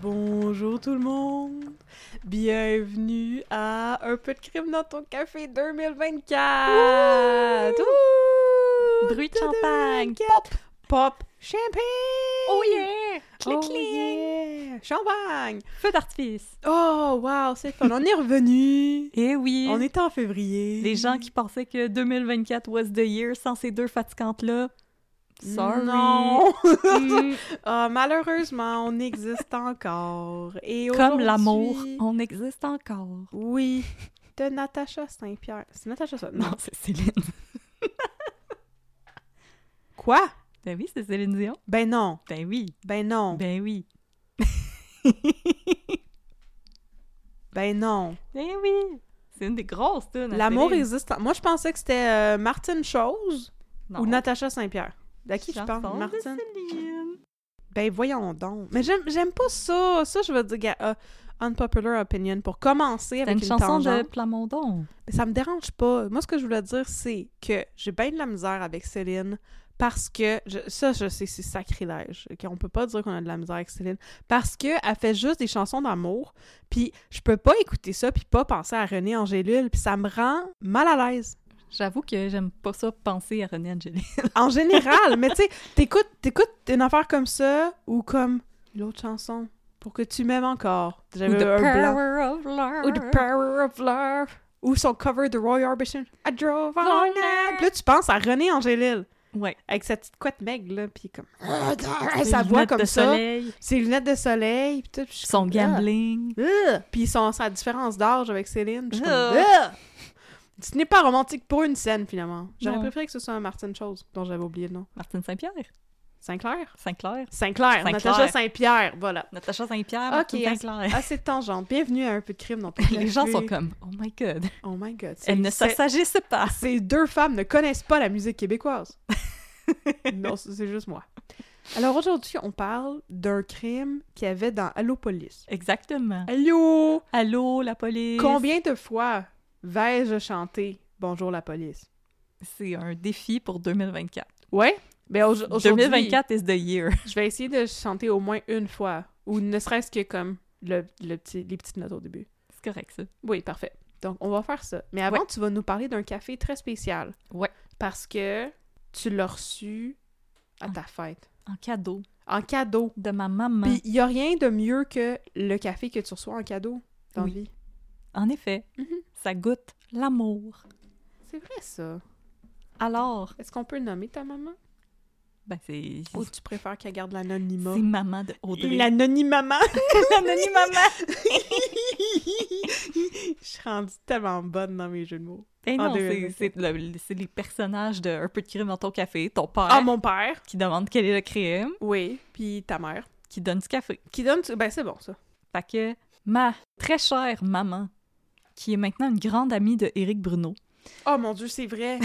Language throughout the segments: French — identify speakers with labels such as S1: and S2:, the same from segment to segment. S1: Bonjour tout le monde! Bienvenue à Un peu de crime dans ton café 2024! Ouh!
S2: Bruit de champagne!
S1: 2024. Pop! Champagne!
S2: Oh yeah! Clic,
S1: Oh
S2: clic!
S1: yeah! Champagne!
S2: Feu d'artifice!
S1: Oh wow, c'est fun! On est revenu!
S2: Eh oui!
S1: On est en février!
S2: Les gens qui pensaient que 2024 was the year sans ces deux fatigantes-là. Sorry!
S1: Non!
S2: Mm.
S1: Ah, malheureusement, on existe encore. Et
S2: Comme l'amour,
S1: aujourd'hui-
S2: on existe encore.
S1: Oui, de Natacha Saint-Pierre. C'est Natacha Saint-Pierre?
S2: Non,
S1: Non.
S2: c'est Céline.
S1: Quoi?
S2: Ben oui, c'est Céline Dion.
S1: Ben non!
S2: Ben oui.
S1: Ben non!
S2: Ben oui.
S1: Ben non!
S2: Ben oui. C'est une des grosses tunes. à
S1: L'amour
S2: Céline.
S1: existe. en- Moi, je pensais que c'était euh, Martine Chose
S2: Non.
S1: ou Natacha Saint-Pierre. À qui tu
S2: Chanson
S1: parles,
S2: de
S1: Martine?
S2: Céline.
S1: Ben voyons donc. Mais j'aime j'aime pas ça. Ça, je veux dire, gars, euh, unpopular opinion pour commencer
S2: C'est
S1: avec
S2: une,
S1: une,
S2: chanson de
S1: tangente.
S2: Plamondon.
S1: Mais ça me dérange pas. Moi, ce que je voulais dire, c'est que j'ai bien de la misère avec Céline parce que, je- ça, je sais, c'est sacrilège. ok? On peut pas dire qu'on a de la misère avec Céline parce qu'elle fait juste des chansons d'amour. Puis je peux pas écouter ça puis pas penser à René Angélil. Puis ça me rend mal à l'aise.
S2: J'avoue que j'aime pas ça penser à René Angelil.
S1: En général, mais tu sais, t'écoutes, t'écoutes une affaire comme ça ou comme l'autre chanson pour que tu m'aimes encore.
S2: Ou
S1: J'avais
S2: The
S1: un blanc.
S2: Power of
S1: Ou
S2: Love.
S1: Oh, The Power of Love. Ou son cover de Roy Orbison. I drove all night. Puis Là, tu penses à René Angélil
S2: Ouais.
S1: avec sa petite couette meg là, puis comme Ah, sa voix
S2: lunettes
S1: comme
S2: de
S1: ça,
S2: soleil.
S1: ses lunettes de soleil, puis tout. puis je suis
S2: Son
S1: comme,
S2: gambling.
S1: Ah. Ah. Puis son sa différence d'âge avec Céline. puis je suis comme,
S2: Ah.
S1: Ah. Ce n'est pas romantique pour une scène finalement. J'aurais
S2: Non.
S1: préféré que ce soit un Martin Chose dont j'avais oublié le nom.
S2: Martine Saint-Pierre.
S1: Sinclair.
S2: Saint-Clair.
S1: Saint-Clair,
S2: Saint-Claire.
S1: Natacha Saint-Pierre, voilà.
S2: Natacha Saint-Pierre.
S1: Ok,
S2: Ah, Martine Saint-Clair.
S1: assez de tangente. Bienvenue à Un peu de crime dans ton
S2: Les gens
S1: café.
S2: sont comme, oh my god.
S1: Oh my god. c'est-
S2: Elles ne
S1: c'est-
S2: se- s'agissent pas.
S1: Ces deux femmes ne connaissent pas la musique québécoise. non, c'est c'est juste moi. Alors aujourd'hui, on parle d'un crime qu'il y avait dans Allo Police.
S2: Exactement.
S1: Allô!
S2: Allô, la police.
S1: Combien de fois vais-je chanter Bonjour la police?
S2: C'est un défi pour 2024.
S1: Ouais? Ben au- aujourd'hui,
S2: 2024 is the year.
S1: je vais essayer de chanter au moins une fois. Ou ne serait-ce que comme le, le petit, les petites notes au début.
S2: C'est correct, ça.
S1: Oui, parfait. Donc, on va faire ça. Mais avant,
S2: Ouais.
S1: tu vas nous parler d'un café très spécial.
S2: Ouais.
S1: Parce que tu l'as reçu à
S2: Ah.
S1: ta fête,
S2: En cadeau
S1: en cadeau.
S2: de ma maman.
S1: Puis, il n'y a rien de mieux que le café que tu reçois en cadeau dans
S2: Oui.
S1: la vie.
S2: En effet,
S1: Mhm.
S2: ça goûte l'amour.
S1: C'est vrai, ça.
S2: Alors,
S1: Est-ce qu'on peut nommer ta maman?
S2: ben c'est...
S1: Ou tu préfères qu'elle garde
S2: C'est
S1: l'anonymat?
S2: maman de Audrey.
S1: L'anonymat!
S2: L'anonyme maman.
S1: Je suis rendue tellement bonne dans mes jeux de mots.
S2: Ben
S1: En
S2: non, c'est
S1: 2024.
S2: c'est le- c'est les personnages de Un peu de crime dans ton café. Ton père
S1: Ah, mon père!
S2: qui demande quel est le crime,
S1: Oui. Puis ta mère.
S2: qui donne du café.
S1: Qui donne... Ben, c'est bon, ça.
S2: Fait que ma très chère maman, qui est maintenant une grande amie de Éric Bruno.
S1: Oh mon dieu, c'est vrai.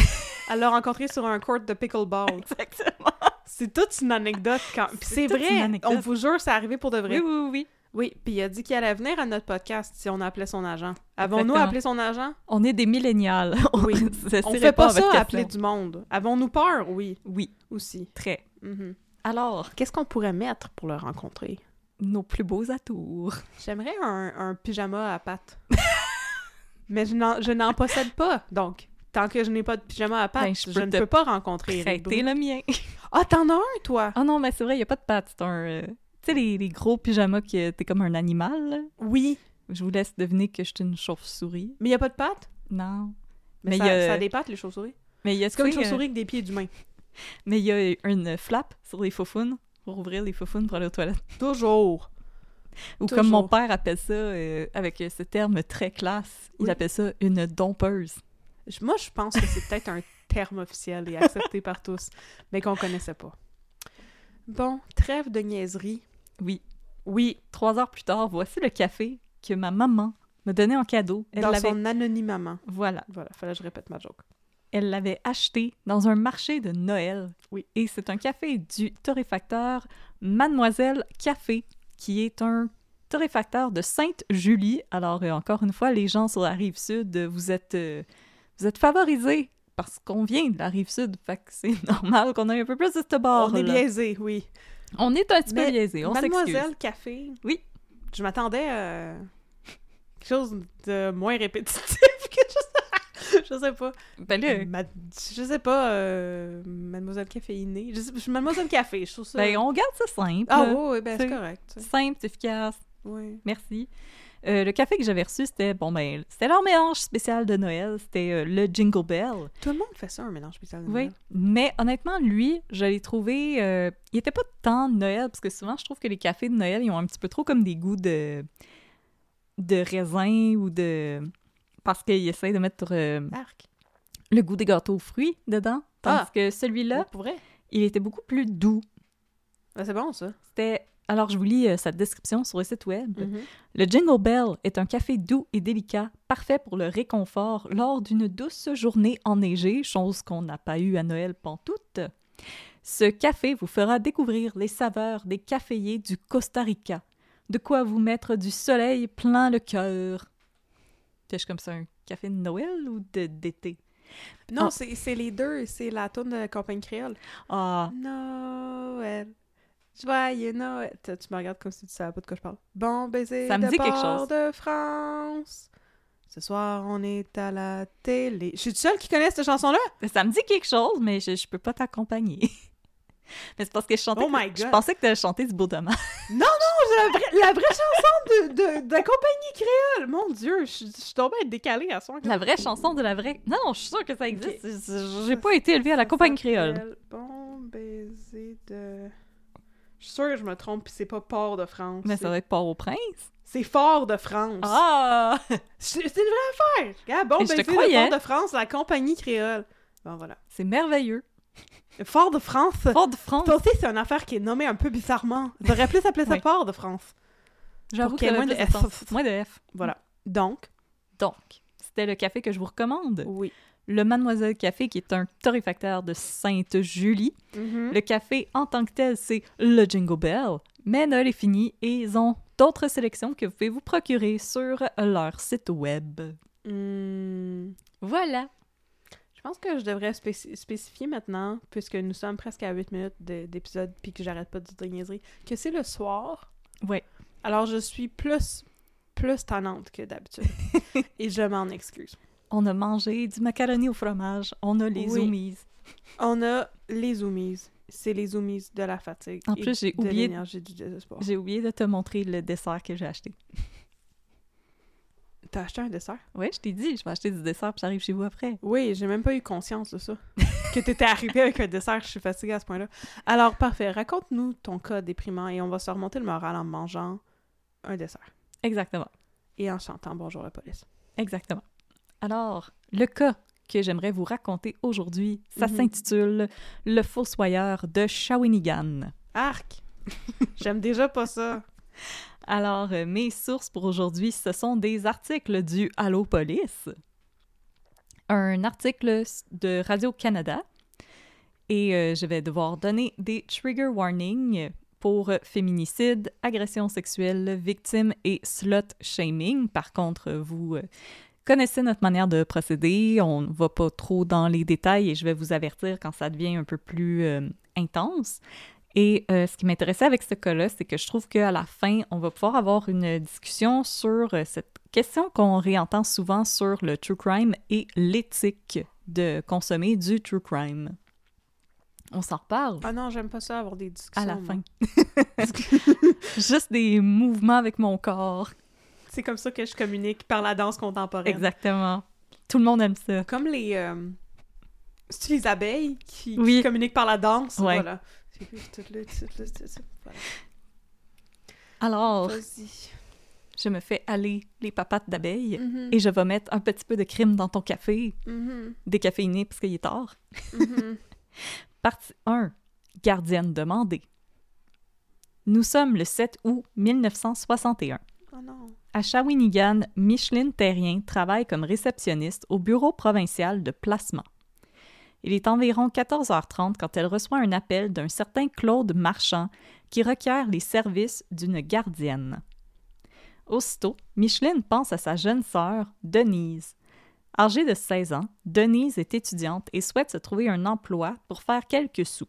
S1: Elle l'a rencontré sur un court de pickleball.
S2: Exactement.
S1: C'est toute une anecdote quand. Puis c'est
S2: toute une
S1: vrai.
S2: anecdote.
S1: On vous jure, c'est arrivé pour de vrai.
S2: Oui, oui, oui.
S1: Oui, puis il a dit qu'il allait venir à notre podcast si on appelait son agent. Avons-nous
S2: Exactement.
S1: appelé son agent?
S2: On est des millénials.
S1: Oui.
S2: Ça
S1: On
S2: s'y
S1: fait
S2: répond
S1: pas
S2: à votre
S1: ça,
S2: question.
S1: appeler du monde. Avons-nous peur? Oui,
S2: Oui,
S1: aussi.
S2: très.
S1: Mhm.
S2: Alors,
S1: Qu'est-ce qu'on pourrait mettre pour le rencontrer?
S2: nos plus beaux atours.
S1: J'aimerais un, un pyjama à pattes. Mais je n'en je n'en possède pas, donc. Tant que je n'ai pas de pyjama à pattes,
S2: Ben,
S1: je,
S2: je peux
S1: ne
S2: te
S1: peux pas rencontrer Eric
S2: Prêtez
S1: Brou.
S2: le mien.
S1: Ah, t'en as un, toi?
S2: Ah non, mais c'est vrai, il n'y a pas de pattes. C'est un. euh, Tu sais, les, les gros pyjamas que t'es comme un animal. là.
S1: Oui,
S2: Je vous laisse deviner que je suis une chauve-souris.
S1: mais il n'y a pas de pattes?
S2: Non.
S1: Mais,
S2: Mais
S1: ça,
S2: il y a-
S1: ça a des pattes, les chauves-souris.
S2: Mais il y a,
S1: C'est comme une
S2: tu sais, euh,
S1: chauve-souris avec des pieds d'humain.
S2: Mais il y a une flap sur les faufounes pour ouvrir les faufounes pour aller aux toilettes.
S1: Toujours.
S2: Ou
S1: Toujours.
S2: comme mon père appelle ça, euh, avec euh, ce terme très classe, il
S1: Oui.
S2: appelle ça une dompeuse.
S1: Je- Moi, je pense que c'est peut-être un terme officiel et accepté par tous, mais qu'on connaissait pas. Bon, trêve de niaiserie.
S2: Oui.
S1: Oui,
S2: Trois heures plus tard, voici le café que ma maman me donnait en cadeau. Elle
S1: dans
S2: l'avait.
S1: son anonymement.
S2: Voilà.
S1: Voilà, fallait que je répète ma joke.
S2: Elle l'avait acheté dans un marché de Noël.
S1: Oui.
S2: Et c'est un café du torréfacteur Mademoiselle Café, qui est un torréfacteur de Sainte-Julie. Alors, euh, encore une fois, les gens sur la rive sud, euh, vous êtes, euh, vous êtes favorisés parce qu'on vient de la rive sud. Fait que c'est normal qu'on ait un peu plus de ce bord.
S1: On est biaisé, oui.
S2: On est un petit
S1: Mais
S2: peu biaisé. On s'excuse.
S1: Mademoiselle Café,
S2: Oui.
S1: je m'attendais à quelque chose de moins répétitif que je sais, je sais pas.
S2: Ben là,
S1: Ma- Je sais pas, euh, Mademoiselle Caféinée. Je sais- je- Mademoiselle Café, je trouve ça...
S2: ben, on garde ça simple.
S1: Ah oui, oui, ben c'est
S2: c'est-
S1: correct. ça.
S2: Simple, efficace.
S1: Oui.
S2: Merci. Euh, le café que j'avais reçu, c'était bon ben, c'était leur mélange spécial de Noël, c'était euh, le Jingle Bell.
S1: Tout le monde fait ça, un mélange spécial de
S2: Oui.
S1: Noël.
S2: Mais honnêtement, lui, je l'ai trouvé, euh, il était pas tant de Noël parce que souvent je trouve que les cafés de Noël, ils ont un petit peu trop comme des goûts de de raisin ou de parce qu'ils essayent de mettre euh,
S1: Arc.
S2: le goût des gâteaux aux fruits dedans, tandis
S1: Ah.
S2: que celui-là,
S1: pour vrai?
S2: il était beaucoup plus doux.
S1: Ah, c'est bon, ça.
S2: C'était alors je vous lis euh, sa description sur le site web. Le Jingle Bell est un café doux et délicat, parfait pour le réconfort lors d'une douce journée enneigée, chose qu'on n'a pas eue à Noël pantoute. Ce café vous fera découvrir les saveurs des caféiers du Costa Rica. De quoi vous mettre du soleil plein le cœur. Fais-je comme ça un café de Noël ou de- d'été?
S1: Non,
S2: Ah.
S1: c'est c'est les deux. C'est la tourne de la campagne créole.
S2: Ah,
S1: Noël. Joyeux Noël. Tu, tu me regardes comme si tu savais pas de quoi je parle. Bon baiser
S2: Ça me
S1: de
S2: dit quelque
S1: bord
S2: chose.
S1: de France. Ce soir, on est à la télé. Je suis toute seule qui connaît cette chanson-là?
S2: ça me dit quelque chose, mais je, je peux pas t'accompagner. mais c'est parce que je chantais...
S1: Oh my
S2: je
S1: God.
S2: pensais que tu chanté du beau dommage.
S1: Non, non, la vraie, la vraie chanson de, de, de la compagnie créole. Mon Dieu, je, je suis tombée à être décalée à soir.
S2: La vraie chanson de la vraie. Non, non, je suis sûre que ça existe.
S1: Ok.
S2: Je- J'ai pas été élevée à la campagne créole.
S1: Bon baiser de. Je suis sûre que je me trompe, puis c'est pas Port-de-France.
S2: Mais ça
S1: c'est-
S2: doit être Port-au-Prince.
S1: C'est Fort-de-France.
S2: Ah!
S1: C'est c'est une vraie affaire! Regarde, bon ben,
S2: Mais je te
S1: baiser de
S2: croyais.
S1: Fort-de-France, la compagnie créole. Bon, voilà.
S2: C'est merveilleux.
S1: Fort-de-France.
S2: Fort-de-France.
S1: Ça aussi, c'est une affaire qui est nommée un peu bizarrement. On devrait plus appeler ça
S2: Oui.
S1: Fort-de-France.
S2: J'avoue
S1: pour
S2: que
S1: qu'il y ait
S2: moins
S1: moins
S2: de
S1: de F.
S2: F. Moins de F.
S1: Voilà. Donc,
S2: Donc, c'était le café que je vous recommande.
S1: oui.
S2: Le Mademoiselle Café, qui est un torréfacteur de Sainte-Julie.
S1: Mm-hmm.
S2: Le café, en tant que tel, c'est le Jingle Bell. Mais Noël est fini et ils ont d'autres sélections que vous pouvez vous procurer sur leur site web.
S1: Hmm,
S2: Voilà.
S1: Je pense que je devrais spéci- spécifier maintenant, puisque nous sommes presque à 8 minutes de- d'épisode, puis que j'arrête pas de dire des niaiseries, que c'est le soir.
S2: Ouais.
S1: Alors, je suis plus, plus tannante que d'habitude. Et je m'en excuse.
S2: On a mangé du macaroni au fromage. On a les
S1: Oui.
S2: oumises.
S1: On a les zoomies. C'est les zoomies de la fatigue.
S2: En
S1: et
S2: plus, j'ai
S1: de
S2: oublié-
S1: l'énergie du désespoir.
S2: J'ai oublié de te montrer le dessert que j'ai acheté.
S1: T'as acheté un dessert?
S2: Ouais, je t'ai dit, je vais acheter du dessert puis j'arrive chez vous après.
S1: Oui, j'ai même pas eu conscience de ça. que t'étais arrivé avec un dessert, je suis fatiguée à ce point-là. Alors, parfait. Raconte-nous ton cas déprimant et on va se remonter le moral en mangeant un dessert
S2: Exactement,
S1: et en chantant Bonjour la police.
S2: exactement. Alors, le cas que j'aimerais vous raconter aujourd'hui, ça
S1: Mhm.
S2: s'intitule Le Fossoyeur de Shawinigan.
S1: Arc! J'aime déjà pas ça.
S2: Alors, euh, mes sources pour aujourd'hui, ce sont des articles du Allo Police, un article s- de Radio-Canada, et euh, je vais devoir donner des trigger warnings pour euh, féminicide, agression sexuelle, victime et slut shaming. Par contre, euh, vous euh, connaissez notre manière de procéder, on ne va pas trop dans les détails et je vais vous avertir quand ça devient un peu plus euh, intense. Et euh, ce qui m'intéressait avec ce cas-là, c'est que je trouve qu'à la fin, on va pouvoir avoir une discussion sur euh, cette question qu'on réentend souvent sur le true crime et l'éthique de consommer du true crime. On s'en reparle
S1: Ah non, j'aime pas ça avoir des discussions.
S2: à la
S1: moi.
S2: fin. Juste des mouvements avec mon corps.
S1: C'est comme ça que je communique par la danse contemporaine.
S2: Exactement. Tout le monde aime ça.
S1: Comme les. euh, C'est-tu les abeilles qui, qui
S2: Oui.
S1: communiquent par la danse?
S2: Ouais.
S1: Voilà. C'est tout là, tout là, tout là. Voilà.
S2: Alors,
S1: Vas-y.
S2: je me fais aller les papates d'abeilles
S1: Mhm.
S2: et je vais mettre un petit peu de crime dans ton café,
S1: Mhm.
S2: décaféiné parce qu'il est tard.
S1: Mhm.
S2: Partie 1. Gardienne demandée. Nous sommes le 7 août 1961.
S1: Oh non.
S2: À Shawinigan, Micheline Terrien travaille comme réceptionniste au bureau provincial de placement. Il est environ 14h30 quand elle reçoit un appel d'un certain Claude Marchand qui requiert les services d'une gardienne. Aussitôt, Micheline pense à sa jeune sœur, Denise. Âgée de 16 ans, Denise est étudiante et souhaite se trouver un emploi pour faire quelques sous.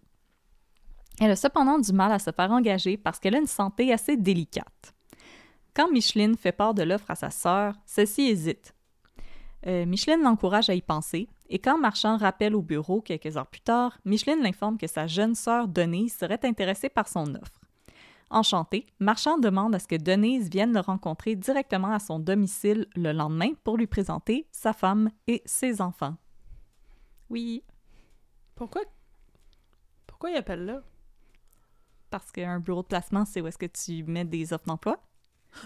S2: Elle a cependant du mal à se faire engager parce qu'elle a une santé assez délicate. Quand Micheline fait part de l'offre à sa sœur, celle-ci hésite. Euh, Micheline l'encourage à y penser, et quand Marchand rappelle au bureau quelques heures plus tard, Micheline l'informe que sa jeune sœur Denise serait intéressée par son offre. Enchantée, Marchand demande à ce que Denise vienne le rencontrer directement à son domicile le lendemain pour lui présenter sa femme et ses enfants. Oui,
S1: Pourquoi. Pourquoi ils appellent là?
S2: parce qu'un bureau de placement, c'est où est-ce que tu mets des offres d'emploi.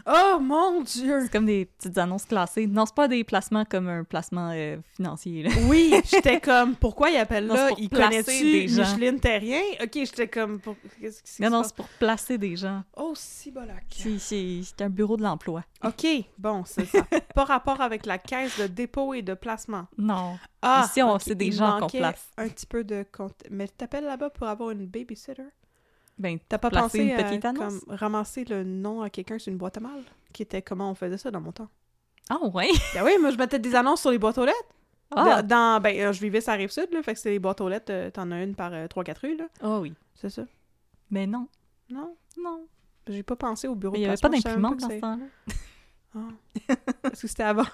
S1: Oh mon dieu!
S2: C'est comme des petites annonces classées. Non, c'est pas des placements comme un placement euh, financier. là.
S1: Oui, j'étais comme, pourquoi ils appellent
S2: Non,
S1: là?
S2: c'est pour
S1: Ils
S2: placer
S1: connaissent-tu
S2: des gens.
S1: Micheline Terrien? Ok, j'étais comme, pour... qu'est-ce que c'est?
S2: Non, non, c'est pour placer des gens.
S1: Oh, si bolac.
S2: C'est- C'est c'est un bureau de l'emploi.
S1: Ok, bon, c'est ça. Pas rapport avec la caisse de dépôt et de placement.
S2: Non.
S1: Ah,
S2: Ici, on-
S1: ok,
S2: c'est des
S1: il
S2: gens qu'on
S1: manquait
S2: place.
S1: Un petit peu de. cont- Mais t'appelles là-bas pour avoir une babysitter?
S2: Ben,
S1: T'as pas
S2: placer
S1: pensé
S2: une
S1: à
S2: petite annonce?
S1: comme, ramasser le nom à quelqu'un sur une boîte à mal? Qui était comment on faisait ça dans mon temps?
S2: Ah, ouais.
S1: Ben oui, moi je mettais des annonces sur les boîtes aux lettres.
S2: Ah,
S1: Dans, dans- ben, euh, je vivais sur la rive sud, là, fait que c'est les boîtes aux lettres, euh, t'en as une par 3-4 rues, là.
S2: Ah oui.
S1: C'est ça?
S2: Mais ben non.
S1: Non?
S2: Non.
S1: J'ai pas pensé au bureau
S2: Mais il n'y
S1: de
S2: avait pas
S1: placement, je savais
S2: d'imprimante
S1: que
S2: dans ce
S1: c'est-
S2: temps-là.
S1: Ah. Parce que c'était avant,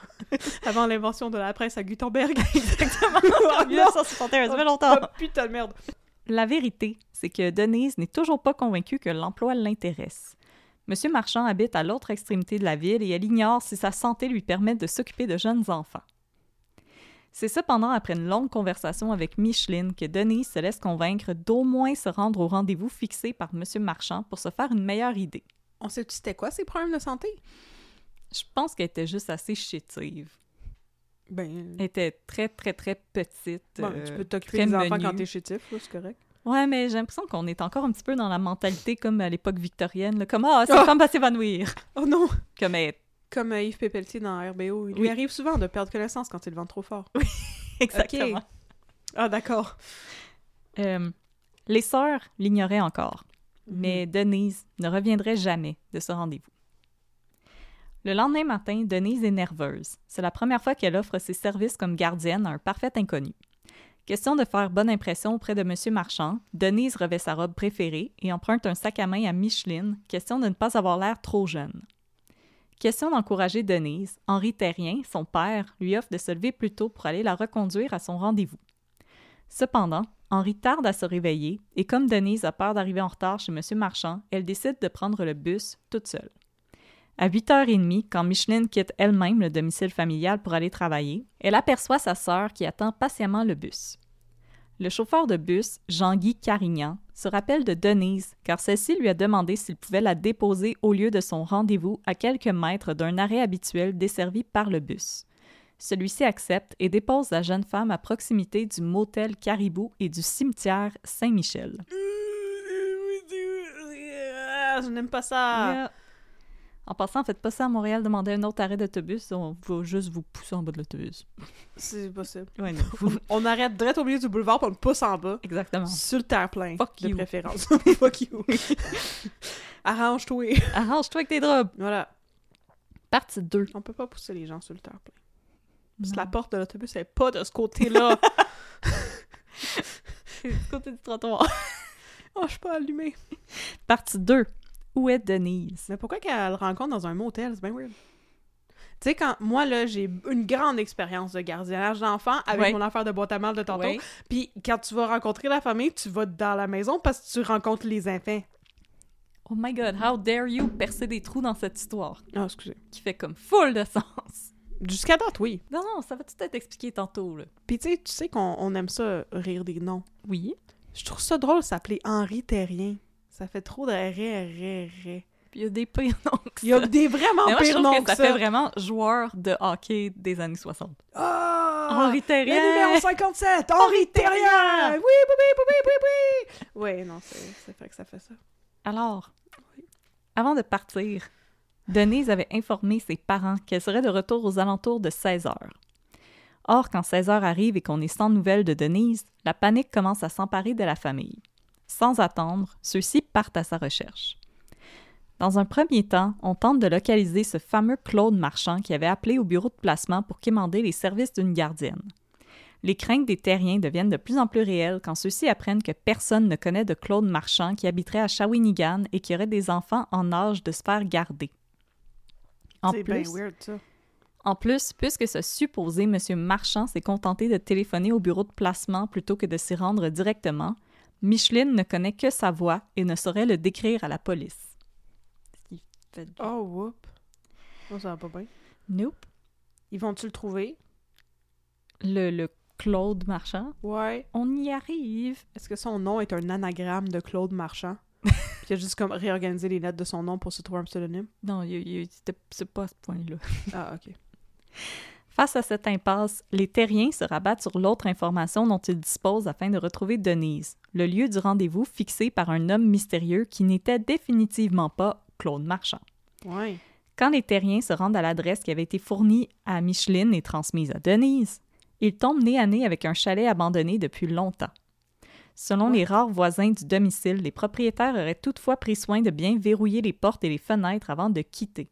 S1: avant l'invention de la presse à Gutenberg.
S2: En
S1: Exactement.
S2: 1961, ça fait longtemps.
S1: putain de merde.
S2: La vérité, c'est que Denise n'est toujours pas convaincue que l'emploi l'intéresse. Monsieur Marchand habite à l'autre extrémité de la ville et elle ignore si sa santé lui permet de s'occuper de jeunes enfants. C'est cependant après une longue conversation avec Micheline que Denise se laisse convaincre d'au moins se rendre au rendez-vous fixé par Monsieur Marchand pour se faire une meilleure idée.
S1: On sait-tu c'était quoi ces problèmes de santé?
S2: Je pense qu'elle était juste assez chétive.
S1: Ben,
S2: Elle était très, très, très petite.
S1: bon,
S2: euh,
S1: tu peux t'occuper
S2: très
S1: des enfants
S2: menue.
S1: quand t'es chétif, là, c'est correct.
S2: Ouais, mais j'ai l'impression qu'on est encore un petit peu dans la mentalité comme à l'époque victorienne, là, comme ah, cette femme va s'évanouir.
S1: Oh non!
S2: Comme elle est-
S1: Comme euh, Yves Pépeltier dans RBO, il
S2: Oui.
S1: lui arrive souvent de perdre connaissance quand il vend trop fort.
S2: exactement.
S1: Ah d'accord.
S2: Euh, les sœurs l'ignoraient encore, mais Denise ne reviendrait jamais de ce rendez-vous. Le lendemain matin, Denise est nerveuse. C'est la première fois qu'elle offre ses services comme gardienne à un parfait inconnu. Question de faire bonne impression auprès de Monsieur Marchand, Denise revêt sa robe préférée et emprunte un sac à main à Micheline, question de ne pas avoir l'air trop jeune. Question d'encourager Denise, Henri Terrien, son père, lui offre de se lever plus tôt pour aller la reconduire à son rendez-vous. Cependant, Henri tarde à se réveiller et comme Denise a peur d'arriver en retard chez M. Marchand, elle décide de prendre le bus toute seule. À 8h30, quand Micheline quitte elle-même le domicile familial pour aller travailler, elle aperçoit sa sœur qui attend patiemment le bus. Le chauffeur de bus, Jean-Guy Carignan, se rappelle de Denise car celle-ci lui a demandé s'il pouvait la déposer au lieu de son rendez-vous à quelques mètres d'un arrêt habituel desservi par le bus. Celui-ci accepte et dépose la jeune femme à proximité du motel Caribou et du cimetière Saint-Michel.
S1: Ah, Je n'aime pas ça.
S2: Yeah. euh, En passant, faites pas ça à Montréal, demandez un autre arrêt d'autobus, on va juste vous pousser en bas de l'autobus.
S1: C'est possible.
S2: Ouais, non.
S1: On arrête direct au milieu du boulevard pour on le pousse en bas.
S2: Exactement.
S1: Sur le terre-plein,
S2: Fuck
S1: de
S2: you.
S1: préférence. Fuck you. Arrange-toi.
S2: Arrange-toi avec tes drops.
S1: Voilà.
S2: Partie 2.
S1: On peut pas pousser les gens sur le terre-plein. Parce que la porte de l'autobus, elle est pas de ce côté-là.
S2: C'est du côté du trottoir.
S1: oh, je suis pas allumée.
S2: Partie 2. Où est Denise?
S1: Mais pourquoi qu'elle le rencontre dans un motel? C'est bien weird. Tu sais, quand moi, là, j'ai une grande expérience de gardiennage d'enfants avec
S2: Ouais.
S1: mon affaire de boîte à mal de tantôt.
S2: Ouais.
S1: Puis quand tu vas rencontrer la famille, tu vas dans la maison parce que tu rencontres les enfants.
S2: Oh my god, how dare you percer des trous dans cette histoire
S1: Ah, excusez.
S2: qui fait comme full de sens.
S1: Jusqu'à date, oui.
S2: Non, non, ça va tout être expliqué tantôt, là.
S1: Puis tu sais, tu sais qu'on on aime ça, euh, rire des noms.
S2: Oui.
S1: Je trouve ça drôle de s'appeler Henri Terrien. Ça fait trop de ré, ré, ré.
S2: Puis il y a des pires noms que
S1: Il y a
S2: ça.
S1: des vraiment
S2: Mais moi, je
S1: pires noms
S2: trouve
S1: que
S2: que ça
S1: ça.
S2: fait vraiment joueur de hockey des années 60.
S1: Ah!
S2: Henri Terrien!
S1: Le numéro 57! Henri Terrien! Oui, oui, oui, oui, oui, oui, oui! Oui, non, c'est c'est fait que ça fait ça.
S2: Alors, avant de partir, Denise avait informé ses parents qu'elle serait de retour aux alentours de 16 heures. Or, quand 16 heures arrive et qu'on est sans nouvelles de Denise, la panique commence à s'emparer de la famille. Sans attendre, ceux-ci partent à sa recherche. Dans un premier temps, on tente de localiser ce fameux Claude Marchand qui avait appelé au bureau de placement pour quémander les services d'une gardienne. Les craintes des terriens deviennent de plus en plus réelles quand ceux-ci apprennent que personne ne connaît de Claude Marchand qui habiterait à Shawinigan et qui aurait des enfants en âge de se faire garder. En
S1: C'est
S2: plus,
S1: bien weird, ça.
S2: en plus, puisque ce supposé monsieur Marchand s'est contenté de téléphoner au bureau de placement plutôt que de s'y rendre directement, Micheline ne connaît que sa voix et ne saurait le décrire à la police.
S1: Oh, whoop. Non, ça va pas bien.
S2: Nope.
S1: Ils vont-tu le trouver?
S2: Le, le Claude Marchand.
S1: Ouais.
S2: On y arrive.
S1: Est-ce que son nom est un anagramme de Claude Marchand? Puis il a juste comme réorganisé les lettres de son nom pour se trouver un pseudonyme?
S2: Non, il- il- c'était- c'est pas à ce point-là.
S1: Ah, ok.
S2: Face à cette impasse, les terriens se rabattent sur l'autre information dont ils disposent afin de retrouver Denise, le lieu du rendez-vous fixé par un homme mystérieux qui n'était définitivement pas Claude Marchand.
S1: Ouais.
S2: Quand les terriens se rendent à l'adresse qui avait été fournie à Micheline et transmise à Denise, ils tombent nez à nez avec un chalet abandonné depuis longtemps. Selon les rares voisins du domicile, les propriétaires auraient toutefois pris soin de bien verrouiller les portes et les fenêtres avant de quitter.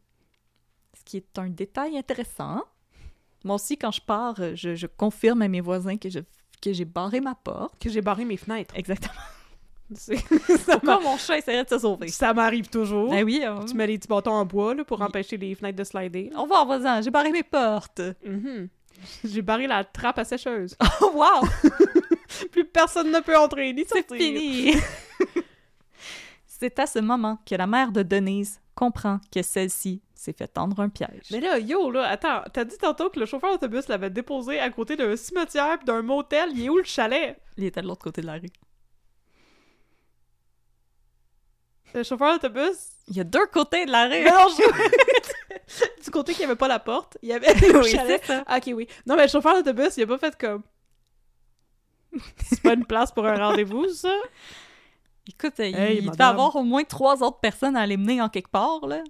S2: Ce qui est un détail intéressant. hein? Moi aussi, quand je pars, euh, je, je confirme à mes voisins que je- que j'ai barré ma porte.
S1: Que j'ai barré mes fenêtres.
S2: Exactement.
S1: C'est-
S2: Pourquoi mon chat essaierait de se sauver?
S1: ça m'arrive toujours.
S2: Ben oui, Ah. on,
S1: Tu mets les petits bâtons en bois là, pour empêcher les fenêtres de slider.
S2: on va en voisin, j'ai barré mes portes.
S1: Mhm. J'ai barré la trappe à sécheuse.
S2: Oh, wow!
S1: Plus personne ne peut entrer ni
S2: C'est
S1: sortir.
S2: fini! C'est à ce moment que la mère de Denise comprend que celle-ci s'est fait tendre un piège.
S1: Mais là, yo, là, attends, t'as dit tantôt que le chauffeur d'autobus l'avait déposé à côté d'un cimetière pis d'un motel. Il est où le chalet?
S2: Il était de l'autre côté de la rue.
S1: Le chauffeur d'autobus,
S2: Il y a deux côtés de la rue!
S1: Mais non, je- du côté qu'il n'y avait pas la porte, il y avait le
S2: Oui,
S1: chalet.
S2: c'est ça.
S1: Ah, ok, oui. Non, mais le chauffeur d'autobus, il a pas fait comme. C'est pas une place pour un rendez-vous, ça?
S2: Écoute, il-
S1: Hey,
S2: il devait
S1: madame.
S2: avoir au moins trois autres personnes à aller mener en quelque part, là.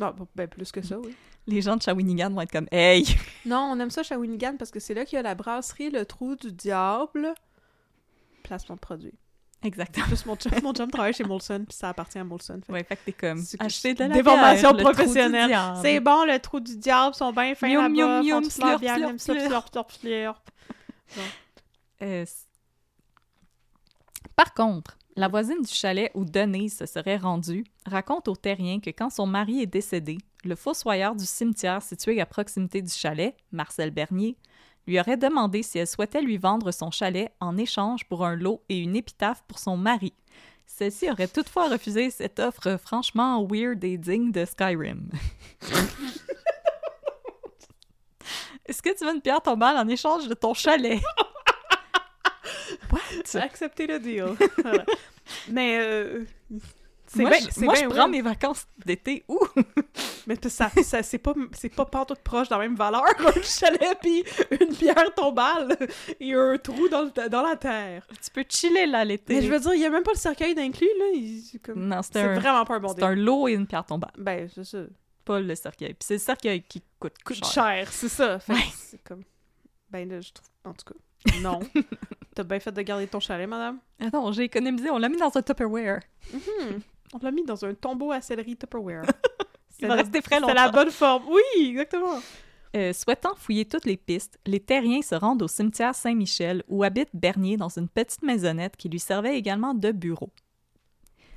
S1: Non, ben plus que ça, oui.
S2: Les gens de Shawinigan vont être comme « Hey!
S1: Non, on aime ça Shawinigan parce que c'est là qu'il y a la brasserie Le Trou du Diable. Placement de produit. »
S2: Exactement.
S1: En plus, mon chum, mon chum travaille chez Molson, puis ça appartient à Molson. Fait que
S2: Ouais, fait que t'es comme
S1: C'est
S2: «
S1: que
S2: Achetez de la
S1: des
S2: bière,
S1: formations
S2: le trou du
S1: professionnelles.
S2: diable.
S1: C'est bon, le trou du diable, sont bien fins
S2: Miam, miam,
S1: là-bas. Font
S2: miam,
S1: toute leur
S2: slurp,
S1: bière,
S2: slurp,
S1: aiment ça,
S2: slurp.
S1: slurp, slurp, slurp.
S2: Euh, c- Par contre, la voisine du chalet où Denise se serait rendue raconte au terrien que quand son mari est décédé, le fossoyeur du cimetière situé à proximité du chalet, Marcel Bernier, lui aurait demandé si elle souhaitait lui vendre son chalet en échange pour un lot et une épitaphe pour son mari. Celle-ci aurait toutefois refusé cette offre franchement weird et digne de Skyrim. Est-ce que tu veux une pierre tombale en échange de ton chalet?
S1: J'ai accepté le deal. Voilà. Mais euh, c'est
S2: moi,
S1: bien-
S2: je,
S1: c'est
S2: moi,
S1: bien
S2: je
S1: weird.
S2: prends mes vacances d'été où?
S1: Mais pis ça, ça c'est pas, c'est pas pantoute proche de la même valeur un chalet puis une pierre tombale et un trou dans, le- dans la terre.
S2: Tu peux chiller là l'été.
S1: Mais je veux dire, il y a même pas le cercueil d'inclus, là. il- c'est comme-
S2: Non, c'est
S1: Mm, c'est
S2: un,
S1: vraiment pas un bon
S2: c'est
S1: deal.
S2: un lot et une pierre tombale,
S1: Ben, c'est ça.
S2: pas le cercueil. Puis c'est le cercueil qui coûte,
S1: Coûte
S2: cher.
S1: cher, c'est ça. Fait que
S2: Ouais.
S1: c'est comme... Ben là, je trouve... En tout cas, non. T'as bien fait de garder ton chalet, madame.
S2: Ah non, j'ai économisé, on l'a mis dans un Tupperware.
S1: Mm-hmm. On l'a mis dans un tombeau à céleri Tupperware.
S2: Il va rester frais
S1: C'est la
S2: longtemps.
S1: bonne forme. Oui, exactement.
S2: Euh, souhaitant fouiller toutes les pistes, les terriens se rendent au cimetière Saint-Michel où habite Bernier dans une petite maisonnette qui lui servait également de bureau.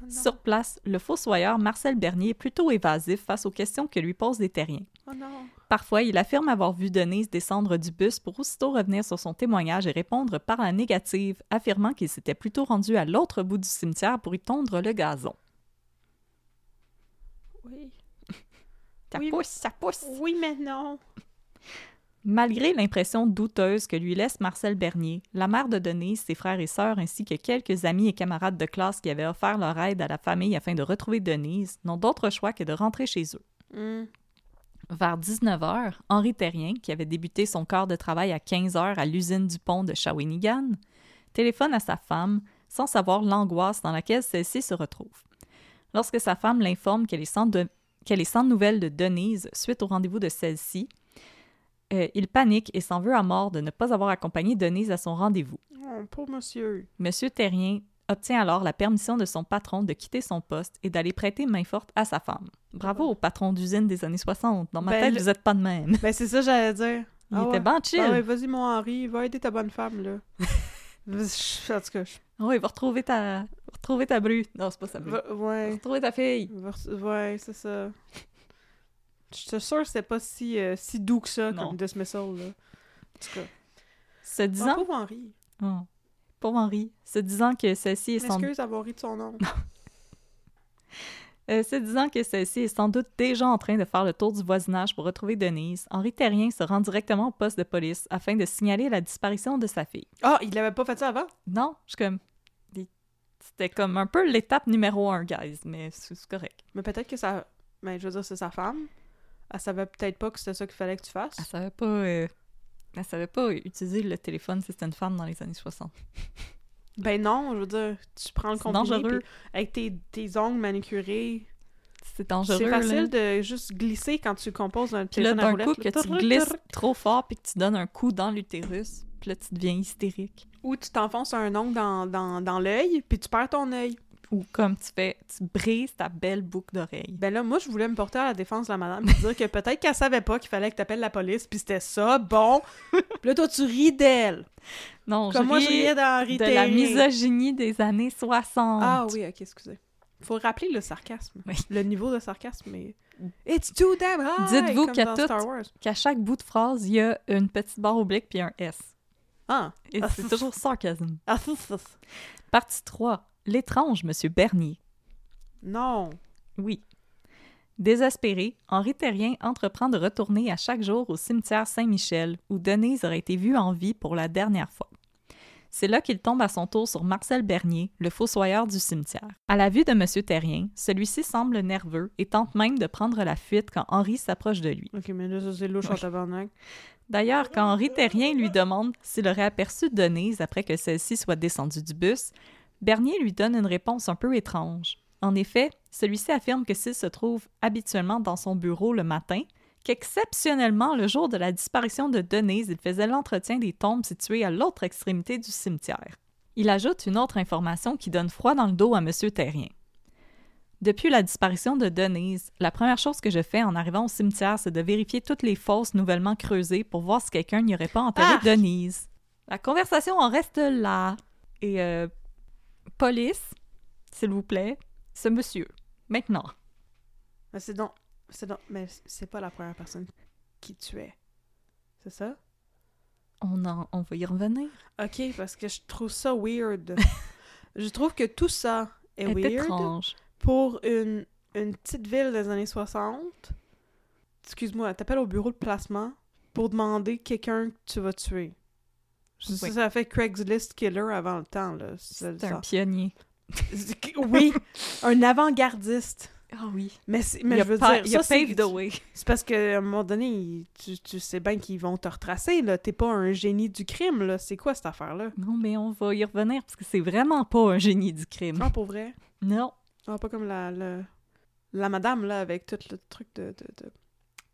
S2: Sur place, le fossoyeur Marcel Bernier est plutôt évasif face aux questions que lui posent les terriens.
S1: Oh non.
S2: Parfois, il affirme avoir vu Denise descendre du bus pour aussitôt revenir sur son témoignage et répondre par la négative, affirmant qu'il s'était plutôt rendu à l'autre bout du cimetière pour y tondre le gazon.
S1: Oui.
S2: Ça
S1: Oui,
S2: pousse, ça pousse!
S1: Oui, mais non.
S2: Malgré l'impression douteuse que lui laisse Marcel Bernier, la mère de Denise, ses frères et sœurs ainsi que quelques amis et camarades de classe qui avaient offert leur aide à la famille afin de retrouver Denise n'ont d'autre choix que de rentrer chez eux.
S1: Hum.
S2: Vers 19h, Henri Terrien, qui avait débuté son corps de travail à 15h à l'usine du pont de Shawinigan, téléphone à sa femme sans savoir l'angoisse dans laquelle celle-ci se retrouve. Lorsque sa femme l'informe qu'elle est, sans de- qu'elle est sans nouvelles de Denise suite au rendez-vous de celle-ci, euh, il panique et s'en veut à mort de ne pas avoir accompagné Denise à son rendez-vous.
S1: Oh, pauvre monsieur.
S2: Monsieur Terrien obtient alors la permission de son patron de quitter son poste et d'aller prêter main forte à sa femme. Bravo au patron d'usine des années 60. Dans ma
S1: Ben,
S2: tête,
S1: le-
S2: vous êtes pas de même.
S1: Ben, c'est ça que j'allais dire.
S2: Il
S1: Ah
S2: était
S1: ouais.
S2: ben chill.
S1: Ah ouais, vas-y, mon Henri, va aider ta bonne femme, là. Je- en tout cas, je...
S2: Ah ouais, va retrouver ta, va retrouver ta bru. Non, c'est pas sa bru. Va
S1: va- ouais.
S2: retrouver ta fille.
S1: Va- Ouais, c'est ça. Je suis sûre que c'est pas si, euh, si doux que ça,
S2: Non.
S1: comme dismissal, là. En tout cas.
S2: Se
S1: Ah,
S2: disant,
S1: pauvre Henri.
S2: oh, pauvre Henri, se disant que celle-ci est sans,
S1: M'excuse d'avoir ri de son nom.
S2: euh, se disant que celle-ci est sans doute déjà en train de faire le tour du voisinage pour retrouver Denise, Henri Terrien se rend directement au poste de police afin de signaler la disparition de sa fille.
S1: Ah, il l'avait pas fait ça avant?
S2: Non, je suis comme, c'était comme un peu l'étape numéro un, guys, mais c'est c'est correct.
S1: Mais peut-être que ça. Mais je veux dire, c'est sa femme. Elle savait peut-être pas que c'était ça qu'il fallait que tu fasses.
S2: Elle savait pas, euh, elle savait pas utiliser le téléphone si c'était une femme dans les années 60.
S1: Ben non, je veux dire, tu prends le
S2: C'est
S1: combiné,
S2: dangereux.
S1: puis Avec tes, tes ongles manicurés.
S2: C'est dangereux.
S1: C'est
S2: là.
S1: facile de juste glisser quand tu composes un
S2: Puis là,
S1: téléphone à
S2: d'un
S1: roulette.
S2: coup,
S1: là,
S2: que tu
S1: trrr,
S2: glisses
S1: trrr,
S2: trop fort puis que tu donnes un coup dans l'utérus, puis là, tu deviens hystérique.
S1: Ou tu t'enfonces un ongle dans, dans, dans l'œil, puis tu perds ton œil.
S2: Ou comme tu fais, tu brises ta belle boucle d'oreille.
S1: Ben là, moi, je voulais me porter à la défense de la madame, puis dire que peut-être qu'elle savait pas qu'il fallait que t'appelles la police, puis c'était ça, bon. Puis là, toi, tu ris d'elle.
S2: Non,
S1: Comme
S2: je
S1: moi, je
S2: riais
S1: riais d'Henri
S2: de la
S1: Terrien.
S2: misogynie des années 60.
S1: Ah oui, ok, excusez. Faut rappeler le sarcasme.
S2: Oui.
S1: Le niveau de sarcasme, mais... It's too damn high!
S2: Dites-vous
S1: comme
S2: qu'à
S1: dans
S2: toutes-
S1: Star Wars.
S2: Qu'à chaque bout de phrase, il y a une petite barre oblique puis un S.
S1: Ah!
S2: Et
S1: Ah,
S2: c'est toujours sarcasme.
S1: Ah, ça, ça, ça.
S2: Partie 3. L'étrange Monsieur Bernier.
S1: Non!
S2: Oui. Désespéré, Henri Terrien entreprend de retourner à chaque jour au cimetière Saint-Michel, où Denise aurait été vue en vie pour la dernière fois. C'est là qu'il tombe à son tour sur Marcel Bernier, le fossoyeur du cimetière. À la vue de M. Terrien, celui-ci semble nerveux et tente même de prendre la fuite quand Henri s'approche de lui.
S1: Ok, mais là, ça, c'est louche en tabarnak.
S2: D'ailleurs, quand Henri Terrien lui demande s'il aurait aperçu Denise après que celle-ci soit descendue du bus, Bernier lui donne une réponse un peu étrange. En effet, celui-ci affirme que s'il se trouve habituellement dans son bureau le matin, qu'exceptionnellement, le jour de la disparition de Denise, il faisait l'entretien des tombes situées à l'autre extrémité du cimetière. Il ajoute une autre information qui donne froid dans le dos à M. Terrien. Depuis la disparition de Denise, la première chose que je fais en arrivant au cimetière, c'est de vérifier toutes les fosses nouvellement creusées pour voir si quelqu'un n'y aurait pas enterré
S1: Ah!
S2: Denise. La conversation en reste là. Et euh, police, s'il vous plaît, ce monsieur, maintenant.
S1: Mais Ah, c'est donc... C'est donc... Mais c'est pas la première personne qui tuait. C'est ça?
S2: On, en- on va y revenir.
S1: Ok, parce que je trouve ça weird. je trouve que tout ça est,
S2: Elle est
S1: Eh weird
S2: étrange.
S1: pour une, une petite ville des années 60. Excuse-moi, t'appelles au bureau de placement pour demander quelqu'un que tu vas tuer. Ça,
S2: Oui.
S1: ça fait Craigslist Killer avant le temps, là. ça-
S2: C'est un
S1: ça.
S2: pionnier.
S1: Oui, un avant-gardiste.
S2: Ah oui.
S1: Mais, c'est- mais
S2: il
S1: je
S2: a
S1: veux
S2: pa-
S1: dire,
S2: il
S1: ça,
S2: a
S1: c'est-
S2: paved the way.
S1: C'est parce qu'à un moment donné, il- tu, tu sais bien qu'ils vont te retracer, là. T'es pas un génie du crime, là. C'est quoi cette affaire-là?
S2: Non, mais on va y revenir parce que c'est vraiment pas un génie du crime.
S1: Non, pour vrai.
S2: Non.
S1: Ah, pas comme la, la, la madame, là, avec tout le truc de... de, de...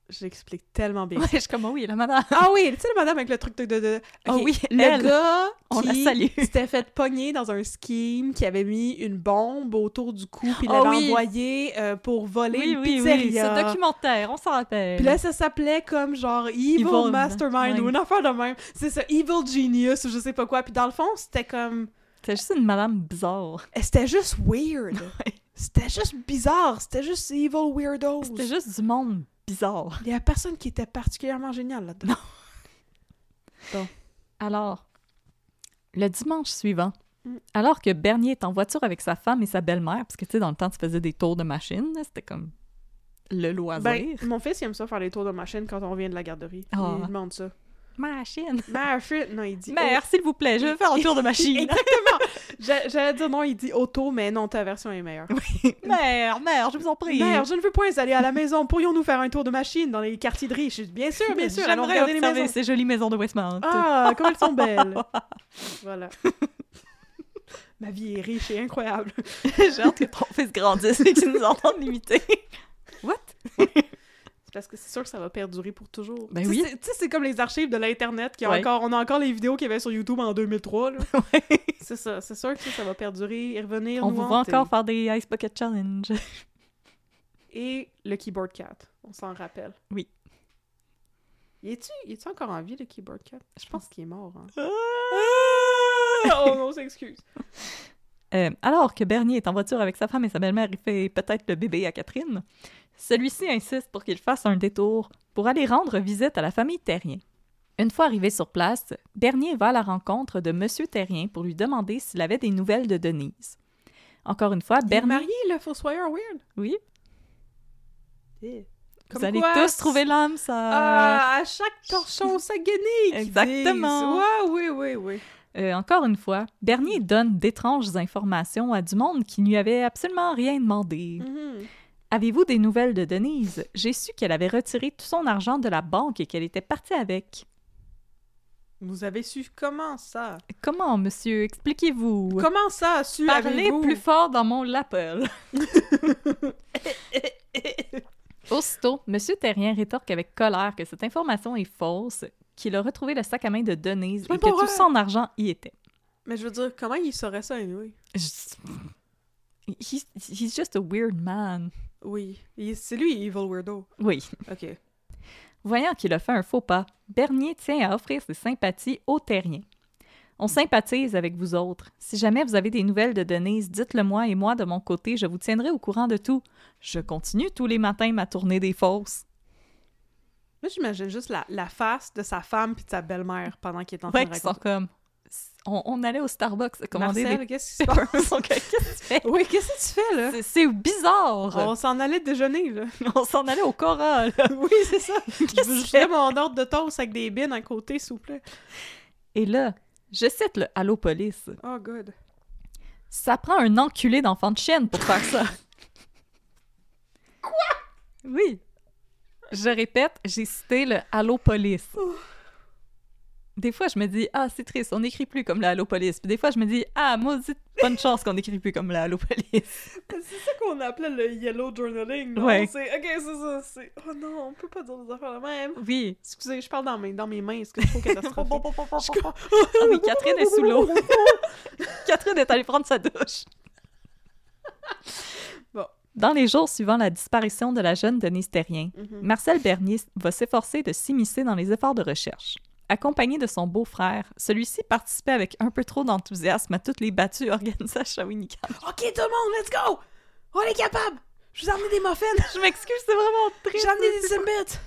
S1: Je l'explique tellement bien.
S2: Ouais, je suis comme, ah oui, la madame.
S1: Ah oui, tu sais, la madame avec le truc de... de, de...
S2: Ah
S1: Ok,
S2: oui,
S1: le
S2: elle.
S1: gars
S2: On la
S1: qui
S2: salue.
S1: s'était fait pogner dans un scheme, qui avait mis une bombe autour du cou, puis il
S2: Ah
S1: l'avait
S2: oui.
S1: envoyé euh, pour voler
S2: Oui,
S1: une
S2: oui, oui,
S1: pizzeria.
S2: ce documentaire, on s'en rappelle.
S1: Puis là, ça s'appelait comme genre Evil,
S2: Evil
S1: Mastermind
S2: Mastermind.
S1: ou une affaire de même. C'est ça, Evil Genius ou je sais pas quoi. Puis dans le fond, c'était comme. eh,
S2: C'était juste une madame bizarre.
S1: C'était juste weird. C'était juste bizarre. C'était juste Evil Weirdos.
S2: C'était juste du monde bizarre.
S1: Il y a personne qui était particulièrement génial là-dedans.
S2: Alors, le dimanche suivant, alors que Bernier est en voiture avec sa femme et sa belle-mère, parce que tu sais, dans le temps, tu faisais des tours de machine, là, c'était comme le loisir.
S1: Ben, mon fils, il aime ça faire les tours de ma chaîne quand on revient de la garderie.
S2: Ah.
S1: Il demande ça.
S2: machine! Oh.
S1: Mère, non, il dit.
S2: Mère, s'il vous plaît, je veux faire un tour de machine!
S1: Exactement. J'a- J'allais dire non, il dit auto, mais non, ta version est meilleure.
S2: mère, mère, je vous en prie!
S1: Mère, je ne veux point aller à la maison. Pourrions-nous faire un tour de machine dans les quartiers de riches? Bien sûr, bien sûr. Allons
S2: J'aimerais
S1: regarder les
S2: observer
S1: maisons.
S2: ces jolies maisons de Westmount.
S1: Ah, comme elles sont belles! voilà. Ma vie est riche et incroyable.
S2: J'ai hâte que ton fils grandisse et qu'il nous entende l'imiter. What?
S1: C'est parce que c'est sûr que ça va perdurer pour toujours.
S2: Ben
S1: Tu sais,
S2: oui.
S1: c'est- Tu sais, c'est comme les archives de l'Internet. qui a
S2: Ouais.
S1: encore, on a encore les vidéos qu'il y avait sur YouTube en 2003. là. C'est ça. C'est sûr que ça, ça va perdurer et revenir.
S2: On
S1: nous
S2: vous voit
S1: hanter.
S2: encore faire des Ice Bucket Challenge.
S1: Et le Keyboard Cat. On s'en rappelle.
S2: Oui.
S1: Y est-tu y est-tu encore en vie, le Keyboard Cat? Je pense qu'il est mort. hein.
S2: Euh,
S1: oh non, s'excuse.
S2: alors que Bernier est en voiture avec sa femme et sa belle-mère, il fait peut-être le bébé à Catherine. Celui-ci insiste pour qu'il fasse un détour pour aller rendre visite à la famille Terrien. Une fois arrivé sur place, Bernier va à la rencontre de Monsieur Terrien pour lui demander s'il avait des nouvelles de Denise. Encore une fois,
S1: Il est
S2: Bernier.
S1: marié, le Fossoyeur Weird.
S2: Oui.
S1: Comme
S2: Vous allez
S1: quoi,
S2: tous trouver l'âme, ça.
S1: Ah, à chaque torchon, sa guenille! qu'ils
S2: Exactement.
S1: disent. Ouais, oui, oui, oui.
S2: Euh, encore une fois, Bernier donne d'étranges informations à du monde qui ne lui avait absolument rien demandé.
S1: Mhm.
S2: Avez-vous des nouvelles de Denise? J'ai su qu'elle avait retiré tout son argent de la banque et qu'elle était partie avec.
S1: Vous avez su comment ça?
S2: Comment, monsieur? Expliquez-vous.
S1: Comment ça a su?
S2: Parlez
S1: avez-vous?
S2: plus fort dans mon lapel. Aussitôt, monsieur Terrien rétorque avec colère que cette information est fausse, qu'il a retrouvé le sac à main de Denise
S1: C'est
S2: et que
S1: pas vrai.
S2: tout son argent y était.
S1: Mais je veux dire, comment il saurait ça, anyway?
S2: Je- He's, he's just a weird man.
S1: Oui. Il- C'est lui, Evil Weirdo.
S2: Oui.
S1: OK.
S2: Voyant qu'il a fait un faux pas, Bernier tient à offrir ses sympathies aux terriens. On sympathise avec vous autres. Si jamais vous avez des nouvelles de Denise, dites-le moi et moi, de mon côté, je vous tiendrai au courant de tout. Je continue tous les matins ma tournée des fosses.
S1: Moi, j'imagine juste la, la face de sa femme puis de sa belle-mère pendant qu'il est en train
S2: Ouais,
S1: de
S2: qui sont
S1: raconter.
S2: comme. On, on allait au Starbucks commander
S1: Marcel,
S2: des.
S1: qu'est-ce qui se passe?
S2: peppers. Ils sont comme, Qu'est-ce que tu fais?
S1: oui, qu'est-ce que tu fais, là?
S2: C'est- C'est bizarre!
S1: On s'en allait déjeuner, là.
S2: On, s'en allait au Cora, là.
S1: oui, c'est ça. Je veux
S2: que
S1: juste
S2: c'est?
S1: mon ordre de toast avec des bines à côté, s'il vous plaît.
S2: Et là, je cite le Allo Police.
S1: Oh, God.
S2: Ça prend un enculé d'enfant de chienne pour faire ça. Quoi? Oui. Je répète, j'ai cité le Allo Police. Des fois, je me dis, ah, c'est triste, on n'écrit plus comme le Allo Police. Puis des fois, je me dis, ah, maudite bonne chance qu'on n'écrit plus comme le Allo Police.
S1: C'est ça qu'on appelait le yellow journaling, non?
S2: Ouais.
S1: C'est- Ok, c'est ça, c'est... Oh non, on peut pas dire des affaires la même.
S2: Oui.
S1: Excusez, je parle dans mes, dans mes mains, est-ce que je trouve catastrophique?
S2: Ah oui, Catherine est sous l'eau. Catherine est allée prendre sa douche.
S1: Bon.
S2: Dans les jours suivant la disparition de la jeune Denise Terrien, Marcel Bernier va s'efforcer de s'immiscer dans les efforts de recherche. Accompagné de son beau-frère, celui-ci participait avec un peu trop d'enthousiasme à toutes les battues organisées à Shawinigan.
S1: ok, tout le monde, let's go! On est capable! Je vous ai amené des muffins!
S2: Je m'excuse, c'est vraiment triste.
S1: J'ai amené des Zimbits!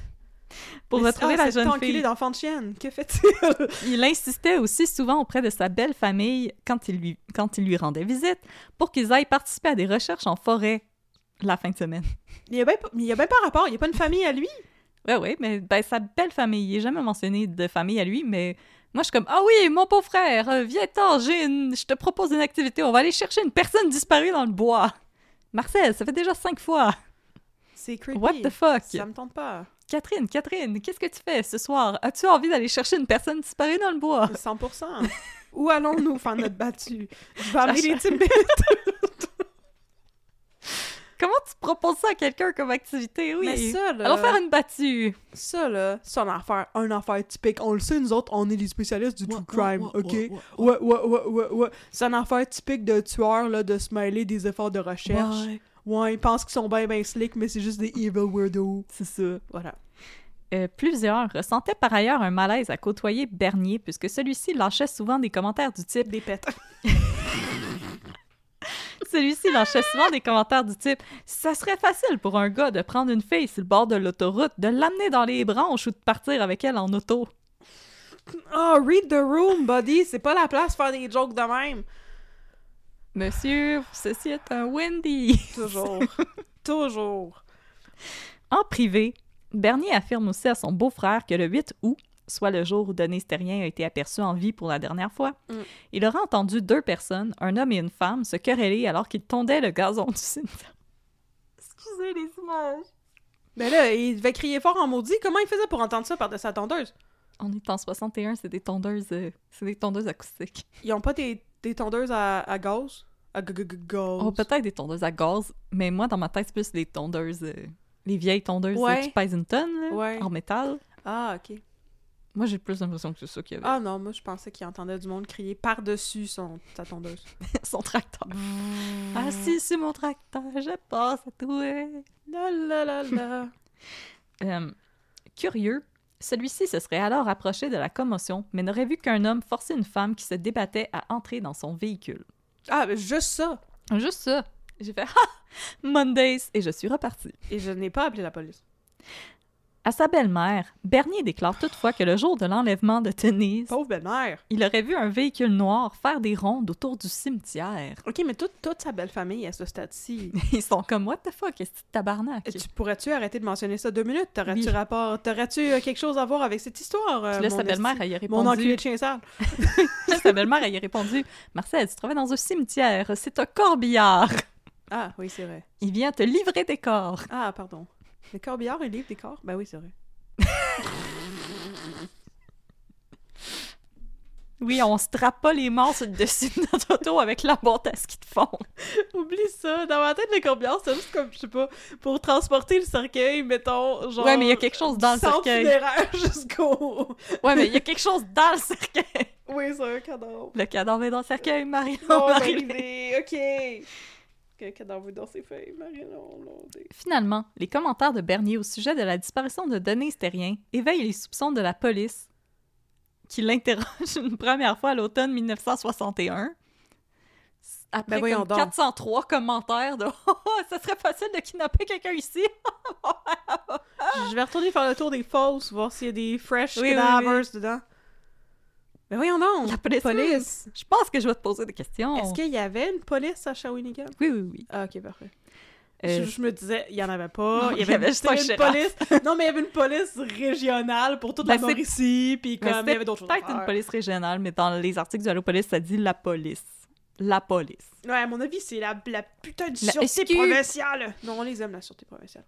S2: Pour
S1: Mais-
S2: retrouver
S1: ah,
S2: la
S1: cet
S2: jeune
S1: enculé
S2: fille,
S1: d'enfant de chienne, que fait-il?
S2: il insistait aussi souvent auprès de sa belle famille quand il lui, quand il lui rendait visite pour qu'ils aillent participer à des recherches en forêt la fin de semaine.
S1: il y a bien pas, il y a ben pas rapport, il y a pas une famille à lui!
S2: Oui, oui, mais ben, sa belle famille, il n'est jamais mentionné de famille à lui, mais moi, je suis comme « Ah oui, mon pauvre frère, euh, viens-t'en, j'ai une- je te propose une activité, on va aller chercher une personne disparue dans le bois. » Marcel, ça fait déjà cinq fois.
S1: C'est creepy.
S2: What the fuck?
S1: Ça me tente pas.
S2: Catherine, Catherine, qu'est-ce que tu fais ce soir? As-tu envie d'aller chercher une personne disparue dans le bois?
S1: 100%. Où allons-nous faire notre battue? Je vais amener les
S2: Sacha.
S1: Timbits.
S2: Comment tu proposes ça à quelqu'un comme activité? Oui.
S1: Mais ça, là-
S2: Allons faire une battue.
S1: Ça, là, c'est une affaire, une affaire typique. On le sait, nous autres, on est les spécialistes du true crime,
S2: ouais,
S1: OK?
S2: ouais,
S1: Ouais, ouais, ouais, ouais, ouais. C'est une affaire typique de tueurs, là, de se mêler des efforts de recherche. Ouais,
S2: Ouais.
S1: ils pensent qu'ils sont bien, bien slick, mais c'est juste des evil weirdos.
S2: C'est ça.
S1: Voilà.
S2: Euh, plusieurs ressentaient par ailleurs un malaise à côtoyer Bernier, puisque celui-ci lâchait souvent des commentaires du type
S1: Des pètes.
S2: Celui-ci lâchait souvent des commentaires du type Ça serait facile pour un gars de prendre une fille sur le bord de l'autoroute, de l'amener dans les branches ou de partir avec elle en auto.
S1: Ah, read the room, buddy! C'est pas la place de faire des jokes de même.
S2: Monsieur, ceci est un Wendy.
S1: Toujours. Toujours.
S2: En privé, Bernier affirme aussi à son beau-frère que le 8 août, soit le jour où Denis Terrien a été aperçu en vie pour la dernière fois, il aura entendu deux personnes, un homme et une femme, se quereller alors qu'ils tondaient le gazon du cimetière. Excusez les images.
S1: Mais là, il devait crier fort en maudit. Comment il faisait pour entendre ça par-dessus la tondeuse?
S2: On est en 61, c'est des tondeuses, euh, c'est des tondeuses acoustiques.
S1: Ils ont pas des, des tondeuses à, à gauze? À g- g- g- gauze.
S2: Oh, peut-être des tondeuses à gaz, mais moi, dans ma tête, c'est plus les tondeuses, euh, les vieilles tondeuses euh,
S1: Ouais.
S2: qui pèsent une tonne, là,
S1: Ouais.
S2: en métal.
S1: Ah, ok.
S2: Moi, j'ai plus l'impression que c'est ça qu'il y avait.
S1: Ah non, moi je pensais qu'il entendait du monde crier par-dessus son sa tondeuse.
S2: Son tracteur.
S1: Hmm.
S2: Assis sur mon tracteur, je passe à toi.
S1: La la la la.
S2: Euh, curieux, celui-ci se serait alors approché de la commotion, mais n'aurait vu qu'un homme forcer une femme qui se débattait à entrer dans son véhicule.
S1: ah, mais juste ça.
S2: Juste ça. J'ai fait Ah! Mondays et je suis repartie.
S1: Et je n'ai pas appelé la police.
S2: À sa belle-mère, Bernier déclare toutefois que le jour de l'enlèvement de Denise,
S1: Pauvre belle-mère.
S2: il aurait vu un véhicule noir faire des rondes autour du cimetière.
S1: Ok, mais toute, toute sa belle famille à ce stade-ci.
S2: Ils sont comme What the fuck, est-ce que tabarnak?
S1: Tu pourrais-tu arrêter de mentionner ça deux minutes? T'aurais-tu
S2: Oui.
S1: rapport? T'aurais-tu euh, quelque chose à voir avec cette histoire? euh,
S2: Puis là,
S1: mon
S2: sa belle-mère,
S1: esti-
S2: elle y a
S1: Mon enculé
S2: répondu.
S1: de chien sale.
S2: sa belle-mère, elle y a répondu Marcel, tu travailles dans un cimetière, c'est un corbillard.
S1: Ah, oui, c'est vrai.
S2: Il vient te livrer des corps.
S1: Ah, pardon. Les corbillards, ils livrent des corps? Ben oui, c'est vrai.
S2: Oui, on strappe pas les morts sur le dessus de notre auto avec la boîte à ski de fond.
S1: Oublie ça. Dans ma tête, les corbillards, c'est juste comme, je sais pas, pour transporter le cercueil, mettons, genre...
S2: ouais, mais il y a quelque chose dans le
S1: sans
S2: cercueil.
S1: funéraire jusqu'au...
S2: Ouais, mais il y a quelque chose dans le cercueil.
S1: Oui, c'est un cadavre.
S2: Le cadavre est dans le cercueil, Marilyn.
S1: Non,
S2: Marilyn.
S1: Marilyn, ok. Que cadavre dans ses feuilles, Marilyn, l'ondée.
S2: Finalement, les commentaires de Bernier au sujet de la disparition de Denise Terrien éveillent les soupçons de la police qui l'interroge une première fois à l'automne 1961.
S1: Ben
S2: Après
S1: voyons
S2: comme
S1: donc.
S2: 403 commentaires de oh, oh, ça serait facile de kidnapper quelqu'un ici.
S1: Je vais retourner faire le tour des fosses, voir s'il y a des fresh
S2: Oui, oui,
S1: cadavers dedans. Mais voyons donc!
S2: La police. hein?
S1: police.
S2: Je pense que je vais te poser des questions.
S1: Est-ce qu'il y avait une police à Shawinigan?
S2: Oui, oui, oui.
S1: Ah, ok, parfait.
S2: Euh,
S1: Je, je me disais, il y en avait pas.
S2: Non,
S1: il y avait,
S2: juste un
S1: une
S2: shérif.
S1: police. Non, mais il y avait une police régionale pour toute la
S2: Ben, c'est-
S1: Mauricie, puis
S2: mais
S1: comme il y
S2: c'était
S1: avait d'autres choses. à
S2: Peut-être une
S1: faire.
S2: police régionale, mais dans les articles de la police, ça dit la police. La police.
S1: Ouais, à mon avis, c'est la, la putain de
S2: La
S1: sûreté
S2: SQ.
S1: provinciale. Non, on les aime, la sûreté provinciale.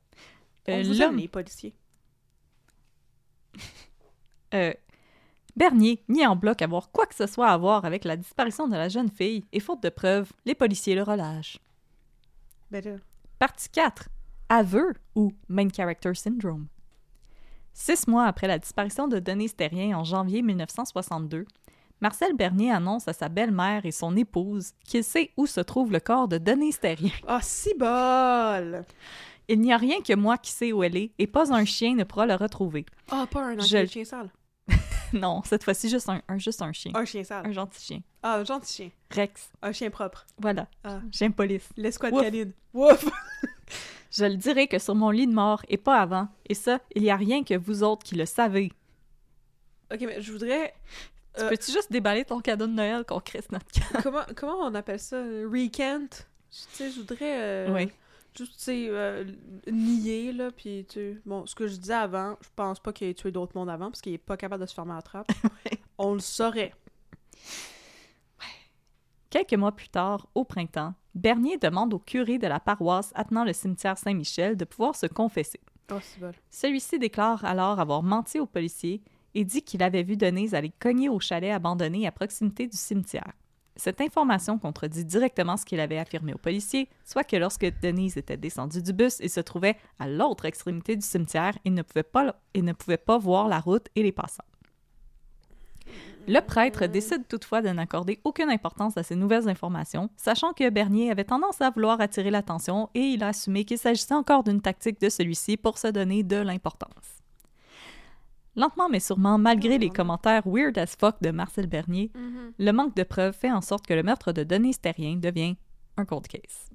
S1: On
S2: Euh,
S1: vous aime,
S2: l'homme-
S1: les policiers.
S2: Euh, Bernier nie en bloc avoir quoi que ce soit à voir avec la disparition de la jeune fille et faute de preuves, les policiers le relâchent.
S1: Ben là.
S2: Partie 4. Aveu ou Main Character Syndrome. Six mois après la disparition de Denise Terrien en janvier 1962, Marcel Bernier annonce à sa belle-mère et son épouse qu'il sait où se trouve le corps de Denise Terrien.
S1: Ah, si bol!
S2: Il n'y a rien que moi qui sais où elle est et pas un chien ne pourra le retrouver.
S1: Ah, pas un
S2: Je-
S1: enculé de chien sale.
S2: Non, cette fois-ci, juste un, un- juste un chien.
S1: Un chien sale.
S2: Un gentil chien.
S1: Ah, un gentil chien.
S2: Rex.
S1: Un chien propre.
S2: Voilà.
S1: Ah.
S2: J'aime police.
S1: L'escouade
S2: Wouf.
S1: canine. Wouf!
S2: Je le dirai que sur mon lit de mort et pas avant. Et ça, il n'y a rien que vous autres qui le savez.
S1: Ok, mais je voudrais...
S2: Tu
S1: Euh.
S2: peux-tu juste déballer ton cadeau de Noël qu'on crisse notre camp?
S1: comment, comment on appelle ça? Recant? Tu sais, je voudrais... euh,
S2: Oui.
S1: Juste, tu sais, euh, nier, là, puis tu sais, Bon, ce que je disais avant, je pense pas qu'il ait tué d'autres mondes avant, parce qu'il est pas capable de se fermer à la trappe. On le saurait.
S2: Quelques mois plus tard, au printemps, Bernier demande au curé de la paroisse attenant le cimetière Saint-Michel de pouvoir se confesser.
S1: Oh, c'est bon.
S2: Celui-ci déclare alors avoir menti aux policiers et dit qu'il avait vu Denise aller cogner au chalet abandonné à proximité du cimetière. Cette information contredit directement ce qu'il avait affirmé aux policiers, soit que lorsque Denise était descendue du bus et se trouvait à l'autre extrémité du cimetière, il ne pouvait pas, il ne pouvait pas voir la route et les passants. Le prêtre décide toutefois de n'accorder aucune importance à ces nouvelles informations, sachant que Bernier avait tendance à vouloir attirer l'attention et il a assumé qu'il s'agissait encore d'une tactique de celui-ci pour se donner de l'importance. Lentement mais sûrement, malgré les commentaires weird as fuck de Marcel Bernier, le manque de preuves fait en sorte que le meurtre de Denise Terrien devient un cold case.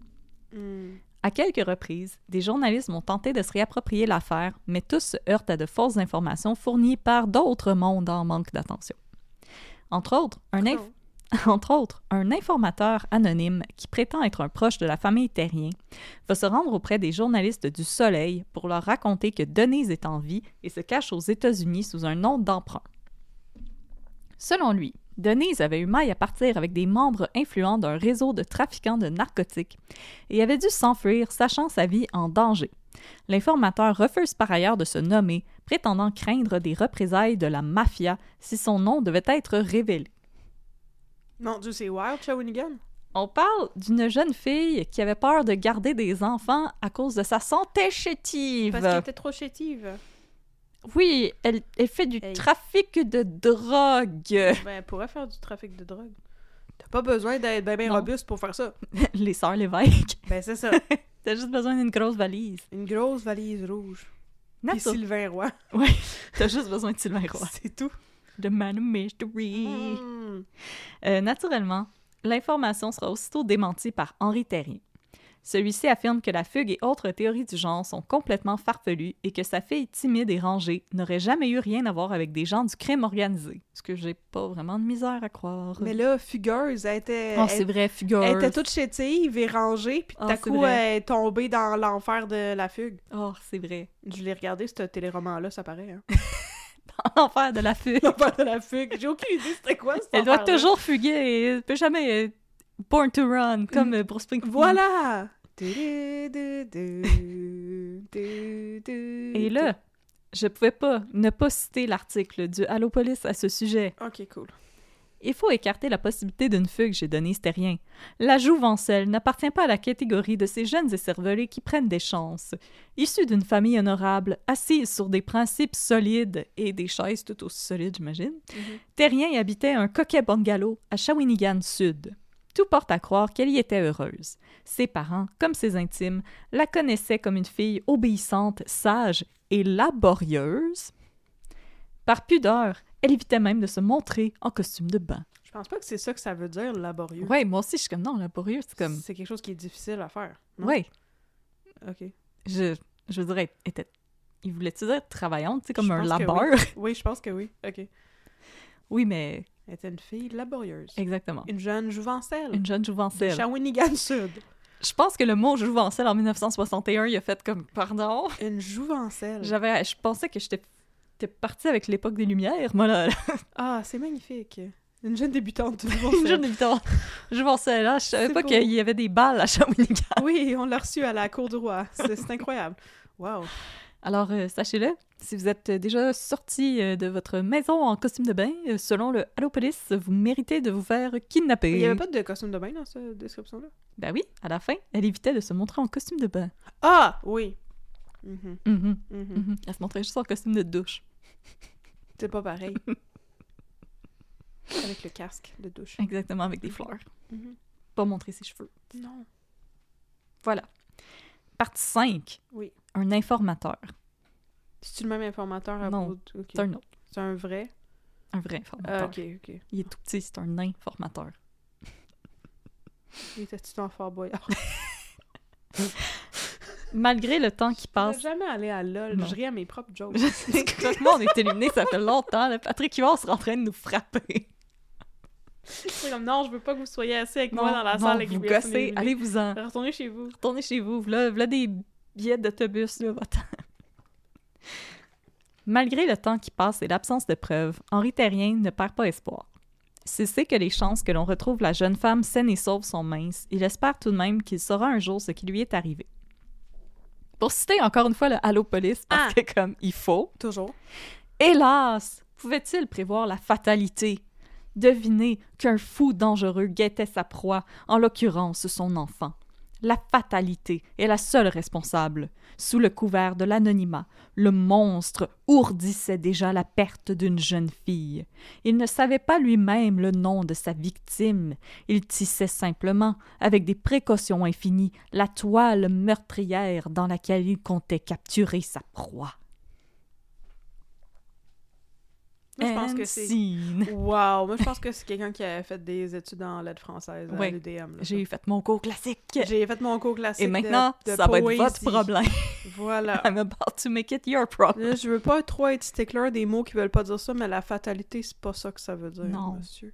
S1: Mm.
S2: À quelques reprises, des journalistes ont tenté de se réapproprier l'affaire, mais tous se heurtent à de fausses informations fournies par d'autres mondes en manque d'attention. Entre autres, un, inf- entre autres, un informateur anonyme qui prétend être un proche de la famille Terrien va se rendre auprès des journalistes du Soleil pour leur raconter que Denise est en vie et se cache aux États-Unis sous un nom d'emprunt. Selon lui, Denise avait eu maille à partir avec des membres influents d'un réseau de trafiquants de narcotiques et avait dû s'enfuir, sachant sa vie en danger. L'informateur refuse par ailleurs de se nommer, prétendant craindre des représailles de la mafia si son nom devait être révélé.
S1: Mon Dieu, c'est wild, Shawinigan.
S2: On parle d'une jeune fille qui avait peur de garder des enfants à cause de sa santé chétive.
S1: Parce qu'elle était trop chétive.
S2: Oui, elle, elle fait du
S1: Hey.
S2: trafic de drogue.
S1: Ben, elle pourrait faire du trafic de drogue. T'as pas besoin d'être bien ben
S2: Non.
S1: robuste pour faire ça.
S2: Les sœurs Lévesque.
S1: Ben, c'est ça.
S2: T'as juste besoin d'une grosse valise.
S1: Une grosse valise rouge. Et
S2: Nature-
S1: Sylvain Roy.
S2: Ouais, t'as juste besoin de Sylvain Roy.
S1: C'est tout.
S2: The Man of Mystery.
S1: Mm.
S2: Euh, naturellement, l'information sera aussitôt démentie par Henri Terrien. Celui-ci affirme que la fugue et autres théories du genre sont complètement farfelues et que sa fille timide et rangée n'aurait jamais eu rien à voir avec des gens du crime organisé. Ce que j'ai pas vraiment de misère à croire.
S1: Mais là, fugueuse, elle était...
S2: Oh,
S1: elle-
S2: c'est vrai, fugueuse.
S1: Elle était toute chétive et rangée, puis tout
S2: Ah,
S1: à
S2: c'est
S1: coup,
S2: vrai.
S1: elle est tombée dans l'enfer de la fugue.
S2: Oh, c'est vrai.
S1: Je l'ai regardé, ce téléroman-là, ça paraît. hein.
S2: L'enfer de la fugue.
S1: L'enfer de la fugue. J'ai aucune idée c'était quoi, cette
S2: Elle doit
S1: affaire-là.
S2: toujours fuguer et elle peut jamais être born to run comme euh, pour Springfield.
S1: Voilà! Et
S2: Et là, je pouvais pas ne pas citer l'article du Allopolis à ce sujet.
S1: Ok, cool.
S2: Il faut écarter la possibilité d'une fugue chez Denise Terrien. La jouvencelle n'appartient pas à la catégorie de ces jeunes écervelés qui prennent des chances. Issus d'une famille honorable, assise sur des principes solides et des chaises tout aussi solides, j'imagine, Terrien y habitait un coquet bungalow à Shawinigan Sud. Tout porte à croire qu'elle y était heureuse. Ses parents, comme ses intimes, la connaissaient comme une fille obéissante, sage et laborieuse. Par pudeur, elle évitait même de se montrer en costume de bain.
S1: Je pense pas que c'est ça que ça veut dire, laborieux.
S2: Ouais, moi aussi, je suis comme non, laborieuse, c'est comme.
S1: C'est quelque chose qui est difficile à faire. non?
S2: Ouais,
S1: Ok.
S2: je, je veux dire, elle était. Il voulait-tu dire travaillante, tu sais, comme
S1: Je
S2: un
S1: pense que
S2: labeur?
S1: Oui, je pense que oui. Ok.
S2: Oui, mais.
S1: Elle était une fille laborieuse.
S2: Exactement.
S1: Une jeune jouvencelle.
S2: Une jeune jouvencelle.
S1: Shawinigan Sud.
S2: Je pense que le mot jouvencelle en 1961, il a fait comme pardon.
S1: Une jouvencelle.
S2: J'avais, je pensais que j'étais j'étais partie avec l'époque des Lumières, moi là. là.
S1: Ah, c'est magnifique. Une jeune débutante.
S2: Une
S1: jouvencelle.
S2: jeune habitante. Je pensais là, je savais
S1: C'est
S2: pas
S1: beau.
S2: qu'il y avait des balles à Shawinigan.
S1: Ah Oui, on l'a reçue à la cour du roi. C'est c'est incroyable. Wow.
S2: Alors euh, sachez-le, si vous êtes déjà sorti euh, de votre maison en costume de bain, euh, selon le Allopolis, vous méritez de vous faire kidnapper.
S1: Il n'y avait pas de costume de bain dans cette description-là?
S2: Ben oui, à la fin, elle évitait de se montrer en costume de bain.
S1: Ah! Oui. Mhm,
S2: Mhm,
S1: mhm.
S2: mhm. Elle se montrait juste en costume de douche.
S1: C'est pas pareil. Avec le casque de douche.
S2: Exactement, avec des fleurs.
S1: Mhm.
S2: Pas montrer ses cheveux.
S1: Non.
S2: Voilà. Partie 5.
S1: Oui.
S2: Un informateur.
S1: C'est-tu le même informateur à
S2: Non.
S1: propos de- ok.
S2: C'est un autre.
S1: C'est un vrai?
S2: Un vrai
S1: Ah,
S2: informateur.
S1: ok, ok.
S2: Il est tout petit, c'est un informateur.
S1: Il était-tu dans Fort Boyard?
S2: Malgré le temps qui
S1: Je
S2: passe.
S1: vais jamais aller à LOL.
S2: Non.
S1: Je ris à mes propres jokes.
S2: Je sais que tout le monde est éliminé, ça fait longtemps. là. Patrick Huard sera en train de nous frapper.
S1: C'est comme, non, je veux pas que vous soyez assis avec moi
S2: Non,
S1: dans la
S2: non,
S1: salle avec
S2: vous
S1: les personnes
S2: gossez,
S1: éliminées.
S2: allez-vous-en.
S1: Retournez chez vous.
S2: Retournez chez vous. V'là, v'là des billets d'autobus, là, va-t'en. Malgré le temps qui passe et l'absence de preuves, Henri Terrien ne perd pas espoir. S'il sait que les chances que l'on retrouve la jeune femme saine et sauve sont minces, il espère tout de même qu'il saura un jour ce qui lui est arrivé. Pour citer encore une fois le Halo Police, parce
S1: Ah.
S2: que comme il faut,
S1: Toujours.
S2: hélas, pouvait-il prévoir la fatalité? Deviner qu'un fou dangereux guettait sa proie, en l'occurrence son enfant. La fatalité est la seule responsable. Sous le couvert de l'anonymat, le monstre ourdissait déjà la perte d'une jeune fille. Il ne savait pas lui-même le nom de sa victime. Il tissait simplement, avec des précautions infinies, la toile meurtrière dans laquelle il comptait capturer sa proie.
S1: Moi, je pense que c'est.
S2: Hansine.
S1: Wow! Moi, je pense que c'est quelqu'un qui a fait des études en lettres françaises hein, à
S2: Oui.
S1: l'UDM. là.
S2: J'ai fait mon cours classique.
S1: J'ai fait mon cours classique.
S2: Et maintenant,
S1: de, de
S2: ça va
S1: poésie.
S2: être votre problème. Ah,
S1: Voilà.
S2: I'm about to make it your problem.
S1: Là, je veux pas trop être stickler des mots qui veulent pas dire ça, mais la fatalité, c'est pas ça que ça veut dire,
S2: Non.
S1: monsieur.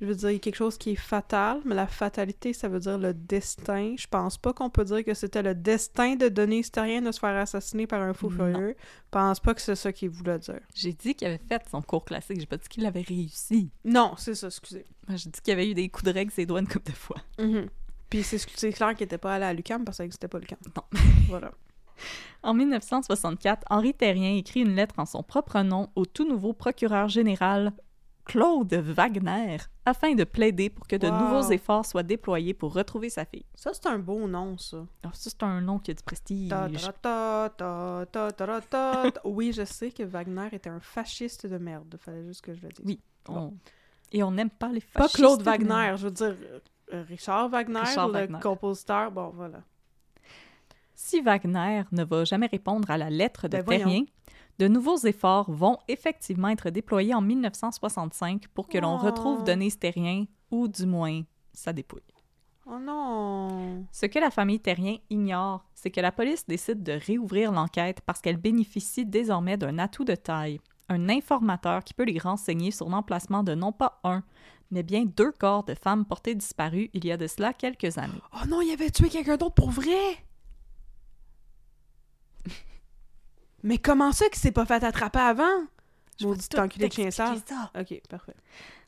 S1: Je veux dire, il y a quelque chose qui est fatal, mais la fatalité, ça veut dire le destin. Je pense pas qu'on peut dire que c'était le destin de Denis Terrien de se faire assassiner par un fou
S2: Non.
S1: furieux. Je pense pas que c'est ça qu'il voulait dire.
S2: J'ai dit qu'il avait fait son cours classique. J'ai pas dit qu'il avait réussi.
S1: Non, c'est ça, excusez.
S2: Moi, J'ai dit qu'il avait eu des coups de règle ses doigts une couple de fois.
S1: Mhm. Puis c'est c'est clair qu'il était pas allé à l'UCAM parce que ça n'existait pas l'UCAM.
S2: Non.
S1: Voilà.
S2: En 1964, Henri Terrien écrit une lettre en son propre nom au tout nouveau procureur général Claude Wagner afin de plaider pour que de
S1: Wow.
S2: nouveaux efforts soient déployés pour retrouver sa fille.
S1: Ça, c'est un beau nom, ça.
S2: Alors, ça, c'est un nom qui a du prestige.
S1: Ta- ta- ta- ta- ta- ta- ta- ta- Oui, je sais que Wagner était un fasciste de merde. Fallait juste que je le dise.
S2: Oui. on- Et on n'aime pas les
S1: Pas
S2: fascistes.
S1: Claude Wagner, je veux dire euh, Richard Wagner,
S2: Richard
S1: le
S2: Wagner.
S1: compositeur. Bon, voilà.
S2: Si Wagner ne va jamais répondre à la lettre de
S1: Ben voyons.
S2: Terrien, de nouveaux efforts vont effectivement être déployés en 1965 pour que l'on
S1: Oh.
S2: retrouve Denise Terrien, ou du moins sa dépouille.
S1: Oh non!
S2: Ce que la famille Terrien ignore, c'est que la police décide de réouvrir l'enquête parce qu'elle bénéficie désormais d'un atout de taille, un informateur qui peut les renseigner sur l'emplacement de non pas un, mais bien deux corps de femmes portées disparues il y a de cela quelques années.
S1: Oh non, il avait tué quelqu'un d'autre pour vrai! Mais comment ça qu'il s'est pas fait attraper avant?
S2: vais
S1: Maudit
S2: tout
S1: enculé de chien
S2: t'expliquer
S1: sale.
S2: ça.
S1: Ok, parfait.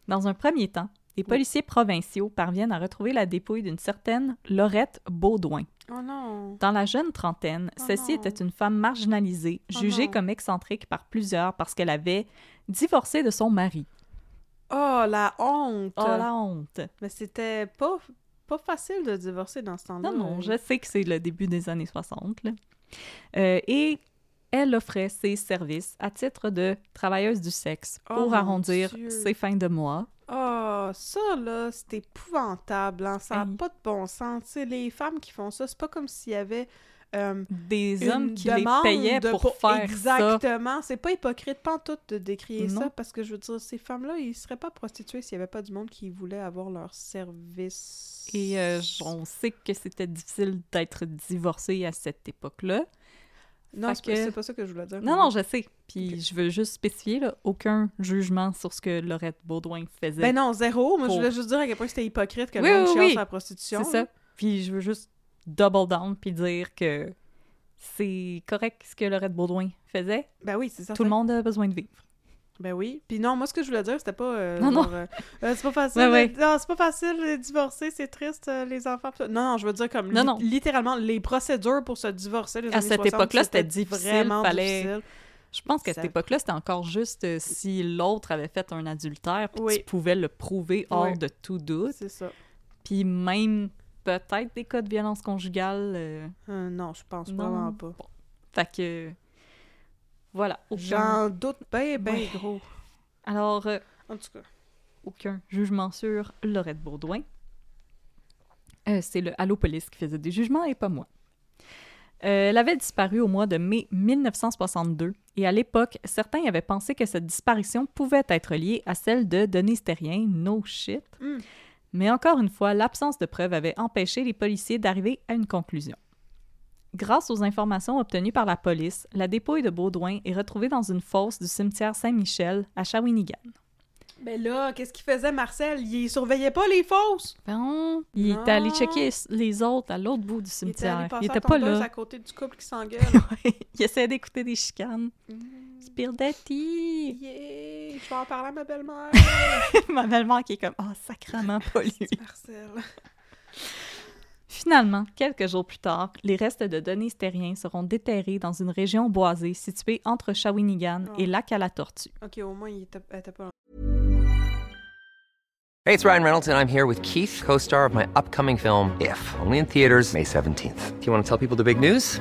S2: Dans un premier temps, les policiers provinciaux parviennent à retrouver la dépouille d'une certaine Laurette Baudouin.
S1: Oh non!
S2: Dans la jeune trentaine,
S1: Oh
S2: celle-ci
S1: non.
S2: était une femme marginalisée,
S1: Oh
S2: jugée
S1: non.
S2: comme excentrique par plusieurs parce qu'elle avait divorcé de son mari.
S1: Oh la honte!
S2: Oh la honte!
S1: Mais c'était pas, pas facile de divorcer dans ce temps-là.
S2: Non, non, je sais que c'est le début des années 60. là. Euh, et elle offrait ses services à titre de travailleuse du sexe
S1: Oh
S2: pour
S1: mon
S2: arrondir
S1: Dieu.
S2: ses fins de mois.
S1: Ah, ça, là, c'est épouvantable, hein. Ça n'a
S2: Hey.
S1: pas de bon sens. Tu sais, les femmes qui font ça, c'est pas comme s'il y avait euh,
S2: Des
S1: une
S2: hommes qui les
S1: demande
S2: payaient pour, faire ça.
S1: Exactement. C'est pas hypocrite, pas en tout, de décrier
S2: Non.
S1: ça, parce que je veux dire, ces femmes-là, ils seraient pas prostituées s'il y avait pas du monde qui voulait avoir leur service.
S2: Et euh, on sait que c'était difficile d'être divorcé à cette époque-là.
S1: Non,
S2: fait
S1: c'est pas-
S2: que-
S1: c'est pas ça que je voulais dire.
S2: Non, non, je sais. Puis
S1: Ok.
S2: je veux juste spécifier, là, aucun jugement sur ce que Laurette Baudouin faisait.
S1: Ben non, zéro. Moi,
S2: Pour-
S1: je voulais juste dire à quel point c'était hypocrite que
S2: Oui,
S1: le monde
S2: oui,
S1: chiale
S2: oui.
S1: sur la prostitution.
S2: C'est ça. Puis je veux juste double down puis dire que c'est correct ce que Laurette Baudouin faisait.
S1: Ben oui, c'est ça.
S2: Tout le monde a besoin de vivre.
S1: Ben oui. Puis non, moi, ce que je voulais dire, c'était pas. euh,
S2: Non, non.
S1: genre, euh, Euh, c'est pas facile.
S2: Ouais, ouais.
S1: euh, Non, c'est pas facile de divorcer, c'est triste, euh, les enfants. pis tout. Non, non, je veux dire comme
S2: Non,
S1: li-
S2: non.
S1: littéralement les procédures pour se divorcer. Les
S2: À
S1: années
S2: cette
S1: 60,
S2: époque-là, c'était difficile,
S1: Vraiment
S2: fallait-
S1: difficile.
S2: Je pense qu'à
S1: Ça-
S2: cette époque-là, c'était encore juste euh, si l'autre avait fait un adultère, puis
S1: Oui.
S2: tu pouvais le prouver hors
S1: Ouais.
S2: de tout doute.
S1: C'est ça.
S2: Puis même peut-être des cas de violence conjugale. euh,
S1: Euh, non, je pense
S2: Non.
S1: vraiment pas.
S2: Fait que voilà. Aucun...
S1: J'en doute ben, ben
S2: Ouais.
S1: gros.
S2: Alors euh,
S1: En tout cas.
S2: aucun jugement sur Laurette Baudouin. Euh, c'est le Halo Police qui faisait des jugements et pas moi. Euh, elle avait disparu au mois de mai 1962 et à l'époque, certains avaient pensé que cette disparition pouvait être liée à celle de Denise Terrien, no shit.
S1: Mm.
S2: Mais encore une fois, l'absence de preuves avait empêché les policiers d'arriver à une conclusion. Grâce aux informations obtenues par la police, la dépouille de Baudouin est retrouvée dans une fosse du cimetière Saint-Michel à Shawinigan.
S1: Ben là, qu'est-ce qu'il faisait, Marcel? Il surveillait pas les fosses!
S2: Bon, il
S1: Non.
S2: est allé checker s- les autres à l'autre bout du
S1: Il était allé
S2: cimetière.
S1: passer
S2: Il était
S1: la
S2: pas
S1: tondeuse
S2: là.
S1: à côté du couple qui s'engueule.
S2: Mm. il essayait d'écouter des chicanes. Spill Daddy!
S1: Yeah. je vais en parler à ma belle-mère.
S2: Ma belle-mère qui est comme, ah, sacrement pas lui.
S1: C'est Marcel.
S2: Finalement, quelques jours plus tard, les restes de données stériens seront déterrés dans une région boisée située entre Shawinigan et Lac à la Tortue.
S1: Ok, au moins, il était, elle était pas en
S3: Hey, it's Ryan Reynolds, and I'm here with Keith, co star of my upcoming film, If, only in theaters, May 17th. Do you want to tell people the big news?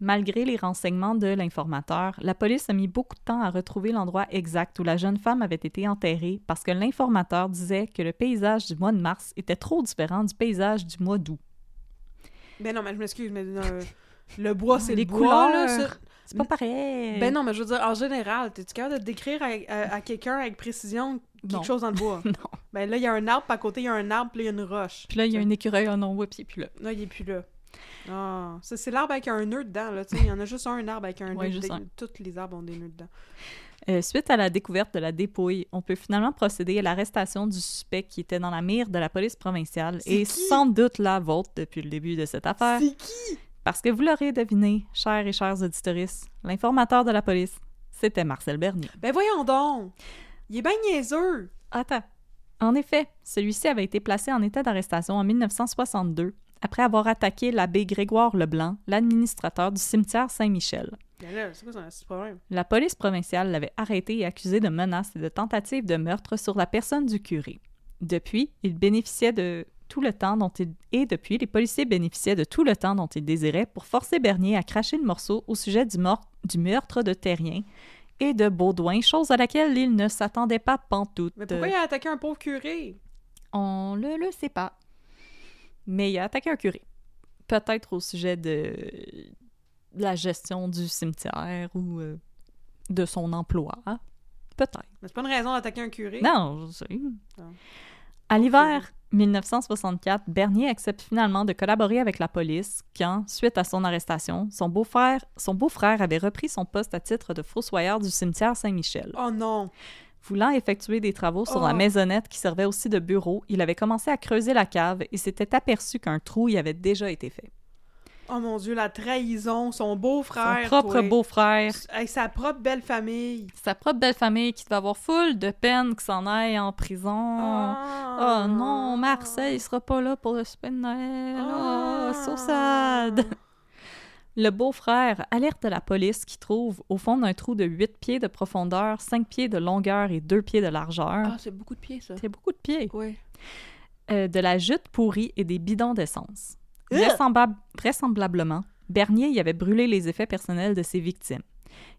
S2: Malgré les renseignements de l'informateur, la police a mis beaucoup de temps à retrouver l'endroit exact où la jeune femme avait été enterrée parce que l'informateur disait que le paysage du mois de mars était trop différent du paysage du mois d'août.
S1: Ben non, mais je m'excuse, mais euh, le bois, c'est
S2: les
S1: le bois, là,
S2: couleurs.
S1: ça-
S2: C'est pas pareil!
S1: Ben non, mais je veux dire, en général, t'es-tu capable de décrire à, à- à quelqu'un avec précision quelque
S2: Non.
S1: chose dans le bois?
S2: Non.
S1: ben là, il y a un arbre, puis à côté, il y a un arbre, puis là, il y a une roche.
S2: Puis là, il y a un écureuil, un non, puis puis là.
S1: Là, il est plus là. Ah, ça, c'est l'arbre avec un nœud dedans, là, tu sais, il y en a juste un arbre avec un
S2: Ouais,
S1: nœud.
S2: juste
S1: dedans.
S2: un.
S1: Toutes les arbres ont des nœuds dedans.
S2: Euh, suite à la découverte de la dépouille, on peut finalement procéder à l'arrestation du suspect qui était dans la mire de la police provinciale
S1: C'est
S2: et
S1: qui?
S2: sans doute la vôtre depuis le début de cette affaire.
S1: C'est qui?
S2: Parce que vous l'aurez deviné, chers et chers auditoristes, l'informateur de la police, c'était Marcel Bernier.
S1: Ben voyons donc! Il est ben niaiseux!
S2: Attends. En effet, celui-ci avait été placé en état d'arrestation en 1962 après avoir attaqué l'abbé Grégoire Leblanc, l'administrateur du cimetière Saint-Michel.
S1: Ben là, c'est quoi ça, c'est ce problème?
S2: La police provinciale l'avait arrêté et accusé de menaces et de tentatives de meurtre sur la personne du curé. Depuis, il bénéficiait de tout le temps dont il et depuis, les policiers bénéficiaient de tout le temps dont ils désiraient pour forcer Bernier à cracher le morceau au sujet du, mor- du meurtre de Terrien et de Baudouin, chose à laquelle il ne s'attendait pas pantoute.
S1: Mais pourquoi il a attaqué un pauvre curé?
S2: On le le sait pas. Mais il a attaqué un curé. Peut-être au sujet de de la gestion du cimetière ou euh, de son emploi. Peut-être.
S1: Mais c'est pas une raison d'attaquer un curé.
S2: Non, je sais.
S1: Non.
S2: À l'hiver 1964, Bernier accepte finalement de collaborer avec la police quand, suite à son arrestation, son beau-frère son beau-frère avait repris son poste à titre de fossoyeur du cimetière Saint-Michel.
S1: Oh non!
S2: Voulant effectuer des travaux sur la
S1: Oh.
S2: maisonnette qui servait aussi de bureau, il avait commencé à creuser la cave et s'était aperçu qu'un trou y avait déjà été fait.
S1: Oh mon Dieu, la trahison, son beau-frère.
S2: Son propre
S1: toi.
S2: beau-frère,
S1: Avec sa propre belle famille.
S2: sa propre belle-famille qui devait avoir full de peine que s'en aille en prison.
S1: Ah.
S2: Oh non, Marseille sera pas là pour le souper de Noël.
S1: Ah.
S2: Oh, so sad. Le beau-frère alerte la police qui trouve au fond d'un trou de 8 pieds de profondeur, 5 pieds de longueur et 2 pieds de largeur.
S1: Ah, c'est beaucoup de pieds, ça.
S2: C'est beaucoup de pieds.
S1: Oui.
S2: Euh, de la jute pourrie et des bidons d'essence.
S1: Euh!
S2: Vraisemblab- vraisemblablement, Bernier y avait brûlé les effets personnels de ses victimes.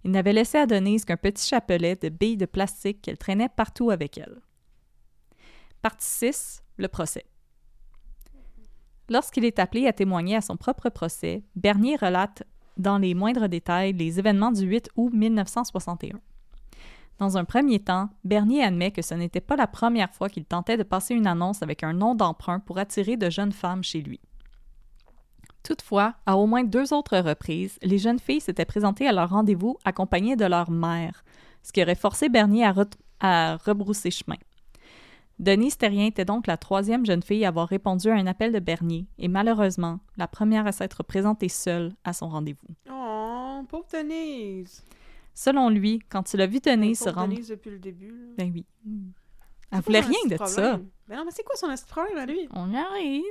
S2: Il n'avait laissé à Denise qu'un petit chapelet de billes de plastique qu'elle traînait partout avec elle. Partie 6, le procès. Lorsqu'il est appelé à témoigner à son propre procès, Bernier relate dans les moindres détails les événements du 8 août 1961. Dans un premier temps, Bernier admet que ce n'était pas la première fois qu'il tentait de passer une annonce avec un nom d'emprunt pour attirer de jeunes femmes chez lui. Toutefois, à au moins deux autres reprises, les jeunes filles s'étaient présentées à leur rendez-vous accompagnées de leur mère, ce qui aurait forcé Bernier à, re- à rebrousser chemin. Denise Terrien était donc la troisième jeune fille à avoir répondu à un appel de Bernier, et malheureusement, la première à s'être présentée seule à son rendez-vous.
S1: Oh, pauvre Denise.
S2: Selon lui, quand il a vu Denise se
S1: Pauvre
S2: rendre...
S1: Denise depuis le début. là.
S2: Ben oui. Elle
S1: C'est
S2: voulait
S1: quoi son
S2: rien de
S1: esti
S2: ça.
S1: problème? Mais non, mais c'est quoi son esti problème à lui?
S2: On y arrive.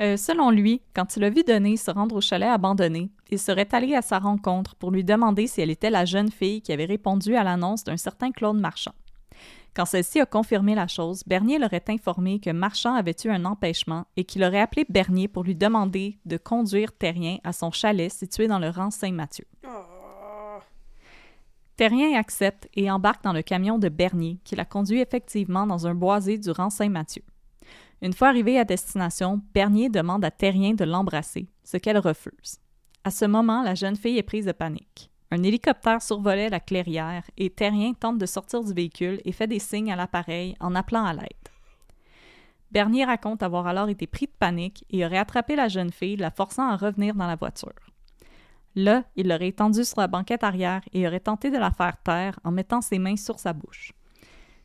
S2: Euh, selon lui, quand il a vu Denise se rendre au chalet abandonné, il serait allé à sa rencontre pour lui demander si elle était la jeune fille qui avait répondu à l'annonce d'un certain Claude Marchand. Quand celle-ci a confirmé la chose, Bernier l'aurait informé que Marchand avait eu un empêchement et qu'il aurait appelé Bernier pour lui demander de conduire Terrien à son chalet situé dans le rang Saint-Mathieu.
S1: Oh.
S2: Terrien accepte et embarque dans le camion de Bernier, qui la conduit effectivement dans un boisé du rang Saint-Mathieu. Une fois arrivé à destination, Bernier demande à Terrien de l'embrasser, ce qu'elle refuse. À ce moment, la jeune fille est prise de panique. Un hélicoptère survolait la clairière et Terrien tente de sortir du véhicule et fait des signes à l'appareil en appelant à l'aide. Bernier raconte avoir alors été pris de panique et aurait attrapé la jeune fille, la forçant à revenir dans la voiture. Là, il l'aurait étendue sur la banquette arrière et aurait tenté de la faire taire en mettant ses mains sur sa bouche.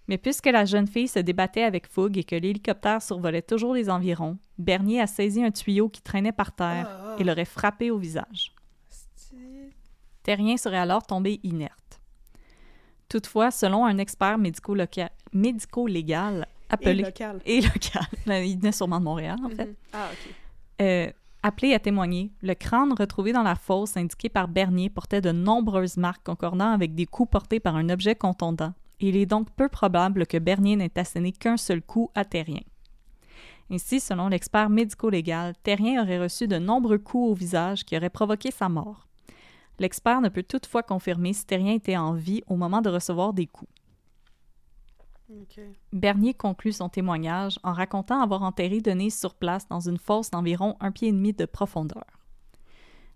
S2: Mais puisque la jeune fille se débattait avec fougue et que l'hélicoptère survolait toujours les environs, Bernier a saisi un tuyau qui traînait par terre et l'aurait frappé au visage. Terrien serait alors tombé inerte. Toutefois, selon un expert médico-loca- médico-légal appelé...
S1: Et local.
S2: Et local. Il venait sûrement de Montréal, en fait.
S1: Mhm. Ah, ok.
S2: Euh, appelé à témoigner, le crâne retrouvé dans la fosse indiquée par Bernier portait de nombreuses marques concordant avec des coups portés par un objet contondant. Il est donc peu probable que Bernier n'ait asséné qu'un seul coup à Terrien. Ainsi, selon l'expert médico-légal, Terrien aurait reçu de nombreux coups au visage qui auraient provoqué sa mort. L'expert ne peut toutefois confirmer si Terrien était en vie au moment de recevoir des coups.
S1: Ok.
S2: Bernier conclut son témoignage en racontant avoir enterré Denise sur place dans une fosse d'environ un pied et demi de profondeur.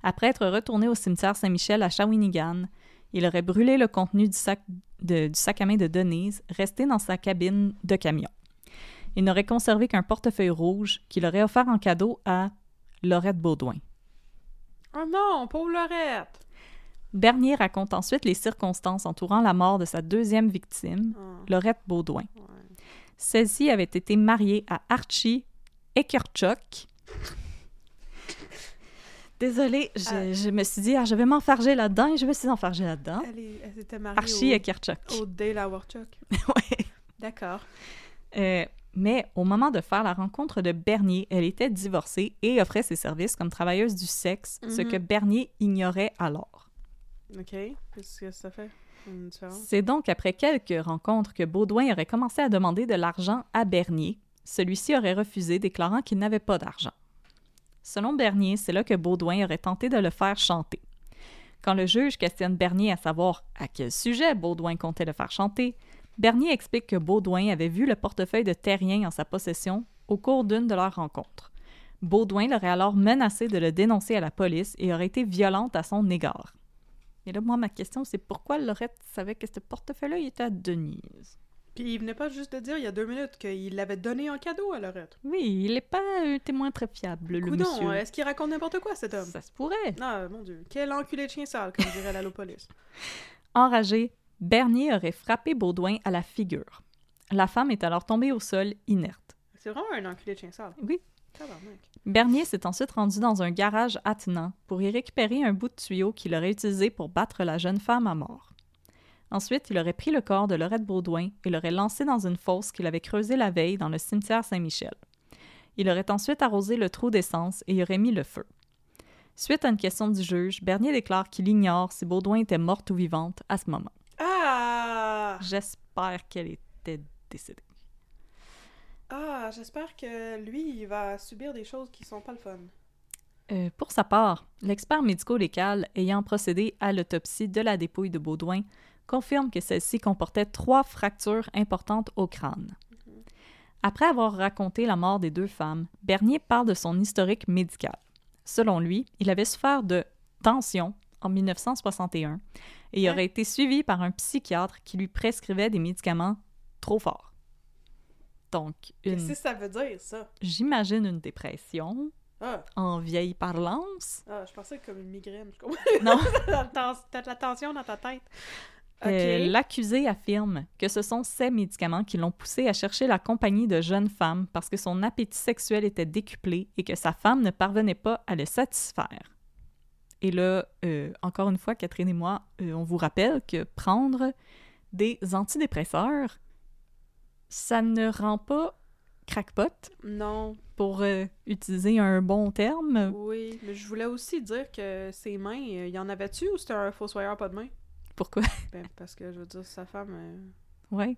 S2: Après être retourné au cimetière Saint-Michel à Shawinigan, il aurait brûlé le contenu du sac, de- du sac à main de Denise, resté dans sa cabine de camion. Il n'aurait conservé qu'un portefeuille rouge qu'il aurait offert en cadeau à Laurette Baudouin.
S1: Oh non, pauvre Lorette!
S2: Bernier raconte ensuite les circonstances entourant la mort de sa deuxième victime,
S1: Ah.
S2: Laurette Baudouin. Celle-ci avait été mariée à Archie Ekerchuk. Désolée, je,
S1: Ah.
S2: je me suis dit, ah, je vais m'enfarger là-dedans et je me suis enfargée là-dedans.
S1: Elle, est- elle s'était mariée
S2: Archie
S1: au,
S2: Ekerchuk.
S1: au Dale Warchuk.
S2: Ouais.
S1: D'accord.
S2: Euh, mais au moment de faire la rencontre de Bernier, elle était divorcée et offrait ses services comme travailleuse du sexe, ce
S1: Mhm.
S2: que Bernier ignorait alors.
S1: Ok. Qu'est-ce que ça fait? Une différence?
S2: C'est donc après quelques rencontres que Baudouin aurait commencé à demander de l'argent à Bernier. Celui-ci aurait refusé, déclarant qu'il n'avait pas d'argent. Selon Bernier, c'est là que Baudouin aurait tenté de le faire chanter. Quand le juge questionne Bernier à savoir à quel sujet Baudouin comptait le faire chanter, Bernier explique que Baudouin avait vu le portefeuille de Terrien en sa possession au cours d'une de leurs rencontres. Baudouin l'aurait alors menacé de le dénoncer à la police et aurait été violente à son égard. Mais là, moi, ma question, c'est pourquoi Laurette savait que ce portefeuille-là il était à Denise?
S1: Puis il venait pas juste de dire il y a deux minutes qu'il l'avait donné en cadeau à Lorette.
S2: Oui, il n'est pas un témoin très fiable, le
S1: Coudon,
S2: monsieur.
S1: est-ce qu'il raconte n'importe quoi cet homme?
S2: Ça se pourrait.
S1: Ah, mon dieu. Quel enculé de chien sale, comme dirait l'allopolis.
S2: Enragé, Bernier aurait frappé Baudouin à la figure. La femme est alors tombée au sol, inerte.
S1: C'est vraiment un enculé de chien sale.
S2: Oui.
S1: Tabarnak.
S2: Bernier s'est ensuite rendu dans un garage attenant pour y récupérer un bout de tuyau qu'il aurait utilisé pour battre la jeune femme à mort. Ensuite, il aurait pris le corps de Laurette Baudouin et l'aurait lancé dans une fosse qu'il avait creusée la veille dans le cimetière Saint-Michel. Il aurait ensuite arrosé le trou d'essence et y aurait mis le feu. Suite à une question du juge, Bernier déclare qu'il ignore si Baudouin était morte ou vivante à ce moment.
S1: Ah!
S2: J'espère qu'elle était décédée.
S1: Ah, j'espère que lui, il va subir des choses qui sont pas le fun.
S2: Euh, pour sa part, l'expert médico-légal ayant procédé à l'autopsie de la dépouille de Baudouin confirme que celle-ci comportait trois fractures importantes au crâne. Après avoir raconté la mort des deux femmes, Bernier parle de son historique médical. Selon lui, il avait souffert de tension en 1961 et
S1: Hein?
S2: aurait été suivi par un psychiatre qui lui prescrivait des médicaments trop forts. Donc,
S1: Qu'est-ce
S2: une,
S1: que ça veut dire, ça?
S2: j'imagine une dépression
S1: Ah,
S2: en vieille parlance.
S1: ah je pensais que comme une migraine. Je comprends.
S2: Non.
S1: T'as de la tension dans ta tête. Ok.
S2: Euh, L'accusé affirme que ce sont ces médicaments qui l'ont poussé à chercher la compagnie de jeunes femmes parce que son appétit sexuel était décuplé et que sa femme ne parvenait pas à le satisfaire. Et là, euh, encore une fois, Catherine et moi, euh, on vous rappelle que prendre des antidépresseurs, ça ne rend pas crackpot,
S1: Non,
S2: pour euh, utiliser un bon terme.
S1: oui. Mais je voulais aussi dire que ses mains, euh, il y en avait-tu ou c'était un fossoyeur pas de main?
S2: Pourquoi?
S1: Ben, parce que je veux dire, sa femme, euh,
S2: ouais.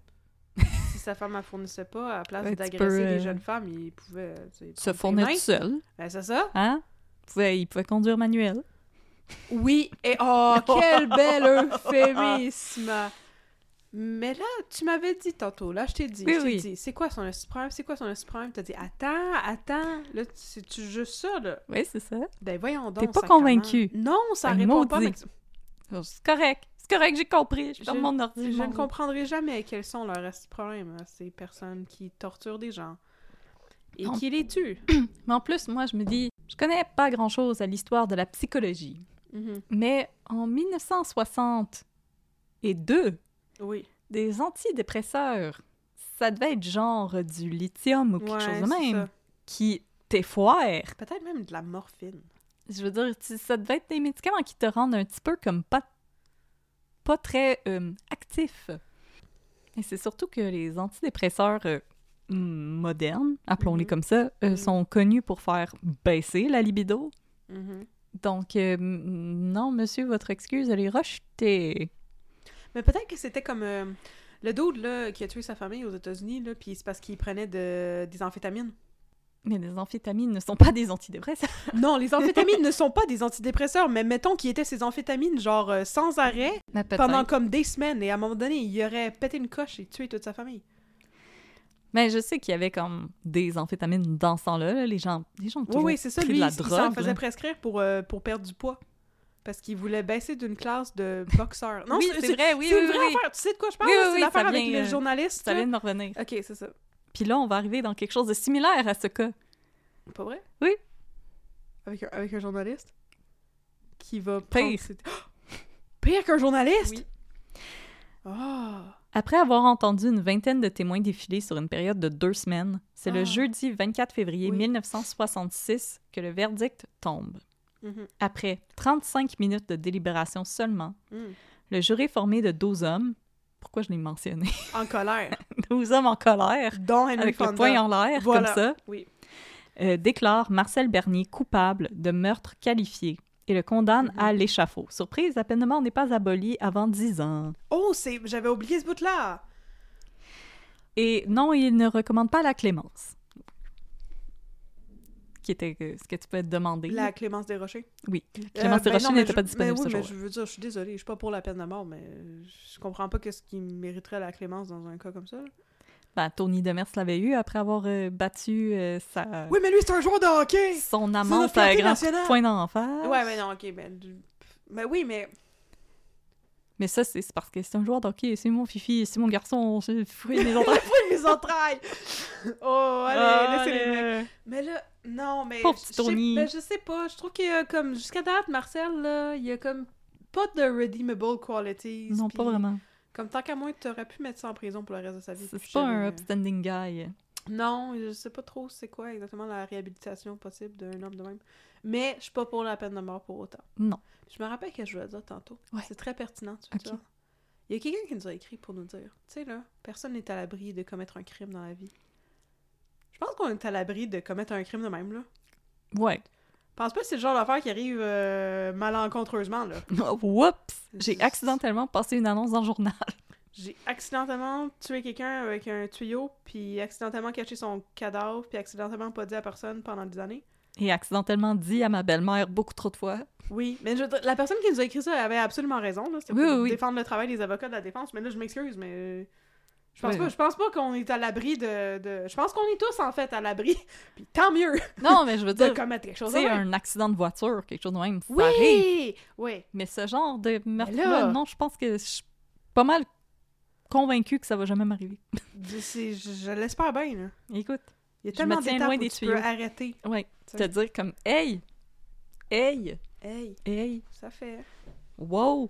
S1: si sa femme ne fournissait pas, à la place
S2: Ouais, tu
S1: d'agresser
S2: peux,
S1: les
S2: euh,
S1: jeunes femmes, il pouvait. euh, tu sais, prendre
S2: Se
S1: ses
S2: fournir
S1: mains.
S2: tout seul,
S1: Ben, c'est ça?
S2: hein? Il pouvait- il pouvait conduire manuel.
S1: Oui, et oh, quel bel euphémisme! Mais là, tu m'avais dit tantôt, là, je t'ai dit,
S2: Oui,
S1: je t'ai
S2: oui.
S1: dit, c'est quoi son hostie problème, c'est quoi son hostie problème? T'as dit, attends, attends, là, c'est-tu juste ça, là?
S2: Oui, c'est ça.
S1: Ben voyons donc,
S2: T'es pas
S1: sacrement.
S2: convaincue.
S1: Non, ça
S2: Ben,
S1: répond pas,
S2: maudit.
S1: mais-
S2: C'est correct. C'est correct, j'ai compris. Je
S1: Je,
S2: ferme mon ordi.
S1: je
S2: m'en
S1: ne
S2: vais.
S1: comprendrai jamais quels sont leurs esti de problèmes, hein, ces personnes qui torturent des gens. Et
S2: Non.
S1: qui les tuent.
S2: Mais en plus, moi, je me dis, je connais pas grand-chose à l'histoire de la psychologie.
S1: Mhm.
S2: Mais en 1962,
S1: Oui.
S2: des antidépresseurs, ça devait être genre du lithium ou quelque
S1: Ouais,
S2: chose de
S1: c'est
S2: même, qui t'effoire.
S1: ça. Peut-être même de la morphine.
S2: Je veux dire, tu- ça devait être des médicaments qui te rendent un petit peu comme pas, pas très euh, actif. Et c'est surtout que les antidépresseurs euh, hmm, modernes, appelons-les
S1: Mhm.
S2: comme ça, euh,
S1: Mhm.
S2: sont connus pour faire baisser la libido.
S1: Mhm.
S2: Donc, euh, mm, non, monsieur, votre excuse, elle est rejetée.
S1: Mais peut-être que c'était comme euh, le dude là, qui a tué sa famille aux États-Unis, là, puis c'est parce qu'il prenait de- des amphétamines.
S2: Mais les amphétamines ne sont pas des antidépresseurs.
S1: Non, les amphétamines ne sont pas des antidépresseurs, mais mettons qu'il était ces amphétamines, genre euh, sans arrêt,
S2: Mais Mm-hmm. peut-être.
S1: pendant comme des semaines, et à un moment donné, il aurait pété une coche et tué toute sa famille.
S2: Mais je sais qu'il y avait comme des amphétamines dans ce sang-là. là. Les gens, les gens ont
S1: Oui,
S2: toujours
S1: oui, c'est ça,
S2: pris
S1: lui,
S2: de
S1: il
S2: la
S1: s- il
S2: drogue.
S1: s'en
S2: là.
S1: faisait prescrire pour, euh, pour perdre du poids. Parce qu'il voulait baisser d'une classe de boxeurs. Non,
S2: Oui,
S1: c'est
S2: c'est
S1: c'est-
S2: vrai, oui,
S1: c'est
S2: oui,
S1: une vraie
S2: oui.
S1: affaire. Tu sais de quoi je parle?
S2: Oui,
S1: là?
S2: oui,
S1: c'est
S2: oui,
S1: l'affaire
S2: ça
S1: avec
S2: vient,
S1: le
S2: euh,
S1: journaliste.
S2: Ça
S1: là.
S2: vient de me revenir.
S1: Ok, c'est ça.
S2: Puis là, on va arriver dans quelque chose de similaire à ce cas.
S1: Pas vrai?
S2: Oui.
S1: Avec un, avec un journaliste? Qui va
S2: Pire.
S1: prendre ses- Pire qu'un journaliste?
S2: Oui.
S1: Ah!
S2: Après avoir entendu une vingtaine de témoins défiler sur une période de deux semaines, c'est
S1: Ah.
S2: le jeudi 24 février
S1: Oui.
S2: 1966 que le verdict tombe.
S1: Mhm.
S2: Après 35 minutes de délibération seulement,
S1: Mm.
S2: le jury formé de 12 hommes, pourquoi je l'ai mentionné,
S1: En colère.
S2: 12 hommes en colère,
S1: Dont Henry
S2: avec
S1: Fonda.
S2: le poing en l'air,
S1: Voilà.
S2: comme ça,
S1: Oui.
S2: euh, déclare Marcel Bernier coupable de meurtre qualifié et le condamne
S1: Mhm.
S2: à l'échafaud. Surprise, la peine de mort n'est pas abolie avant 10 ans.
S1: Oh, c'est... j'avais oublié ce bout-là!
S2: Et non, il ne recommande pas la clémence. Qui était euh, ce que tu peux te demander.
S1: La Clémence Desrochers.
S2: Oui.
S1: Euh,
S2: Clémence
S1: ben
S2: Desrochers
S1: non, mais
S2: n'était
S1: je-
S2: pas disponible
S1: mais oui,
S2: ce
S1: mais
S2: jour-là.
S1: je veux dire, je suis désolée, je suis pas pour la peine de mort, mais je comprends pas qu'est-ce qui mériterait la Clémence dans un cas comme ça. là.
S2: Ben, Tony Demers l'avait eu après avoir euh, battu euh, sa...
S1: Oui, mais lui, c'est un joueur de hockey!
S2: son
S1: notre
S2: amante à
S1: fierté
S2: grand coup
S1: nationale.
S2: de poing d'en face.
S1: Ouais, mais non, ok, mais... Mais oui, mais...
S2: Mais ça, c'est c'est parce que c'est un joueur d'hockey. C'est mon fifi, c'est mon garçon, c'est le fruit des autres.
S1: Oui, mes entrailles! Oh, allez, laissez les mecs.
S2: Ah, Allez.
S1: Mais là, non, mais.
S2: Pauvre
S1: je-
S2: petit
S1: je sais-
S2: Tony.
S1: ben, je sais pas. Je trouve qu'il y a comme. Jusqu'à date, Marcel, là, il y a comme pas de redeemable qualities.
S2: Non,
S1: puis
S2: pas vraiment.
S1: Comme tant qu'à moi, t'aurais pu mettre ça en prison pour le reste de sa vie.
S2: C'est
S1: puis
S2: pas
S1: jamais,
S2: un
S1: euh,
S2: upstanding guy.
S1: Non, je sais pas trop c'est quoi exactement la réhabilitation possible d'un homme de même. Mais je suis pas pour la peine de mort pour autant.
S2: Non.
S1: Je me rappelle que je voulais dire tantôt.
S2: Ouais.
S1: C'est très pertinent, tu
S2: Ok.
S1: vois. Il y a quelqu'un qui nous a écrit pour nous dire, tu sais là, personne n'est à l'abri de commettre un crime dans la vie. Je pense qu'on est à l'abri de commettre un crime de même là.
S2: Ouais.
S1: Pense pas que c'est le genre d'affaire qui arrive euh, malencontreusement, là.
S2: Whoops! J'ai
S1: Juste-
S2: accidentellement passé une annonce dans le journal.
S1: J'ai accidentellement tué quelqu'un avec un tuyau, puis accidentellement caché son cadavre, puis accidentellement pas dit à personne pendant des années.
S2: Et accidentellement dit à ma belle-mère beaucoup trop de fois.
S1: Oui, mais je veux dire, la personne qui nous a écrit ça avait absolument raison, là. C'était
S2: Oui,
S1: pour
S2: oui, oui.
S1: défendre le travail des avocats de la défense, mais là, je m'excuse, mais... euh, Je pense,
S2: Oui.
S1: pas, je pense pas qu'on est à l'abri de, de- Je pense qu'on est tous, en fait, à l'abri, puis tant mieux
S2: Non, mais je veux
S1: de
S2: dire,
S1: commettre quelque chose. de
S2: c'est
S1: même.
S2: un accident de voiture, quelque chose de même. Ça arrive.
S1: Oui! Oui.
S2: Mais ce genre de
S1: là-
S2: meurtre-là, non, je pense que je suis pas mal convaincue que ça va jamais m'arriver.
S1: C'est- Je, je l'espère bien, là.
S2: Écoute,
S1: Il y a
S2: me
S1: tellement
S2: tiens
S1: d'étapes
S2: loin
S1: où
S2: des
S1: tu peux
S2: tuyaux.
S1: arrêter.
S2: ouais,
S1: Ça-
S2: te dire comme, hey, hey,
S1: Hey,
S2: hey,
S1: ça fait...
S2: wow,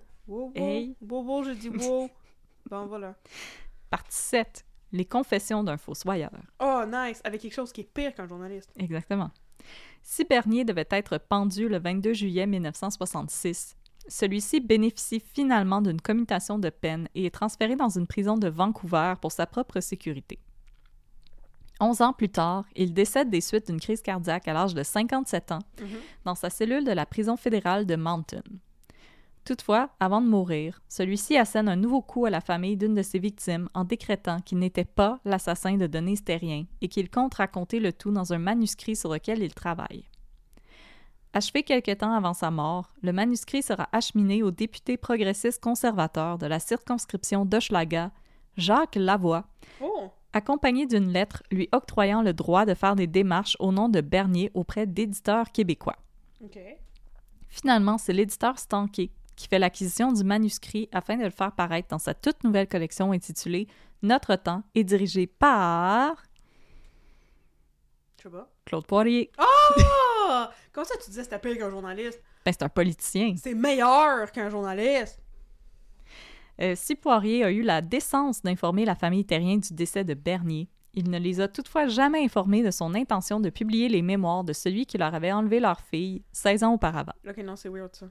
S1: Wow, wow.
S2: Hey.
S1: Wow, wow, j'ai dit wow. bon, voilà.
S2: partie 7, les confessions d'un fossoyeur.
S1: Oh, nice! Avec quelque chose qui est pire qu'un journaliste.
S2: Exactement. Si Bernier devait être pendu le 22 juillet 1966, celui-ci bénéficie finalement d'une commutation de peine et est transféré dans une prison de Vancouver pour sa propre sécurité. Onze ans plus tard, il décède des suites d'une crise cardiaque à l'âge de 57 ans dans sa cellule de la prison fédérale de Mountain. Toutefois, avant de mourir, celui-ci assène un nouveau coup à la famille d'une de ses victimes en décrétant qu'il n'était pas l'assassin de Denis Terrien et qu'il compte raconter le tout dans un manuscrit sur lequel il travaille. Achevé quelque temps avant sa mort, le manuscrit sera acheminé au député progressiste conservateur de la circonscription d'Hochelaga, Jacques Lavoie,
S1: Oh!
S2: accompagné d'une lettre lui octroyant le droit de faire des démarches au nom de Bernier auprès d'éditeurs québécois.
S1: OK.
S2: Finalement, c'est l'éditeur Stanké qui fait l'acquisition du manuscrit afin de le faire paraître dans sa toute nouvelle collection intitulée Notre temps et dirigée par
S1: Je sais pas.
S2: Claude Poirier.
S1: Oh! Comment ça, tu disais c'était pire qu'un journaliste?
S2: Ben, c'est un politicien.
S1: C'est meilleur qu'un journaliste!
S2: Euh, si Poirier a eu la décence d'informer la famille Terrien du décès de Bernier, il ne les a toutefois jamais informés de son intention de publier les mémoires de celui qui leur avait enlevé leur fille 16 ans auparavant.
S1: Ok, non, c'est weird, ça.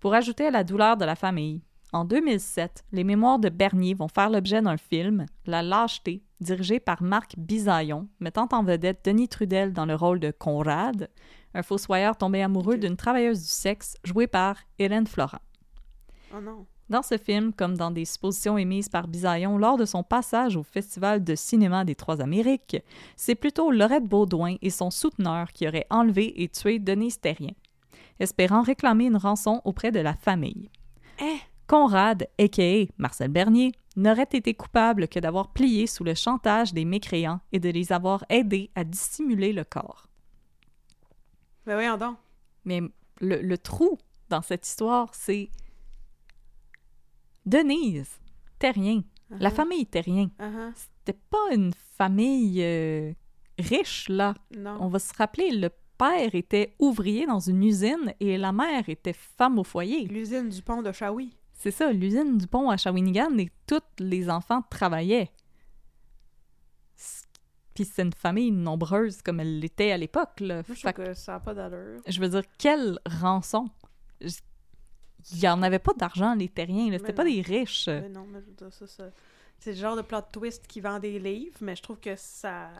S2: Pour ajouter à la douleur de la famille, en 2007, les mémoires de Bernier vont faire l'objet d'un film, La lâcheté, dirigé par Marc Bisaillon, mettant en vedette Denis Trudel dans le rôle de Conrad, un fossoyeur tombé amoureux d'une travailleuse du sexe jouée par Hélène Florent.
S1: Oh non.
S2: Dans ce film, comme dans des suppositions émises par Bisaillon lors de son passage au Festival de cinéma des Trois Amériques, c'est plutôt Laurette Baudouin et son souteneur qui auraient enlevé et tué Denise Terrien, espérant réclamer une rançon auprès de la famille. Conrad, a.k.a. Marcel Bernier, n'aurait été coupable que d'avoir plié sous le chantage des mécréants et de les avoir aidés à dissimuler le corps.
S1: Ben voyons donc.
S2: Mais le, le trou dans cette histoire, c'est Denise Terrien. La
S1: Ah.
S2: famille Terrien.
S1: Uh-huh.
S2: C'était pas une famille euh, riche, là. On
S1: Non.
S2: va se rappeler, le père était ouvrier dans une usine et la mère était femme au foyer.
S1: L'usine du pont de Shawi.
S2: C'est ça, l'usine du pont à Shawinigan et tous les enfants travaillaient. C- Puis c'est une famille nombreuse comme elle l'était à l'époque, là.
S1: Moi, je
S2: Fait
S1: trouve que ça n'a pas d'allure.
S2: je veux dire, quelle rançon! Je- Il n'y en avait pas d'argent, les terriens. là. C'était
S1: Mais
S2: pas
S1: non.
S2: des riches.
S1: Mais non, mais je veux dire, ça, ça- C'est le genre de plot twist qui vend des livres, mais je trouve que ça.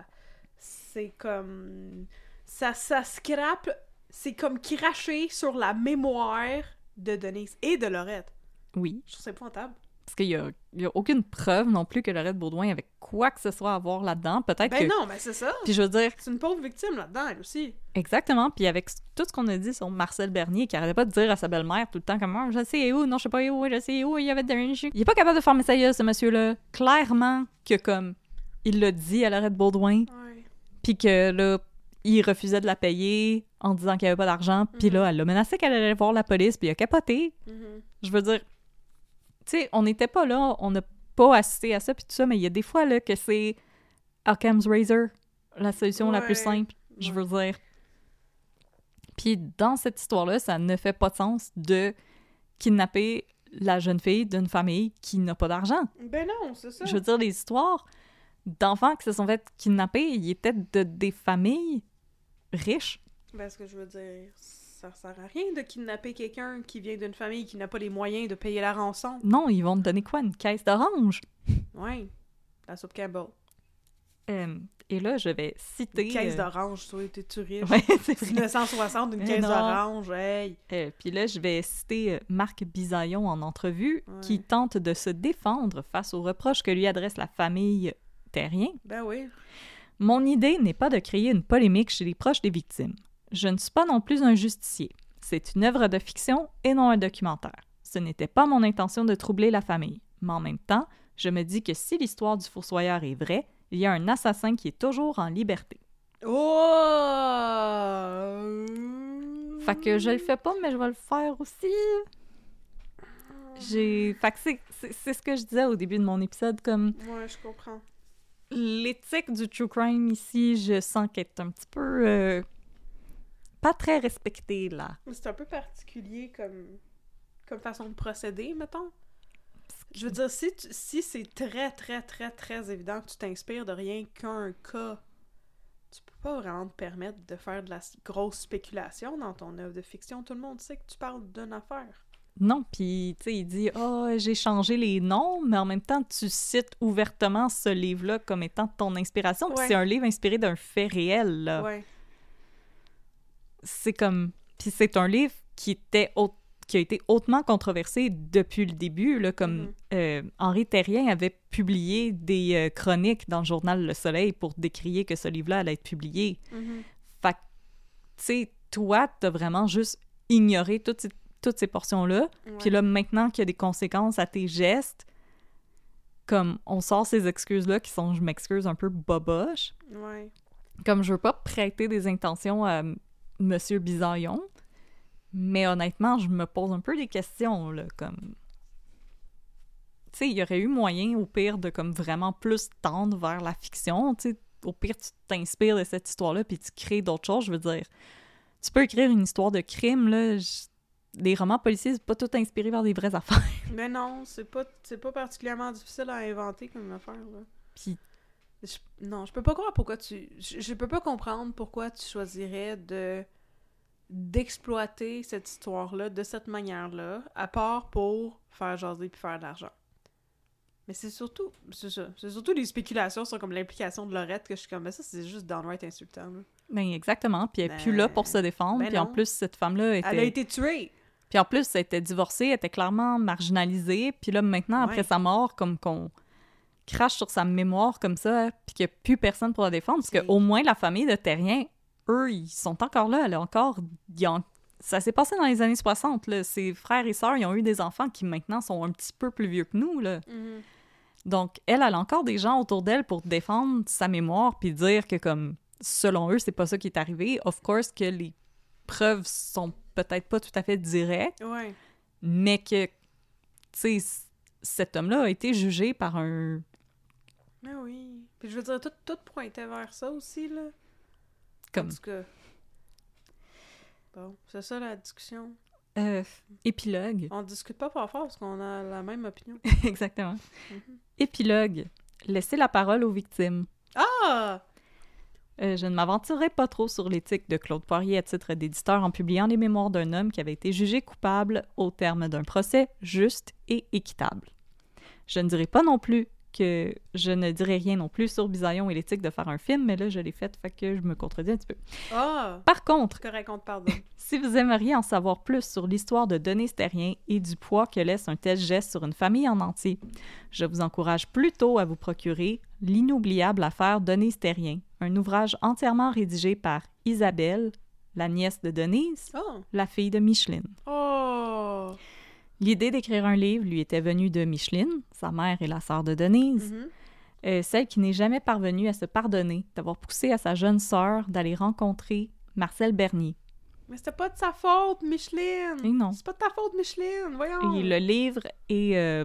S1: C'est comme. Ça, ça scrape. C'est comme cracher sur la mémoire de Denise et de Lorette.
S2: Oui.
S1: Je trouve ça épouvantable.
S2: Parce qu'il n'y a, il y a aucune preuve non plus que Lorette Baudouin avait quoi que ce soit à voir là-dedans. Peut-être
S1: Ben
S2: que.
S1: non, mais c'est ça.
S2: Puis je veux dire,
S1: C'est une pauvre victime là-dedans, elle aussi.
S2: exactement. Puis avec s- tout ce qu'on a dit sur Marcel Bernier, qui arrêtait pas de dire à sa belle-mère tout le temps comme Ah, Je sais où, non, je sais pas où, je sais où, il y avait des Il est pas capable de former sa gueule, ce monsieur-là. Clairement que, comme, il l'a dit à Lorette Baudouin,
S1: Ouais.
S2: puis que là, il refusait de la payer en disant qu'il n'y avait pas d'argent, puis
S1: Mhm.
S2: là, elle l'a menacé qu'elle allait voir la police, puis il a capoté. Je veux dire, tu sais, on n'était pas là, on n'a pas assisté à ça, puis tout ça, mais il y a des fois, là, que c'est Occam's Razor, la solution la plus
S1: Ouais.
S2: simple, je veux dire. Puis dans cette histoire-là, ça ne fait pas de sens de kidnapper la jeune fille d'une famille qui n'a pas d'argent.
S1: Ben non, c'est ça.
S2: Je veux dire, les histoires d'enfants qui se sont fait kidnapper, ils étaient de des familles riches.
S1: Ben, ce que je veux dire, ça sert à rien de kidnapper quelqu'un qui vient d'une famille qui n'a pas les moyens de payer la rançon.
S2: Non, ils vont te donner quoi? Une caisse d'orange?
S1: Ouais. La soupe Campbell.
S2: Euh, et là, je vais citer...
S1: Une caisse
S2: euh,
S1: d'orange, toi, t'es-tu riche?
S2: ouais, c'est vrai.
S1: 1960, une
S2: Mais
S1: caisse
S2: non.
S1: d'orange, hey!
S2: Euh, Puis là, je vais citer euh, Marc Bisaillon en entrevue,
S1: Ouais.
S2: qui tente de se défendre face aux reproches que lui adresse la famille Terrien.
S1: Ben oui.
S2: Mon idée n'est pas de créer une polémique chez les proches des victimes. Je ne suis pas non plus un justicier. C'est une œuvre de fiction et non un documentaire. Ce n'était pas mon intention de troubler la famille. Mais en même temps, je me dis que si l'histoire du foursoyeur est vraie, il y a un assassin qui est toujours en liberté.
S1: Oh!
S2: Fait que je le fais pas, mais je vais le faire aussi. J'ai. Fait que c'est- c'est c'est ce que je disais au début de mon épisode, comme
S1: Ouais, je comprends.
S2: l'éthique du true crime ici, je sens qu'elle est un petit peu. euh, pas très respectée, là.
S1: Mais C'est un peu particulier comme, comme façon de procéder, mettons. Je veux dire, si, tu- si c'est très, très, très, très évident que tu t'inspires de rien qu'un cas, tu peux pas vraiment te permettre de faire de la s- grosse spéculation dans ton œuvre de fiction. Tout le monde sait que tu parles d'une affaire.
S2: Non, puis tu sais, il dit Ah, j'ai changé les noms, mais en même temps, tu cites ouvertement ce livre-là comme étant ton inspiration. Puis
S1: Ouais.
S2: c'est un livre inspiré d'un fait réel. là.
S1: Ouais.
S2: C'est comme. Puis c'est un livre qui était haut- qui a été hautement controversé depuis le début, là, comme
S1: Mhm.
S2: euh, Henri Terrien avait publié des euh, chroniques dans le journal Le Soleil pour décrier que ce livre-là allait être publié.
S1: Mhm.
S2: Fait que, tu sais, toi, t'as vraiment juste ignoré toutes ces, toutes ces portions-là. Puis là, maintenant qu'il y a des conséquences à tes gestes, comme on sort ces excuses-là qui sont, je m'excuse, un peu boboche.
S1: Ouais.
S2: Comme je veux pas prêter des intentions à M. Bisaillon, Mais honnêtement, je me pose un peu des questions, là, comme... Tu sais, il y aurait eu moyen, au pire, de comme vraiment plus tendre vers la fiction, tu sais. Au pire, tu t'inspires de cette histoire-là, puis tu crées d'autres choses, je veux dire. Tu peux écrire une histoire de crime, là... je- Des romans policiers, c'est pas tout inspiré par des vraies affaires.
S1: Mais non, c'est pas, c'est pas particulièrement difficile à inventer comme affaire, là.
S2: Puis
S1: Je- non, je peux pas croire pourquoi tu. Je, je peux pas comprendre pourquoi tu choisirais de d'exploiter cette histoire-là de cette manière-là, à part pour faire jaser puis faire de l'argent. Mais c'est surtout, c'est ça, c'est surtout des spéculations sur comme l'implication de Lorette que je suis comme, mais ça c'est juste downright insultant. là.
S2: Ben exactement, puis elle n'est
S1: Ben,
S2: plus là pour se défendre,
S1: ben
S2: puis en
S1: non.
S2: plus cette femme-là était...
S1: Elle a été tuée.
S2: Puis en plus, elle était divorcée, elle était clairement marginalisée, puis là maintenant, après
S1: Ouais.
S2: sa mort, comme qu'on crache sur sa mémoire comme ça, hein, puis qu'il n'y a plus personne pour la défendre, parce
S1: C'est-
S2: qu'au moins la famille de Terrien, eux, ils sont encore là, elle a encore... ils ont- Ça s'est passé dans les années 60, là. ses frères et sœurs, ils ont eu des enfants qui maintenant sont un petit peu plus vieux que nous, là.
S1: Mm-hmm.
S2: Donc, elle, elle a encore des gens autour d'elle pour défendre sa mémoire puis dire que, comme, selon eux, c'est pas ça qui est arrivé. Of course que les preuves sont peut-être pas tout à fait directes,
S1: Ouais.
S2: mais que, tu sais, c- cet homme-là a été jugé par un...
S1: Mais oui. Puis je veux dire, tout, tout pointait vers ça aussi, là. En
S2: comme
S1: tout cas. Bon, c'est ça la discussion.
S2: euh, épilogue.
S1: On discute pas fort fort parce qu'on a la même opinion.
S2: Exactement. Épilogue. Laissez la parole aux victimes.
S1: Ah!
S2: Euh, je ne m'aventurerai pas trop sur l'éthique de Claude Poirier à titre d'éditeur en publiant les mémoires d'un homme qui avait été jugé coupable au terme d'un procès juste et équitable. Je ne dirai pas non plus que je ne dirai rien non plus sur Bisaillon et l'éthique de faire un film, mais là je l'ai fait, fait que je me contredis un petit peu.
S1: Ah!
S2: Par contre,
S1: C'est correct, on te pardonne.
S2: si vous aimeriez en savoir plus sur l'histoire de Denis Terrien et du poids que laisse un tel geste sur une famille en entier, je vous encourage plutôt à vous procurer L'inoubliable affaire Denis Terrien, un ouvrage entièrement rédigé par Isabelle, la nièce de Denise,
S1: Oh!
S2: la fille de Micheline.
S1: Oh!
S2: L'idée d'écrire un livre lui était venue de Micheline, sa mère et la sœur de Denise,
S1: Mhm.
S2: euh, celle qui n'est jamais parvenue à se pardonner d'avoir poussé à sa jeune sœur d'aller rencontrer Marcel Bernier.
S1: Mais c'était pas de sa faute, Micheline!
S2: Eh non.
S1: C'est pas de ta faute, Micheline! Voyons!
S2: Et le livre est euh,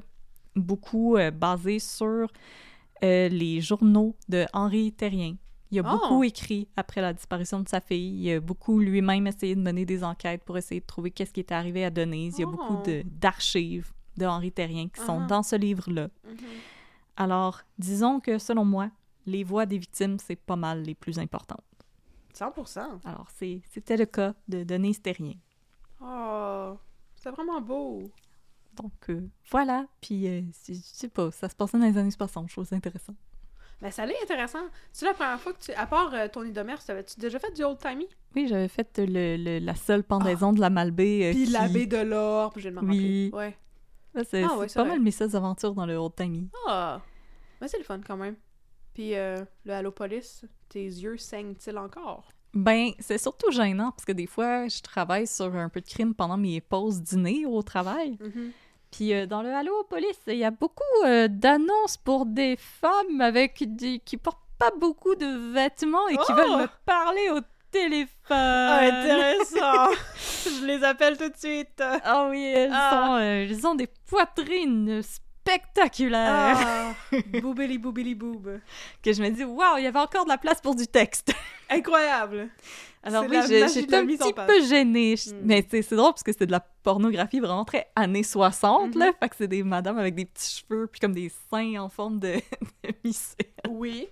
S2: beaucoup euh, basé sur euh, les journaux de Henri Terrien. Il a
S1: Oh!
S2: beaucoup écrit après la disparition de sa fille. Il a beaucoup lui-même essayé de mener des enquêtes pour essayer de trouver qu'est-ce qui était arrivé à Denise. Il y a beaucoup
S1: Oh!
S2: de- d'archives de, Henri Terrien qui sont
S1: Ah. Mm-hmm.
S2: dans ce livre-là. Alors, disons que selon moi, les voix des victimes, c'est pas mal les plus importantes.
S1: 100%!
S2: Alors, c'est- c'était le cas de Denise Terrien.
S1: Oh! C'est vraiment beau!
S2: Donc euh, voilà, puis euh, je je sais pas, ça se passait dans les années 60, chose intéressante.
S1: Mais Ben, ça l'est intéressant! Tu la première fois que tu. À part euh, ton idomère, t'avais-tu déjà fait du old timey?
S2: Oui, j'avais fait le, le- la seule pendaison de la Malbaie. euh,
S1: Puis
S2: qui-
S1: la baie de l'or, puis je vais m'en
S2: Oui.
S1: rappeler. Ouais.
S2: Ouais, C'est
S1: Ah
S2: c'est
S1: ouais, c'est
S2: pas
S1: vrai.
S2: mal mes seules aventures dans le Old Timey.
S1: Ah! Mais c'est le fun quand même. Puis euh, le Halopolis, tes yeux saignent-ils encore?
S2: Ben, c'est surtout gênant parce que des fois, je travaille sur un peu de crime pendant mes pauses dîner au travail.
S1: Mhm.
S2: Puis euh, dans le Halo Police, il y a beaucoup euh, d'annonces pour des femmes avec des... qui portent pas beaucoup de vêtements et qui
S1: Oh!
S2: veulent me parler au téléphone. Ah,
S1: Ah, Intéressant! je les appelle tout de suite!
S2: Ah oui, elles,
S1: Ah.
S2: Ont, euh, elles ont des poitrines spectaculaires.
S1: Ah! Boubili boubili boob!
S2: Que je me dis, waouh, il y avait encore de la place pour du texte.
S1: Incroyable!
S2: Alors
S1: C'est
S2: oui,
S1: la
S2: j'ai-
S1: magie de
S2: j'étais
S1: la
S2: un
S1: mise en
S2: petit
S1: page.
S2: peu gênée. Je-
S1: Mm.
S2: Mais tu sais, c'est drôle parce que c'est de la pornographie vraiment très années 60,
S1: Mhm.
S2: là. Fait que c'est des madames avec des petits cheveux, puis comme des seins en forme de, de missile.
S1: Oui.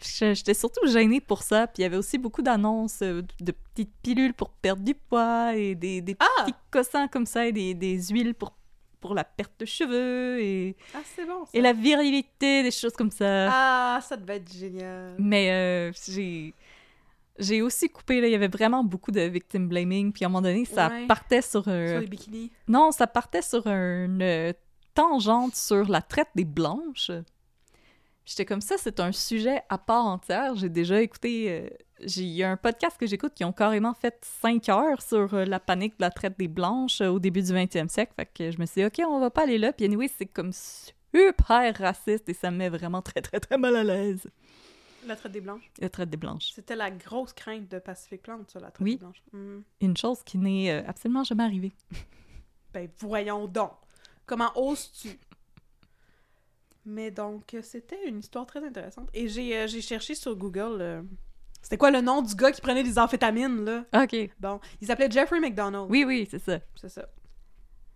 S2: Je- J'étais surtout gênée pour ça. Puis il y avait aussi beaucoup d'annonces euh, de petites pilules pour perdre du poids et des, des
S1: Ah!
S2: petits cossins comme ça et des, des huiles pour, pour la perte de cheveux et...
S1: Ah, c'est bon. Ça.
S2: et euh, la virilité, des choses comme ça.
S1: Ah, ça devait être génial.
S2: Mais euh, j'ai j'ai aussi coupé là, il y avait vraiment beaucoup de victim blaming, puis à un moment donné, ça
S1: Ouais.
S2: partait sur euh, un
S1: Sur les bikinis.
S2: non, ça partait sur une euh, tangente sur la traite des blanches. J'étais comme ça, c'est un sujet à part entière. J'ai déjà écouté, euh, j'ai- il y a un podcast que j'écoute qui ont carrément fait 5 heures sur euh, la panique de la traite des blanches euh, au début du 20e siècle. Fait que je me suis dit, OK, on va pas aller là. Puis anyway, c'est comme super raciste et ça me met vraiment très, très, très mal à l'aise.
S1: La traite des blanches.
S2: La traite des blanches.
S1: C'était la grosse crainte de Pacific Plante, ça, la traite
S2: Oui.
S1: des blanches. Mhm.
S2: Une chose qui n'est euh, absolument jamais arrivée.
S1: Ben voyons donc. Comment oses-tu? Mais donc, euh, c'était une histoire très intéressante. Et j'ai euh, j'ai cherché sur Google... euh, C'était quoi le nom du gars qui prenait des amphétamines, là?
S2: OK.
S1: Bon, il s'appelait Jeffrey McDonald.
S2: Oui, oui, c'est ça.
S1: C'est ça.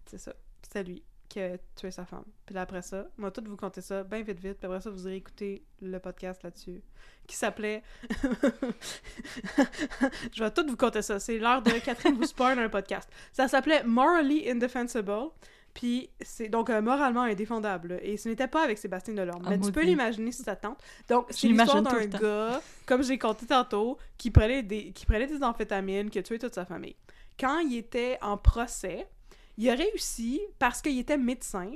S1: C'est ça. C'était lui qui a tué sa femme. Puis là, après ça, moi, tout vous compter ça, bien vite, vite. Puis après ça, vous irez écouter le podcast là-dessus qui s'appelait. Je vais tout vous compter ça. C'est l'heure de Catherine vous spoil un podcast. Ça s'appelait Morally Indefensible. Puis c'est donc euh, moralement indéfendable. là. Et ce n'était pas avec Sébastien Delorme.
S2: Ah,
S1: mais tu peux
S2: maudit.
S1: l'imaginer si ça te tente. Donc, c'est
S2: l'imagine
S1: l'histoire
S2: tout
S1: d'un
S2: le temps.
S1: gars, comme j'ai compté tantôt, qui prenait, des, qui prenait des amphétamines, qui a tué toute sa famille. Quand il était en procès, il a réussi parce qu'il était médecin.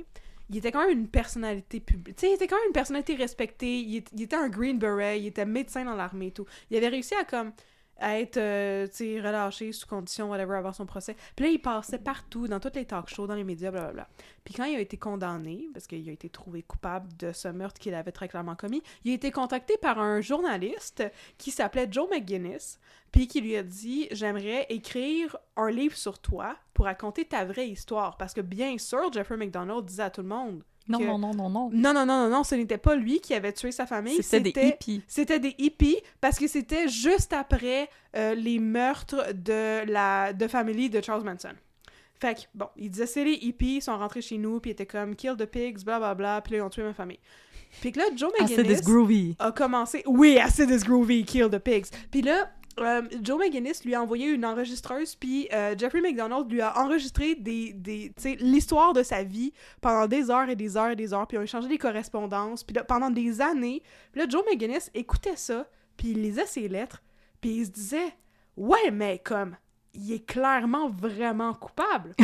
S1: Il était quand même une personnalité publique. Tu sais, il était quand même une personnalité respectée. Il, est- il était un Green Beret, il était médecin dans l'armée et tout. Il avait réussi à comme à être euh, tu sais, relâché sous condition, whatever, avoir son procès. Puis là, il passait partout, dans toutes les talk shows, dans les médias, blablabla. Puis quand il a été condamné, parce qu'il a été trouvé coupable de ce meurtre qu'il avait très clairement commis, il a été contacté par un journaliste qui s'appelait Joe McGuinness, puis qui lui a dit « J'aimerais écrire un livre sur toi pour raconter ta vraie histoire. » Parce que bien sûr, Jeffrey McDonald disait à tout le monde
S2: Non,
S1: que-
S2: non, non, non, non.
S1: non, non, non, non, non, ce n'était pas lui qui avait tué sa famille.
S2: C'était des hippies.
S1: C'était des hippies parce que c'était juste après euh, les meurtres de la de famille de Charles Manson. Fait que, bon, il disait c'est les hippies, ils sont rentrés chez nous, puis ils étaient comme kill the pigs, bla bla bla, puis là ils ont tué ma famille. Puis que là, Joe
S2: Ah, c'est des
S1: McGinnis
S2: groovy.
S1: a commencé. Oui, Acid is groovy, kill the pigs. Puis là, euh, Joe McGinnis lui a envoyé une enregistreuse, puis euh, Jeffrey McDonald lui a enregistré des, des, tu sais, l'histoire de sa vie pendant des heures et des heures et des heures, puis ils ont échangé des correspondances, puis là, pendant des années. Puis là, Joe McGinnis écoutait ça, puis il lisait ses lettres, puis il se disait Ouais, mais comme, il est clairement vraiment coupable.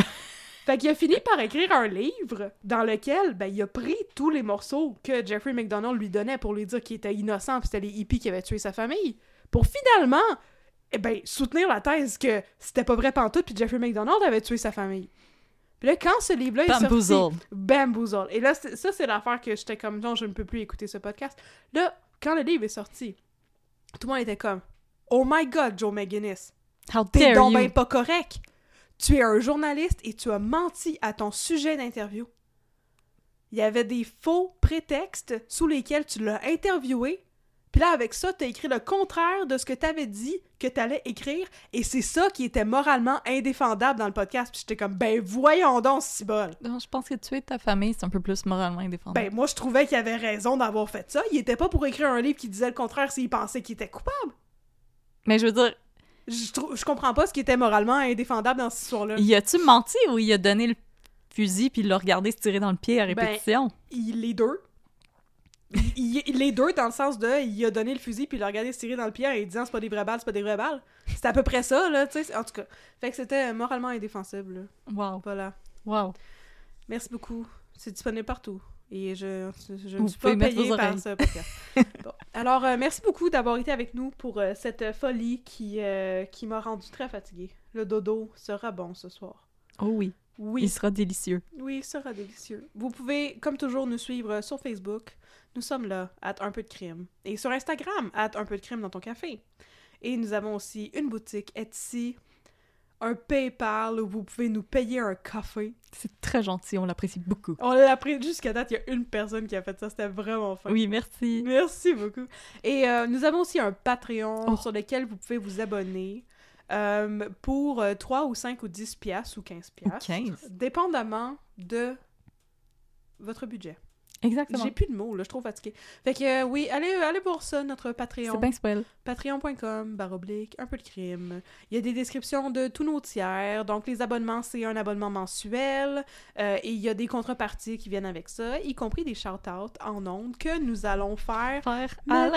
S1: Fait qu'il a fini par écrire un livre dans lequel ben, il a pris tous les morceaux que Jeffrey McDonald lui donnait pour lui dire qu'il était innocent puis c'était les hippies qui avaient tué sa famille pour finalement eh ben, soutenir la thèse que c'était pas vrai pantoute puis Jeffrey McDonald avait tué sa famille. Puis là, quand ce livre-là est sorti...
S2: Bamboozled.
S1: Bamboozled. Et là, c'est- ça, c'est l'affaire que j'étais comme, non, je ne peux plus écouter ce podcast. Là, quand le livre est sorti, tout le monde était comme, oh my God, Joe McGuinness,
S2: How
S1: T'es
S2: dare
S1: donc ben
S2: you!
S1: pas correct. Tu es un journaliste et tu as menti à ton sujet d'interview. Il y avait des faux prétextes sous lesquels tu l'as interviewé. Puis là, avec ça, t'as écrit le contraire de ce que t'avais dit que t'allais écrire. Et c'est ça qui était moralement indéfendable dans le podcast. Puis j'étais comme, ben voyons donc, si bol.
S2: Non, je pense que tuer ta famille, c'est un peu plus moralement indéfendable.
S1: Ben moi, je trouvais qu'il avait raison d'avoir fait ça. Il était pas pour écrire un livre qui disait le contraire s'il pensait qu'il était coupable.
S2: Mais je veux dire,
S1: Je, trou- je comprends pas ce qui était moralement indéfendable dans cette histoire-là.
S2: y a-tu menti ou il a donné le fusil puis il l'a regardé se tirer dans le pied à
S1: Ben,
S2: répétition?
S1: il, les deux. Il, il- les deux dans le sens de il a donné le fusil puis il a regardé se tirer dans le pied en disant c'est pas des vraies balles, c'est pas des vraies balles. C'était à peu près ça là, tu sais en tout cas. Fait que c'était euh, moralement indéfensible. là.
S2: Wow,
S1: Voilà.
S2: wow.
S1: Merci beaucoup. C'est disponible partout. Et je, je ne
S2: Vous
S1: suis pas
S2: pouvez mettre
S1: payée
S2: vos
S1: par
S2: oreilles.
S1: ce podcast. Bon. Alors, euh, merci beaucoup d'avoir été avec nous pour euh, cette folie qui, euh, qui m'a rendue très fatiguée. Le dodo sera bon ce soir.
S2: Oh oui,
S1: Oui.
S2: il sera délicieux.
S1: Oui, ça sera délicieux. Vous pouvez, comme toujours, nous suivre sur Facebook. Nous sommes là, à un peu de crime. Et sur Instagram, à un peu de crime dans ton café. Et nous avons aussi une boutique Etsy, un PayPal où vous pouvez nous payer un café.
S2: C'est très gentil, on l'apprécie beaucoup.
S1: On l'a appris jusqu'à date, il y a une personne qui a fait ça, c'était vraiment fun.
S2: Oui, merci.
S1: Merci beaucoup. Et euh, nous avons aussi un Patreon
S2: Oh.
S1: sur lequel vous pouvez vous abonner euh, pour euh, 3 ou 5 ou 10 piastres ou 15 piastres.
S2: 15.
S1: Dépendamment de votre budget.
S2: Exactement.
S1: J'ai plus de mots, là, je suis trop fatiguée. Fait que euh, oui, allez, allez voir ça, notre Patreon.
S2: C'est bien spoil.
S1: Patreon.com, barre oblique, un peu de crime. Il y a des descriptions de tous nos tiers. Donc, les abonnements, c'est un abonnement mensuel. euh, et il y a des contreparties qui viennent avec ça, y compris des shout-outs en ondes que nous allons faire
S2: Faire à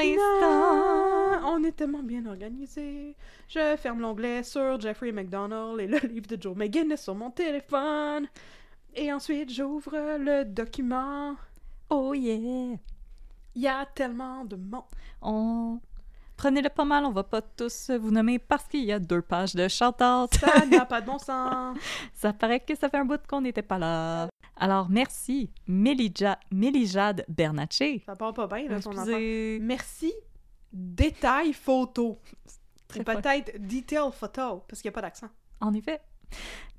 S2: l'instant.
S1: Maintenant, on est tellement bien organisé. Je ferme l'onglet sur Jeffrey McDonald et le livre de Joe McGuinness sur mon téléphone. Et ensuite, j'ouvre le document.
S2: Oh yeah!
S1: Il y a tellement de monde.
S2: On... Prenez-le pas mal, on va pas tous vous nommer parce qu'il y a deux pages de shout-out.
S1: Ça n'a pas de bon sens.
S2: Ça paraît que ça fait un bout qu'on n'était pas là. Alors merci, Mélija- Mélijade Bernatché.
S1: Ça part pas bien, là, son enfant.
S2: Excusez.
S1: Merci, détail photo.
S2: Très
S1: Ou
S2: fort.
S1: peut-être detail photo, parce qu'il n'y a pas d'accent.
S2: En effet.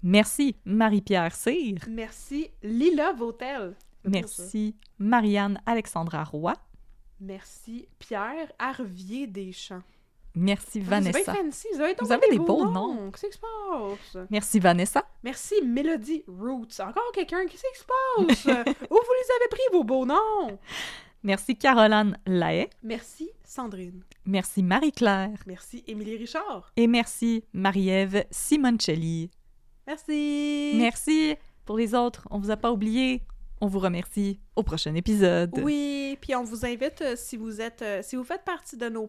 S2: Merci, Marie-Pierre Cyr.
S1: Merci Lila Vautel. C'est beau, ça.
S2: Merci, Marianne Alexandra Roy.
S1: Merci Pierre Harvier Deschamps.
S2: Merci,
S1: Ah, C'est bien
S2: Vanessa.
S1: fancy. Vous avez, donc
S2: Vous avez des beaux noms.
S1: Qu'est-ce qui se passe?
S2: Merci, Vanessa.
S1: Merci Mélodie Roots. Encore quelqu'un. Qu'est-ce qui se passe? Où vous les avez pris, vos beaux noms?
S2: Merci, Caroline Lahaye.
S1: Merci Sandrine.
S2: Merci, Marie-Claire.
S1: Merci Émilie Richard.
S2: Et merci, Marie-Ève Simoncelli.
S1: Merci.
S2: Merci. Pour les autres, on vous a pas oublié. On vous remercie. Au prochain épisode.
S1: Oui, puis on vous invite euh, si vous êtes euh, si vous faites partie de nos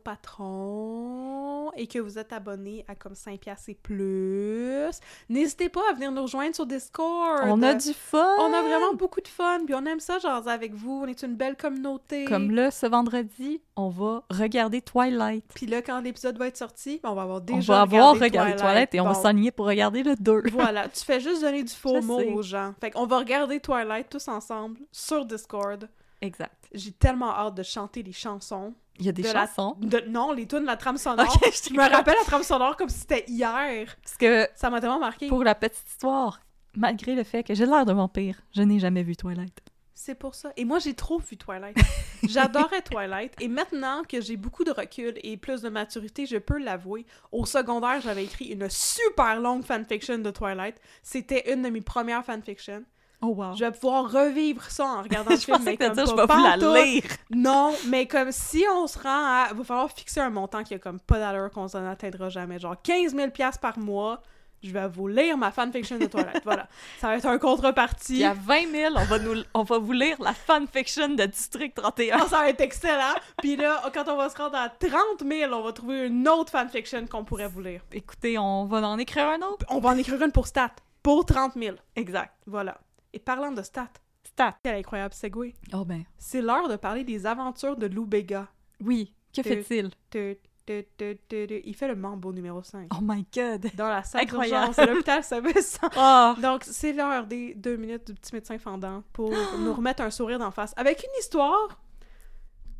S1: patrons et que vous êtes abonné à comme 5 piastres et plus, n'hésitez pas à venir nous rejoindre sur Discord.
S2: On a du fun.
S1: on a vraiment beaucoup de fun, puis on aime ça jaser avec vous, on est une belle communauté.
S2: Comme là, ce vendredi, on va regarder Twilight.
S1: Puis là quand l'épisode va être sorti, ben, on va avoir déjà
S2: on va avoir regardé
S1: regardé
S2: Twilight, et on va
S1: Bon,
S2: s'aligner pour regarder le 2.
S1: Voilà, tu fais juste donner du faux
S2: Je
S1: mot
S2: sais.
S1: aux gens. Fait qu'on va regarder Twilight tous ensemble sur Discord.
S2: Exact.
S1: J'ai tellement hâte de chanter les chansons.
S2: Il y a des
S1: de la-
S2: chansons.
S1: de- non, les tunes de la trame sonore.
S2: Ok, je
S1: je me rappelle la trame sonore comme si c'était hier.
S2: Parce que,
S1: Ça m'a tellement marqué.
S2: pour la petite histoire, malgré le fait que j'ai l'air d'un vampire, je n'ai jamais vu Twilight.
S1: C'est pour ça. Et moi, j'ai trop vu Twilight. J'adorais Twilight. Et maintenant que j'ai beaucoup de recul et plus de maturité, je peux l'avouer, au secondaire, j'avais écrit une super longue fanfiction de Twilight. C'était une de mes premières fanfictions.
S2: Oh wow.
S1: Je vais pouvoir revivre ça en regardant le
S2: Je
S1: film.
S2: pensais
S1: mais
S2: que t'allais
S1: comme
S2: dire, je
S1: pas
S2: vais vous la
S1: pantoute.
S2: lire.
S1: Non, mais comme si on se rend à... va falloir fixer un montant qui a comme pas d'allure qu'on s'en atteindra jamais. Genre 15 000 par mois, je vais vous lire ma fanfiction de Twilight. voilà. Ça va être un contrepartie.
S2: Puis à 20 000, on va, nous, on va vous lire la fanfiction de District 31.
S1: Ah, ça va être excellent. Puis là, quand on va se rendre à 30 000, on va trouver une autre fanfiction qu'on pourrait vous lire.
S2: Écoutez, on va en écrire un autre.
S1: On va en écrire une pour Stat. Pour 30 000.
S2: Exact.
S1: Voilà. Et parlant de Stat,
S2: Stat.
S1: quel incroyable segue.
S2: Oh ben.
S1: C'est l'heure de parler des aventures de Lou Béga.
S2: Oui. Que
S1: Deux.
S2: fait-il?
S1: Tu, tu, tu, tu, tu. Il fait le mambo numéro 5.
S2: Oh my god.
S1: Dans la salle
S2: Incroyable.
S1: d'urgence à l'hôpital Saint-Vincent.
S2: Oh.
S1: Donc, c'est l'heure des deux minutes du petit médecin fendant pour nous remettre un sourire d'en face avec une histoire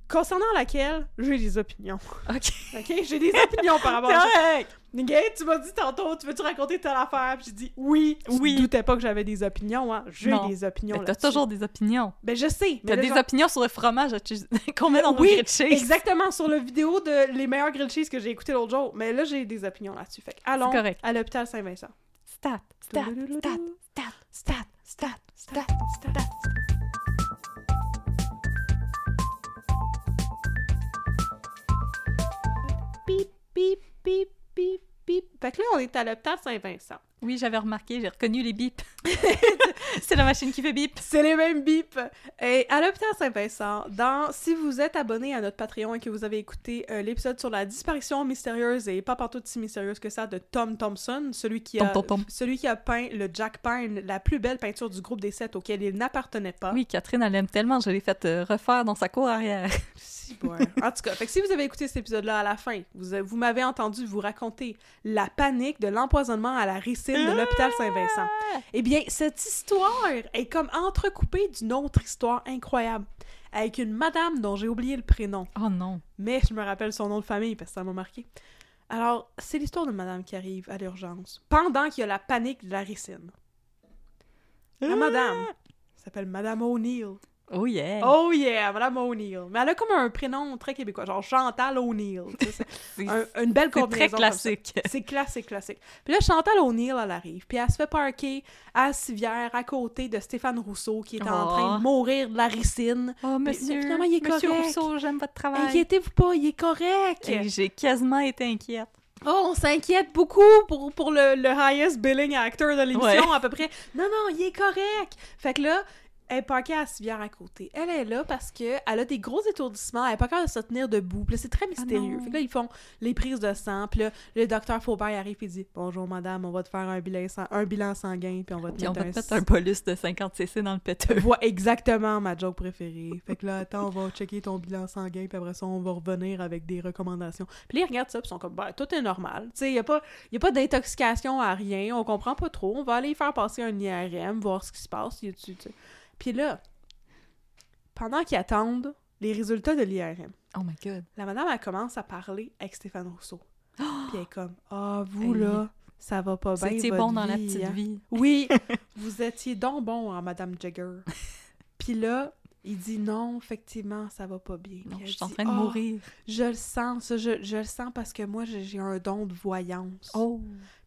S1: concernant laquelle j'ai des opinions.
S2: OK.
S1: OK? J'ai des opinions par rapport à ça.
S2: Correct.
S1: Gaëlle, tu m'as dit tantôt, tu veux-tu raconter telle affaire? Puis j'ai dit oui.
S2: Oui.
S1: Tu te doutais pas que j'avais des opinions, hein? J'ai
S2: Non.
S1: des opinions.
S2: Mais Ben, T'as
S1: là-dessus.
S2: toujours des opinions.
S1: Ben, je sais. mais
S2: T'as
S1: là,
S2: des
S1: j'en-
S2: opinions sur le fromage à cheese- qu'on met dans nos
S1: Oui,
S2: grilled cheese.
S1: Exactement, sur la vidéo de les meilleurs grilled cheese que j'ai écouté l'autre jour. Mais là, j'ai des opinions là-dessus. Fait que allons
S2: correct.
S1: à l'hôpital Saint-Vincent.
S2: Stat, stat, stat, stat, stat, stat, stat, stat.
S1: Pip, pip, pip, pip, pip. Fait que là, on est à l'hôpital Saint-Vincent.
S2: Oui, j'avais remarqué, j'ai reconnu les bips. C'est la machine qui fait bip.
S1: C'est les mêmes bips. Et à l'hôpital Saint-Vincent, dans si vous êtes abonné à notre Patreon et que vous avez écouté euh, l'épisode sur la disparition mystérieuse et pas partout si mystérieuse que ça de Tom Thompson, celui qui a
S2: Tom, Tom, Tom.
S1: celui qui a peint le Jack Pine, la plus belle peinture du groupe des sept auquel il n'appartenait pas.
S2: Oui, Catherine, elle aime tellement, je l'ai faite euh, refaire dans sa cour arrière.
S1: Si, bon. hein. En tout cas, fait que si vous avez écouté cet épisode-là à la fin, vous, vous m'avez entendu vous raconter la panique de l'empoisonnement à la ricine
S2: Ah!
S1: de l'hôpital Saint-Vincent. Eh bien, cette histoire est comme entrecoupée d'une autre histoire incroyable, avec une madame dont j'ai oublié le prénom,
S2: Oh non.
S1: mais je me rappelle son nom de famille parce que ça m'a marqué. Alors, c'est l'histoire de madame qui arrive à l'urgence, pendant qu'il y a la panique de la ricine. La madame s'appelle madame O'Neill.
S2: Oh yeah.
S1: Oh yeah, Madame O'Neill. Mais elle a comme un prénom très québécois, genre Chantal O'Neill. Tu sais,
S2: c'est
S1: c'est un- une belle
S2: c'est
S1: combinaison.
S2: très
S1: comme ça.
S2: classique.
S1: C'est classique, classique. Puis là, Chantal O'Neill, elle arrive. Puis elle se fait parquer à Civière, à côté de Stéphane Rousseau, qui est en
S2: Oh.
S1: train de mourir de la ricine.
S2: Oh monsieur,
S1: mais finalement, il est
S2: monsieur
S1: correct.
S2: Rousseau, j'aime votre travail.
S1: Inquiétez-vous pas, il est correct.
S2: Et J'ai quasiment été inquiète.
S1: Oh, on s'inquiète beaucoup pour, pour le, le highest billing actor de l'émission,
S2: Ouais.
S1: à peu près. Non, non, il est correct. Fait que là, elle est parquée à la civière à côté. Elle est là parce que elle a des gros étourdissements. Elle est pas capable de se tenir debout. Puis là, c'est très mystérieux.
S2: Ah non.
S1: fait que là, ils font les prises de sang. Puis là, le docteur Faubert il arrive et dit Bonjour, madame, on va te faire un bilan, sang- un bilan sanguin. Puis on va te
S2: Puis on
S1: mettre
S2: va
S1: un.
S2: te mettre un bolus de 50 cc dans le péteux.
S1: Vois exactement ma joke préférée. Fait que là, attends, on va checker ton bilan sanguin, puis après ça, on va revenir avec des recommandations. Puis là, ils regardent ça, puis ils sont comme, bah, tout est normal. Tu sais, il n'y a pas, y a pas d'intoxication à rien, on comprend pas trop. On va aller faire passer un IRM, voir ce qui se passe. y a-tu- tu sais. Puis là, pendant qu'ils attendent les résultats de l'IRM,
S2: Oh my God.
S1: La madame, elle commence à parler avec Stéphane Rousseau. Puis elle est comme Ah, vous là, ça va pas
S2: Vous
S1: bien.
S2: étiez
S1: votre
S2: bon dans la
S1: vie,
S2: petite
S1: hein.
S2: vie.
S1: Oui, vous étiez donc bon en Madame Jagger. Puis là, il dit non, effectivement, ça va pas bien. Puis
S2: Non,
S1: elle
S2: je suis en
S1: dit,
S2: train de
S1: Ah,
S2: mourir.
S1: Je le sens, ça, je, je le sens parce que moi, j'ai j'ai un don de voyance.
S2: Oh.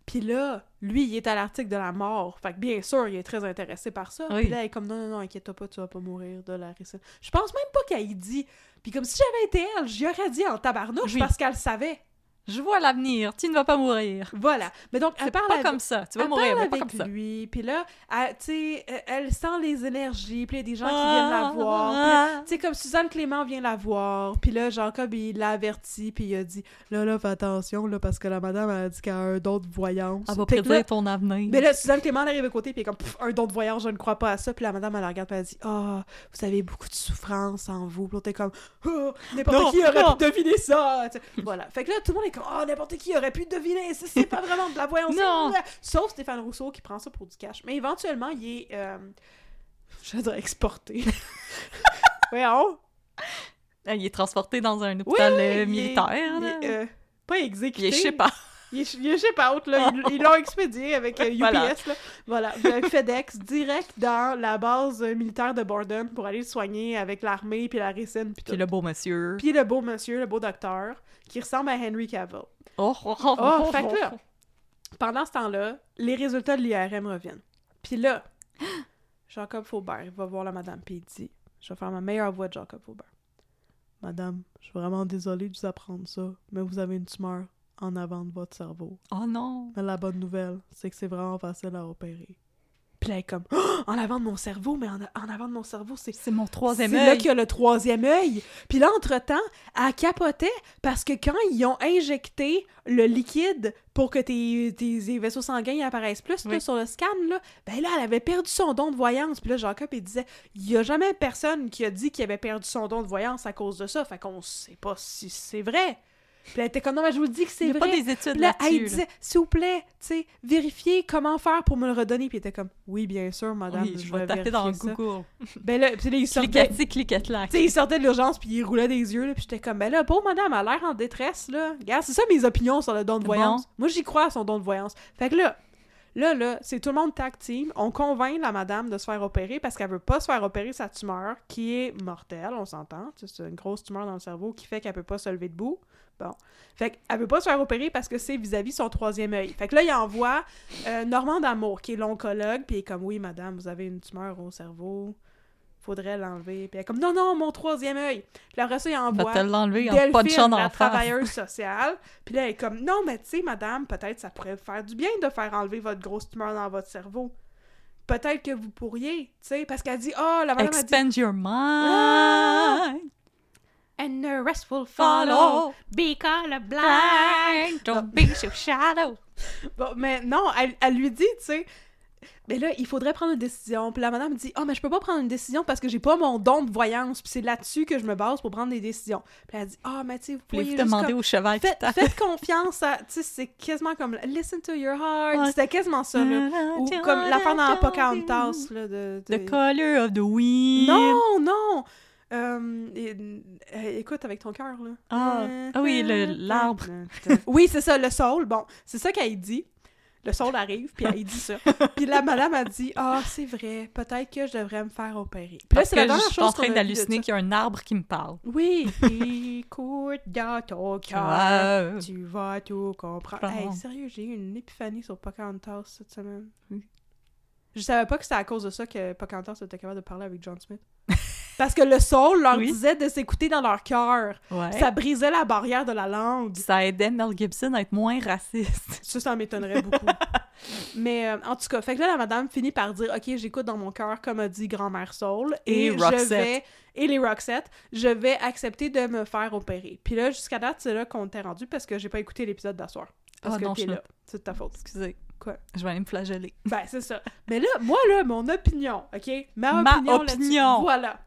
S1: Puis là, lui, il est à l'article de la mort. Fait que bien sûr, il est très intéressé par ça.
S2: Oui.
S1: Puis là, il est comme, non, non, non, inquiète pas, tu vas pas mourir de la récite. Je pense même pas qu'elle y dit. Puis comme si j'avais été elle, j'y aurais dit en tabarnouche
S2: Oui.
S1: parce qu'elle savait.
S2: Je vois l'avenir. Tu ne vas pas mourir.
S1: Voilà. Mais donc, elle
S2: C'est
S1: parle
S2: pas
S1: avec-
S2: comme ça. Tu vas
S1: elle
S2: mourir,
S1: parle
S2: mais pas
S1: avec
S2: comme ça.
S1: lui. Puis là, elle, tu sais, elle- elle sent les énergies. Puis il y a des gens qui viennent la voir. Puis là,
S2: Ah.
S1: tu sais, comme Suzanne Clément vient la voir, puis là, Jacob, il l'a averti, puis il a dit « Là, là, fais attention, là, parce que la madame, elle a dit qu'elle a un don de voyance. »
S2: Elle va
S1: Fait que là-
S2: prédire ton avenir.
S1: Mais là, Suzanne Clément, elle arrive à côté, puis elle est comme Pff, un don de voyance, je ne crois pas à ça. Puis la madame, elle la regarde, puis elle dit Ah, vous avez beaucoup de souffrance en vous. Puis l'autre est comme Ah,
S2: Non,
S1: n'importe qui aurait
S2: non.
S1: pu deviner ça. Tu sais, voilà. Fait que là, tout le monde est comme Ah, n'importe qui aurait pu deviner. C'est, c'est pas vraiment de la voyance.
S2: Non.
S1: Sauf Stéphane Rousseau qui prend ça pour du cash. Mais éventuellement, il est. euh, je dirais exporté. Voyons.
S2: Ah, Il est transporté dans un
S1: Oui,
S2: hôpital
S1: oui,
S2: euh,
S1: il est-
S2: militaire.
S1: il
S2: là.
S1: est, euh, pas exécuté.
S2: Il est, je sais pas.
S1: Il est, il est ship out, là. Ils- Ils l'ont expédié avec euh, UPS,
S2: Voilà.
S1: là. Voilà. Le FedEx, direct dans la base euh, militaire de Borden pour aller le soigner avec l'armée, puis la récine, puis tout.
S2: Puis le beau monsieur.
S1: Puis le beau monsieur, le beau docteur, qui ressemble à Henry Cavill.
S2: Oh, oh, oh,
S1: Oh,
S2: oh,
S1: fait que
S2: oh.
S1: là, pendant ce temps-là, les résultats de l'IRM reviennent. Puis là, Jacob Faubert, il va voir la madame, puis il dit Je vais faire ma meilleure voix de Jacob Faubert. Madame, je suis vraiment désolée de vous apprendre ça, mais vous avez une tumeur en avant de votre cerveau.
S2: Oh non.
S1: Mais la bonne nouvelle, c'est que c'est vraiment facile à opérer. Puis là, elle est comme Oh, En avant de mon cerveau, mais en, en avant de mon cerveau, c'est
S2: C'est mon troisième
S1: c'est là
S2: œil.
S1: qu'il y a le troisième œil. Puis là, entre-temps, elle capotait parce que quand ils ont injecté le liquide pour que tes, tes vaisseaux sanguins ils apparaissent plus là,
S2: Oui.
S1: sur le scan, là, ben là, elle avait perdu son don de voyance. Puis là, Jacob, il disait il y a jamais personne qui a dit qu'il avait perdu son don de voyance à cause de ça. Fait qu'on sait pas si c'est vrai. Puis là, elle était comme non, mais je vous le dis que
S2: Il
S1: c'est
S2: n'y a
S1: vrai.
S2: pas des études
S1: Puis là,
S2: là-dessus.
S1: elle
S2: là.
S1: disait, s'il vous plaît, tu sais, vérifiez comment faire pour me le redonner. Puis il était comme, oui, bien sûr, madame,
S2: Oui,
S1: je,
S2: je
S1: vais,
S2: vais taper dans
S1: vérifier ça.
S2: Google.
S1: Ben là, puis là, il sortait,
S2: Cliquetis, cliquette-là.
S1: tu sais, il sortait de l'urgence, puis il roulait des yeux, là, puis j'étais comme, ben là, pauvre madame, elle a l'air en détresse, là. Regarde, c'est ça mes opinions sur le don de
S2: Bon.
S1: voyance. Moi, j'y crois à son don de voyance. Fait que là, là, là, c'est tout le monde tag team. On convainc la madame de se faire opérer parce qu'elle veut pas se faire opérer sa tumeur, qui est mortelle, on s'entend. Tu sais, C'est une grosse tumeur dans le cerveau qui fait qu'elle peut pas se lever debout. Bon. Fait qu'elle veut pas se faire opérer parce que c'est vis-à-vis son troisième œil. Fait que là, il envoie euh, Normand Damour, qui est l'oncologue, puis il est comme, oui, madame, vous avez une tumeur au cerveau. Faudrait l'enlever. Puis elle est comme, non, non, mon troisième œil. Puis après ça, il
S2: Va
S1: envoie
S2: te l'enlever en
S1: Delphine,
S2: punchant dans
S1: la
S2: la face.
S1: travailleuse sociale. Puis là, elle est comme, non, mais tu sais, madame, peut-être ça pourrait vous faire du bien de faire enlever votre grosse tumeur dans votre cerveau. Peut-être que vous pourriez, tu sais, parce qu'elle dit, oh, la madame a dit,
S2: Expand your
S1: Ah!
S2: mind.
S1: and a restful follow.
S2: Follow. Be colorblind. Don't be so shallow.
S1: Bon, mais non, elle, elle lui dit, tu sais, mais là, il faudrait prendre une décision. Puis la madame dit, ah, mais je peux pas prendre une décision parce que j'ai pas mon don de voyance. Puis c'est là-dessus que je me base pour prendre des décisions. Puis elle dit, ah, mais tu sais, vous
S2: Puis
S1: pourriez
S2: vous
S1: juste
S2: demandez
S1: comme-
S2: au cheval qui
S1: Faites,
S2: tape.
S1: faites confiance à. Tu sais, c'est quasiment comme. Listen to your heart.
S2: Ouais. Ah,
S1: C'était quasiment ça, là. Ou comme l'affaire dans Pocahontas, là. De, de-
S2: The color of the wind.
S1: Non, non! Euh, et- euh, écoute avec ton cœur, là. Euh,
S2: Ah. Ah oui, le- l'arbre.
S1: oui, c'est ça, le soul. Bon, c'est ça qu'elle dit. Le soul arrive, puis elle dit ça. Puis la madame a dit Ah, c'est vrai, peut-être que je devrais me faire opérer. Puis là,
S2: Parce
S1: c'est
S2: que
S1: la
S2: je
S1: dernière
S2: suis
S1: chose qu'on a
S2: en train
S1: vue de
S2: d'halluciner
S1: ça.
S2: qu'il y a un arbre qui me parle.
S1: Oui, écoute dans ton cœur.
S2: Ah.
S1: Tu vas tout comprendre.
S2: Comprends.
S1: Hey, sérieux, j'ai eu une épiphanie sur Pocahontas cette semaine.
S2: Oui.
S1: Je savais pas que c'était à cause de ça que Pocahontas était capable de parler avec John Smith. Parce que le soul leur
S2: Oui.
S1: disait de s'écouter dans leur cœur.
S2: Ouais.
S1: Ça brisait la barrière de la langue.
S2: ça aidait Mel Gibson à être moins raciste.
S1: Ça, ça m'étonnerait beaucoup. Mais euh, en tout cas, fait que là, la madame finit par dire Ok, j'écoute dans mon cœur, comme a dit grand-mère Soul, et,
S2: Et
S1: je
S2: Roxette.
S1: vais, et les Roxette, je vais accepter de me faire opérer. Puis là, jusqu'à date, c'est là qu'on t'est rendu parce que j'ai pas écouté l'épisode d'asseoir. Parce
S2: Ah
S1: que
S2: non,
S1: t'es
S2: je l'ai
S1: là. C'est de ta faute.
S2: Excusez.
S1: Quoi?
S2: Je vais aller me flageller.
S1: Ben, c'est ça. Mais là, moi, là, mon opinion, OK? Ma
S2: Ma
S1: opinion. là-dessus,
S2: opinion.
S1: Voilà.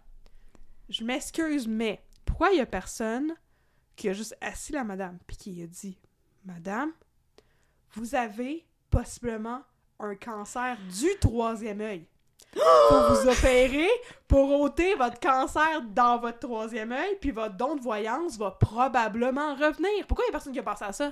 S1: Je m'excuse, mais pourquoi il y a personne qui a juste assis la madame puis qui a dit Madame, vous avez possiblement un cancer du troisième œil. pour vous opérer, pour ôter votre cancer dans votre troisième œil, puis votre don de voyance va probablement revenir. Pourquoi il y a personne qui a pensé à ça?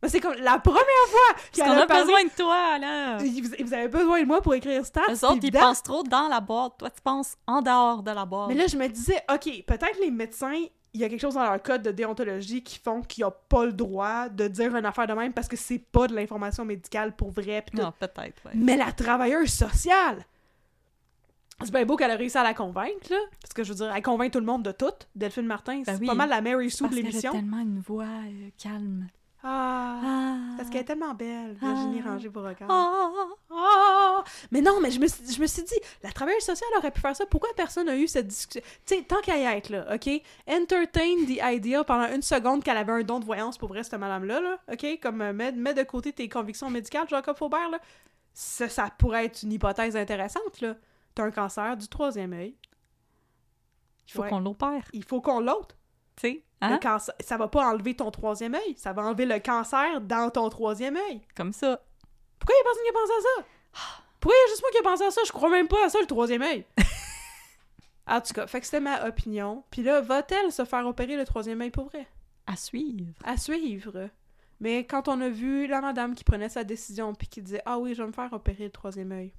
S1: Ben, c'est comme la première fois
S2: Parce qu'on a besoin de toi, là!
S1: Ils- Vous, vous avez besoin de moi pour écrire stats.
S2: Eux autres,
S1: puis
S2: ils
S1: dans-
S2: pensent trop dans la boîte. Toi, tu penses en dehors de la boîte.
S1: Mais là, je me disais, OK, peut-être les médecins, il y a quelque chose dans leur code de déontologie qui font qu'il n'y a pas le droit de dire une affaire de même parce que c'est pas de l'information médicale pour vrai. pis tout.
S2: non, Ah, peut-être, ouais.
S1: Mais la travailleuse sociale! C'est bien beau qu'elle a réussi à la convaincre, là. Parce que je veux dire, elle convainc tout le monde de tout. Delphine Martin,
S2: Ben
S1: c'est
S2: oui.
S1: pas mal la Mary Sue
S2: Parce
S1: de
S2: qu'elle a
S1: l'émission.
S2: tellement une voix euh, calme.
S1: Ah,
S2: Ah.
S1: Parce qu'elle est tellement belle, Virginie
S2: Ah.
S1: Ranger Beauregard.
S2: Ah.
S1: Ah! Mais non, mais je me, suis- je me suis dit, la travailleuse sociale aurait pu faire ça. Pourquoi personne n'a eu cette discussion? Tu sais, tant qu'à y être, là, OK? Entertain the idea pendant une seconde qu'elle avait un don de voyance pour vrai, cette madame-là, là, OK? Comme, euh, mets, mets de côté tes convictions médicales, Jacob Faubert, là. Ça, ça pourrait être une hypothèse intéressante, là. T'as un cancer du troisième œil.
S2: Il faut
S1: Ouais.
S2: qu'on l'opère,
S1: Il faut qu'on l'ôte.
S2: tu sais.
S1: Le
S2: Hein?
S1: cancer- Ça va pas enlever ton troisième œil. Ça va enlever le cancer dans ton troisième œil.
S2: Comme ça.
S1: Pourquoi il y a personne qui a pensé à ça? Pourquoi il y a juste moi qui ai pensé à ça? Je crois même pas à ça, le troisième œil. en tout cas, fait que c'était ma opinion. Puis là, va-t-elle se faire opérer le troisième œil pour vrai?
S2: À suivre.
S1: À suivre. Mais quand on a vu la madame qui prenait sa décision puis qui disait Ah oui, je vais me faire opérer le troisième œil.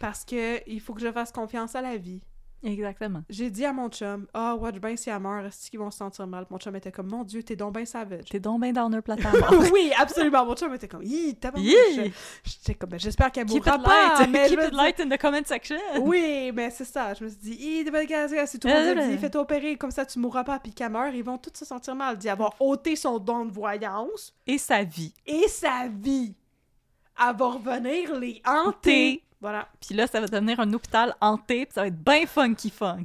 S1: Parce que il faut que je fasse confiance à la vie.
S2: Exactement.
S1: J'ai dit à mon chum Ah, watch ben si elle meurt, est-ce qu'ils vont se sentir mal? Mon chum était comme Mon Dieu, t'es donc ben savage.
S2: T'es donc bien dans un plateau.
S1: oui, absolument. Mon chum était comme Hi, t'as pas
S2: Yeah.
S1: J'étais comme Ben, J'espère qu'elle
S2: Keep
S1: mourra
S2: it
S1: pas.
S2: light.
S1: mais je
S2: Keep
S1: veux
S2: it light in the comment section.
S1: Oui, mais c'est ça. Je me suis dit, Hi, des bonnes gaz, gaz, si tout le monde
S2: Euh,
S1: a dit,
S2: euh.
S1: fais-toi opérer, comme ça tu mourras pas, puis qu'elle meurt, ils vont tous se sentir mal d'y avoir ôté son don de voyance
S2: Et sa vie.
S1: et sa vie. Elle va revenir les hanter.
S2: Hanter.
S1: Voilà.
S2: Puis là, ça va devenir un hôpital hanté, puis ça va être bien funky funk.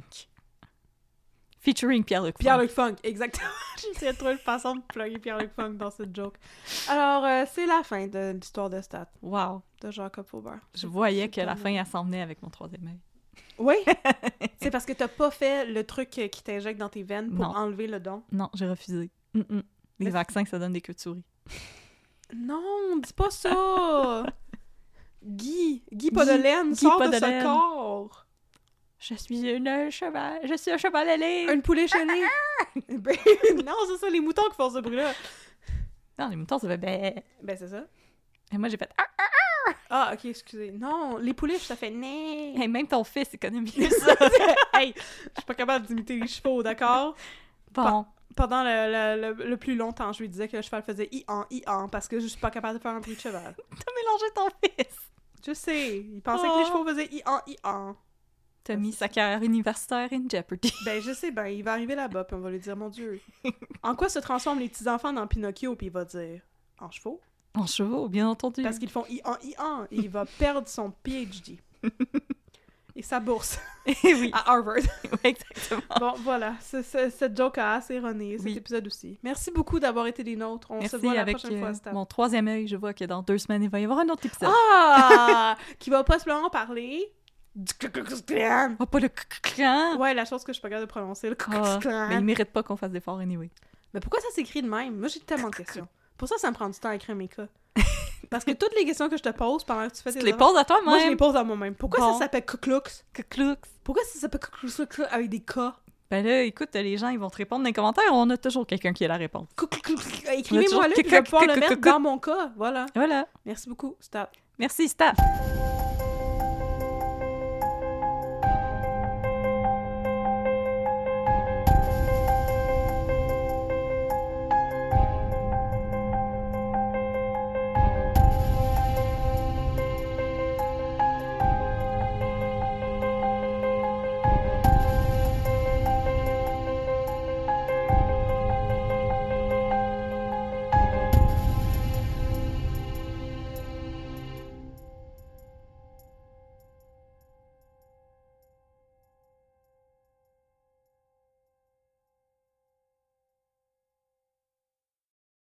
S2: Featuring Pierre-Luc Funk.
S1: Pierre-Luc Funk, exactement. J'essayais de trouver une façon de plugger Pierre-Luc Funk dans cette joke. Alors, euh, c'est la fin de l'histoire de Stat,
S2: Wow.
S1: de Jacob Faubert.
S2: Je voyais que la fin, elle s'en venait avec mon troisième œil.
S1: Oui! c'est parce que t'as pas fait le truc euh, qui t'injecte dans tes veines pour
S2: Non.
S1: enlever le don.
S2: Non, j'ai refusé. Mm-mm. Les
S1: Mais-
S2: vaccins, ça donne des queues de souris.
S1: Non, dis pas ça! Guy, Guy
S2: Guy
S1: Podolène, sort de
S2: Podolène.
S1: ce corps!
S2: Je suis une cheval. Je suis un cheval ailé.
S1: Une poulet chaînée! Ben, non, c'est ça, les moutons qui font ce bruit-là!
S2: Non, les moutons, ça fait ben.
S1: Ben, c'est ça.
S2: Et moi, j'ai fait. Ah!
S1: Ah, ok, excusez. Non, les pouliches, ça fait né!
S2: Hey, même ton fils économise ça.
S1: hey, je suis pas capable d'imiter les chevaux, d'accord?
S2: Bon.
S1: Pendant le, le- le- le plus longtemps, je lui disais que le cheval faisait i-an, i-an, parce que je suis pas capable de faire un bruit de cheval.
S2: T'as mélangé ton fils.
S1: Je sais, il pensait que
S2: Oh.
S1: les chevaux faisaient i-an, i-an.
S2: T'as mis sa carrière universitaire in jeopardy.
S1: Ben, je sais, ben, il va arriver là-bas, puis on va lui dire, mon Dieu, en quoi se transforment les petits-enfants dans Pinocchio, puis il va dire, en chevaux,
S2: En chevaux, bien entendu.
S1: parce qu'ils font I-an, I-an, et il va perdre son PhD. Et sa bourse
S2: Eh oui,
S1: à Harvard.
S2: oui, exactement.
S1: Bon, voilà, c'est- c'est- cette joke a assez erroné, cet
S2: Oui.
S1: épisode aussi. Merci beaucoup d'avoir été des nôtres, on se
S2: Merci.
S1: voit la
S2: avec
S1: prochaine
S2: euh,
S1: fois, Stab.
S2: mon troisième œil, je vois que dans deux semaines, il va y avoir un autre épisode.
S1: Ah! Qui va pas seulement parler du Ku-Klux-Klan.
S2: Oh, pas le clan.
S1: Ouais, la chose que je suis pas capable de prononcer, le
S2: Ah,
S1: Ku-Klux-Klan.
S2: mais il mérite pas qu'on fasse d'efforts anyway.
S1: Mais pourquoi ça s'écrit de même? Moi, j'ai tellement de questions. Pour ça, ça me prend du temps à écrire mes cas. Parce que toutes les questions que je te pose pendant que tu fais
S2: Tu
S1: tes
S2: les
S1: affaires,
S2: poses à toi-même.
S1: moi, je les pose à moi-même. Pourquoi
S2: Bon.
S1: ça s'appelle Kuklux?
S2: Que clous.
S1: Pourquoi ça s'appelle Kuklux avec des K?
S2: Ben là, écoute, les gens, ils vont te répondre dans les commentaires. On a toujours quelqu'un qui a la réponse.
S1: Kuklux.
S2: On a toujours
S1: Écrivez-moi là, puis je vais
S2: Kuklux,
S1: pouvoir le
S2: Kuklux,
S1: mettre
S2: Kuklux.
S1: dans mon cas. Voilà.
S2: Voilà.
S1: Merci beaucoup. Stop.
S2: Merci, Steph.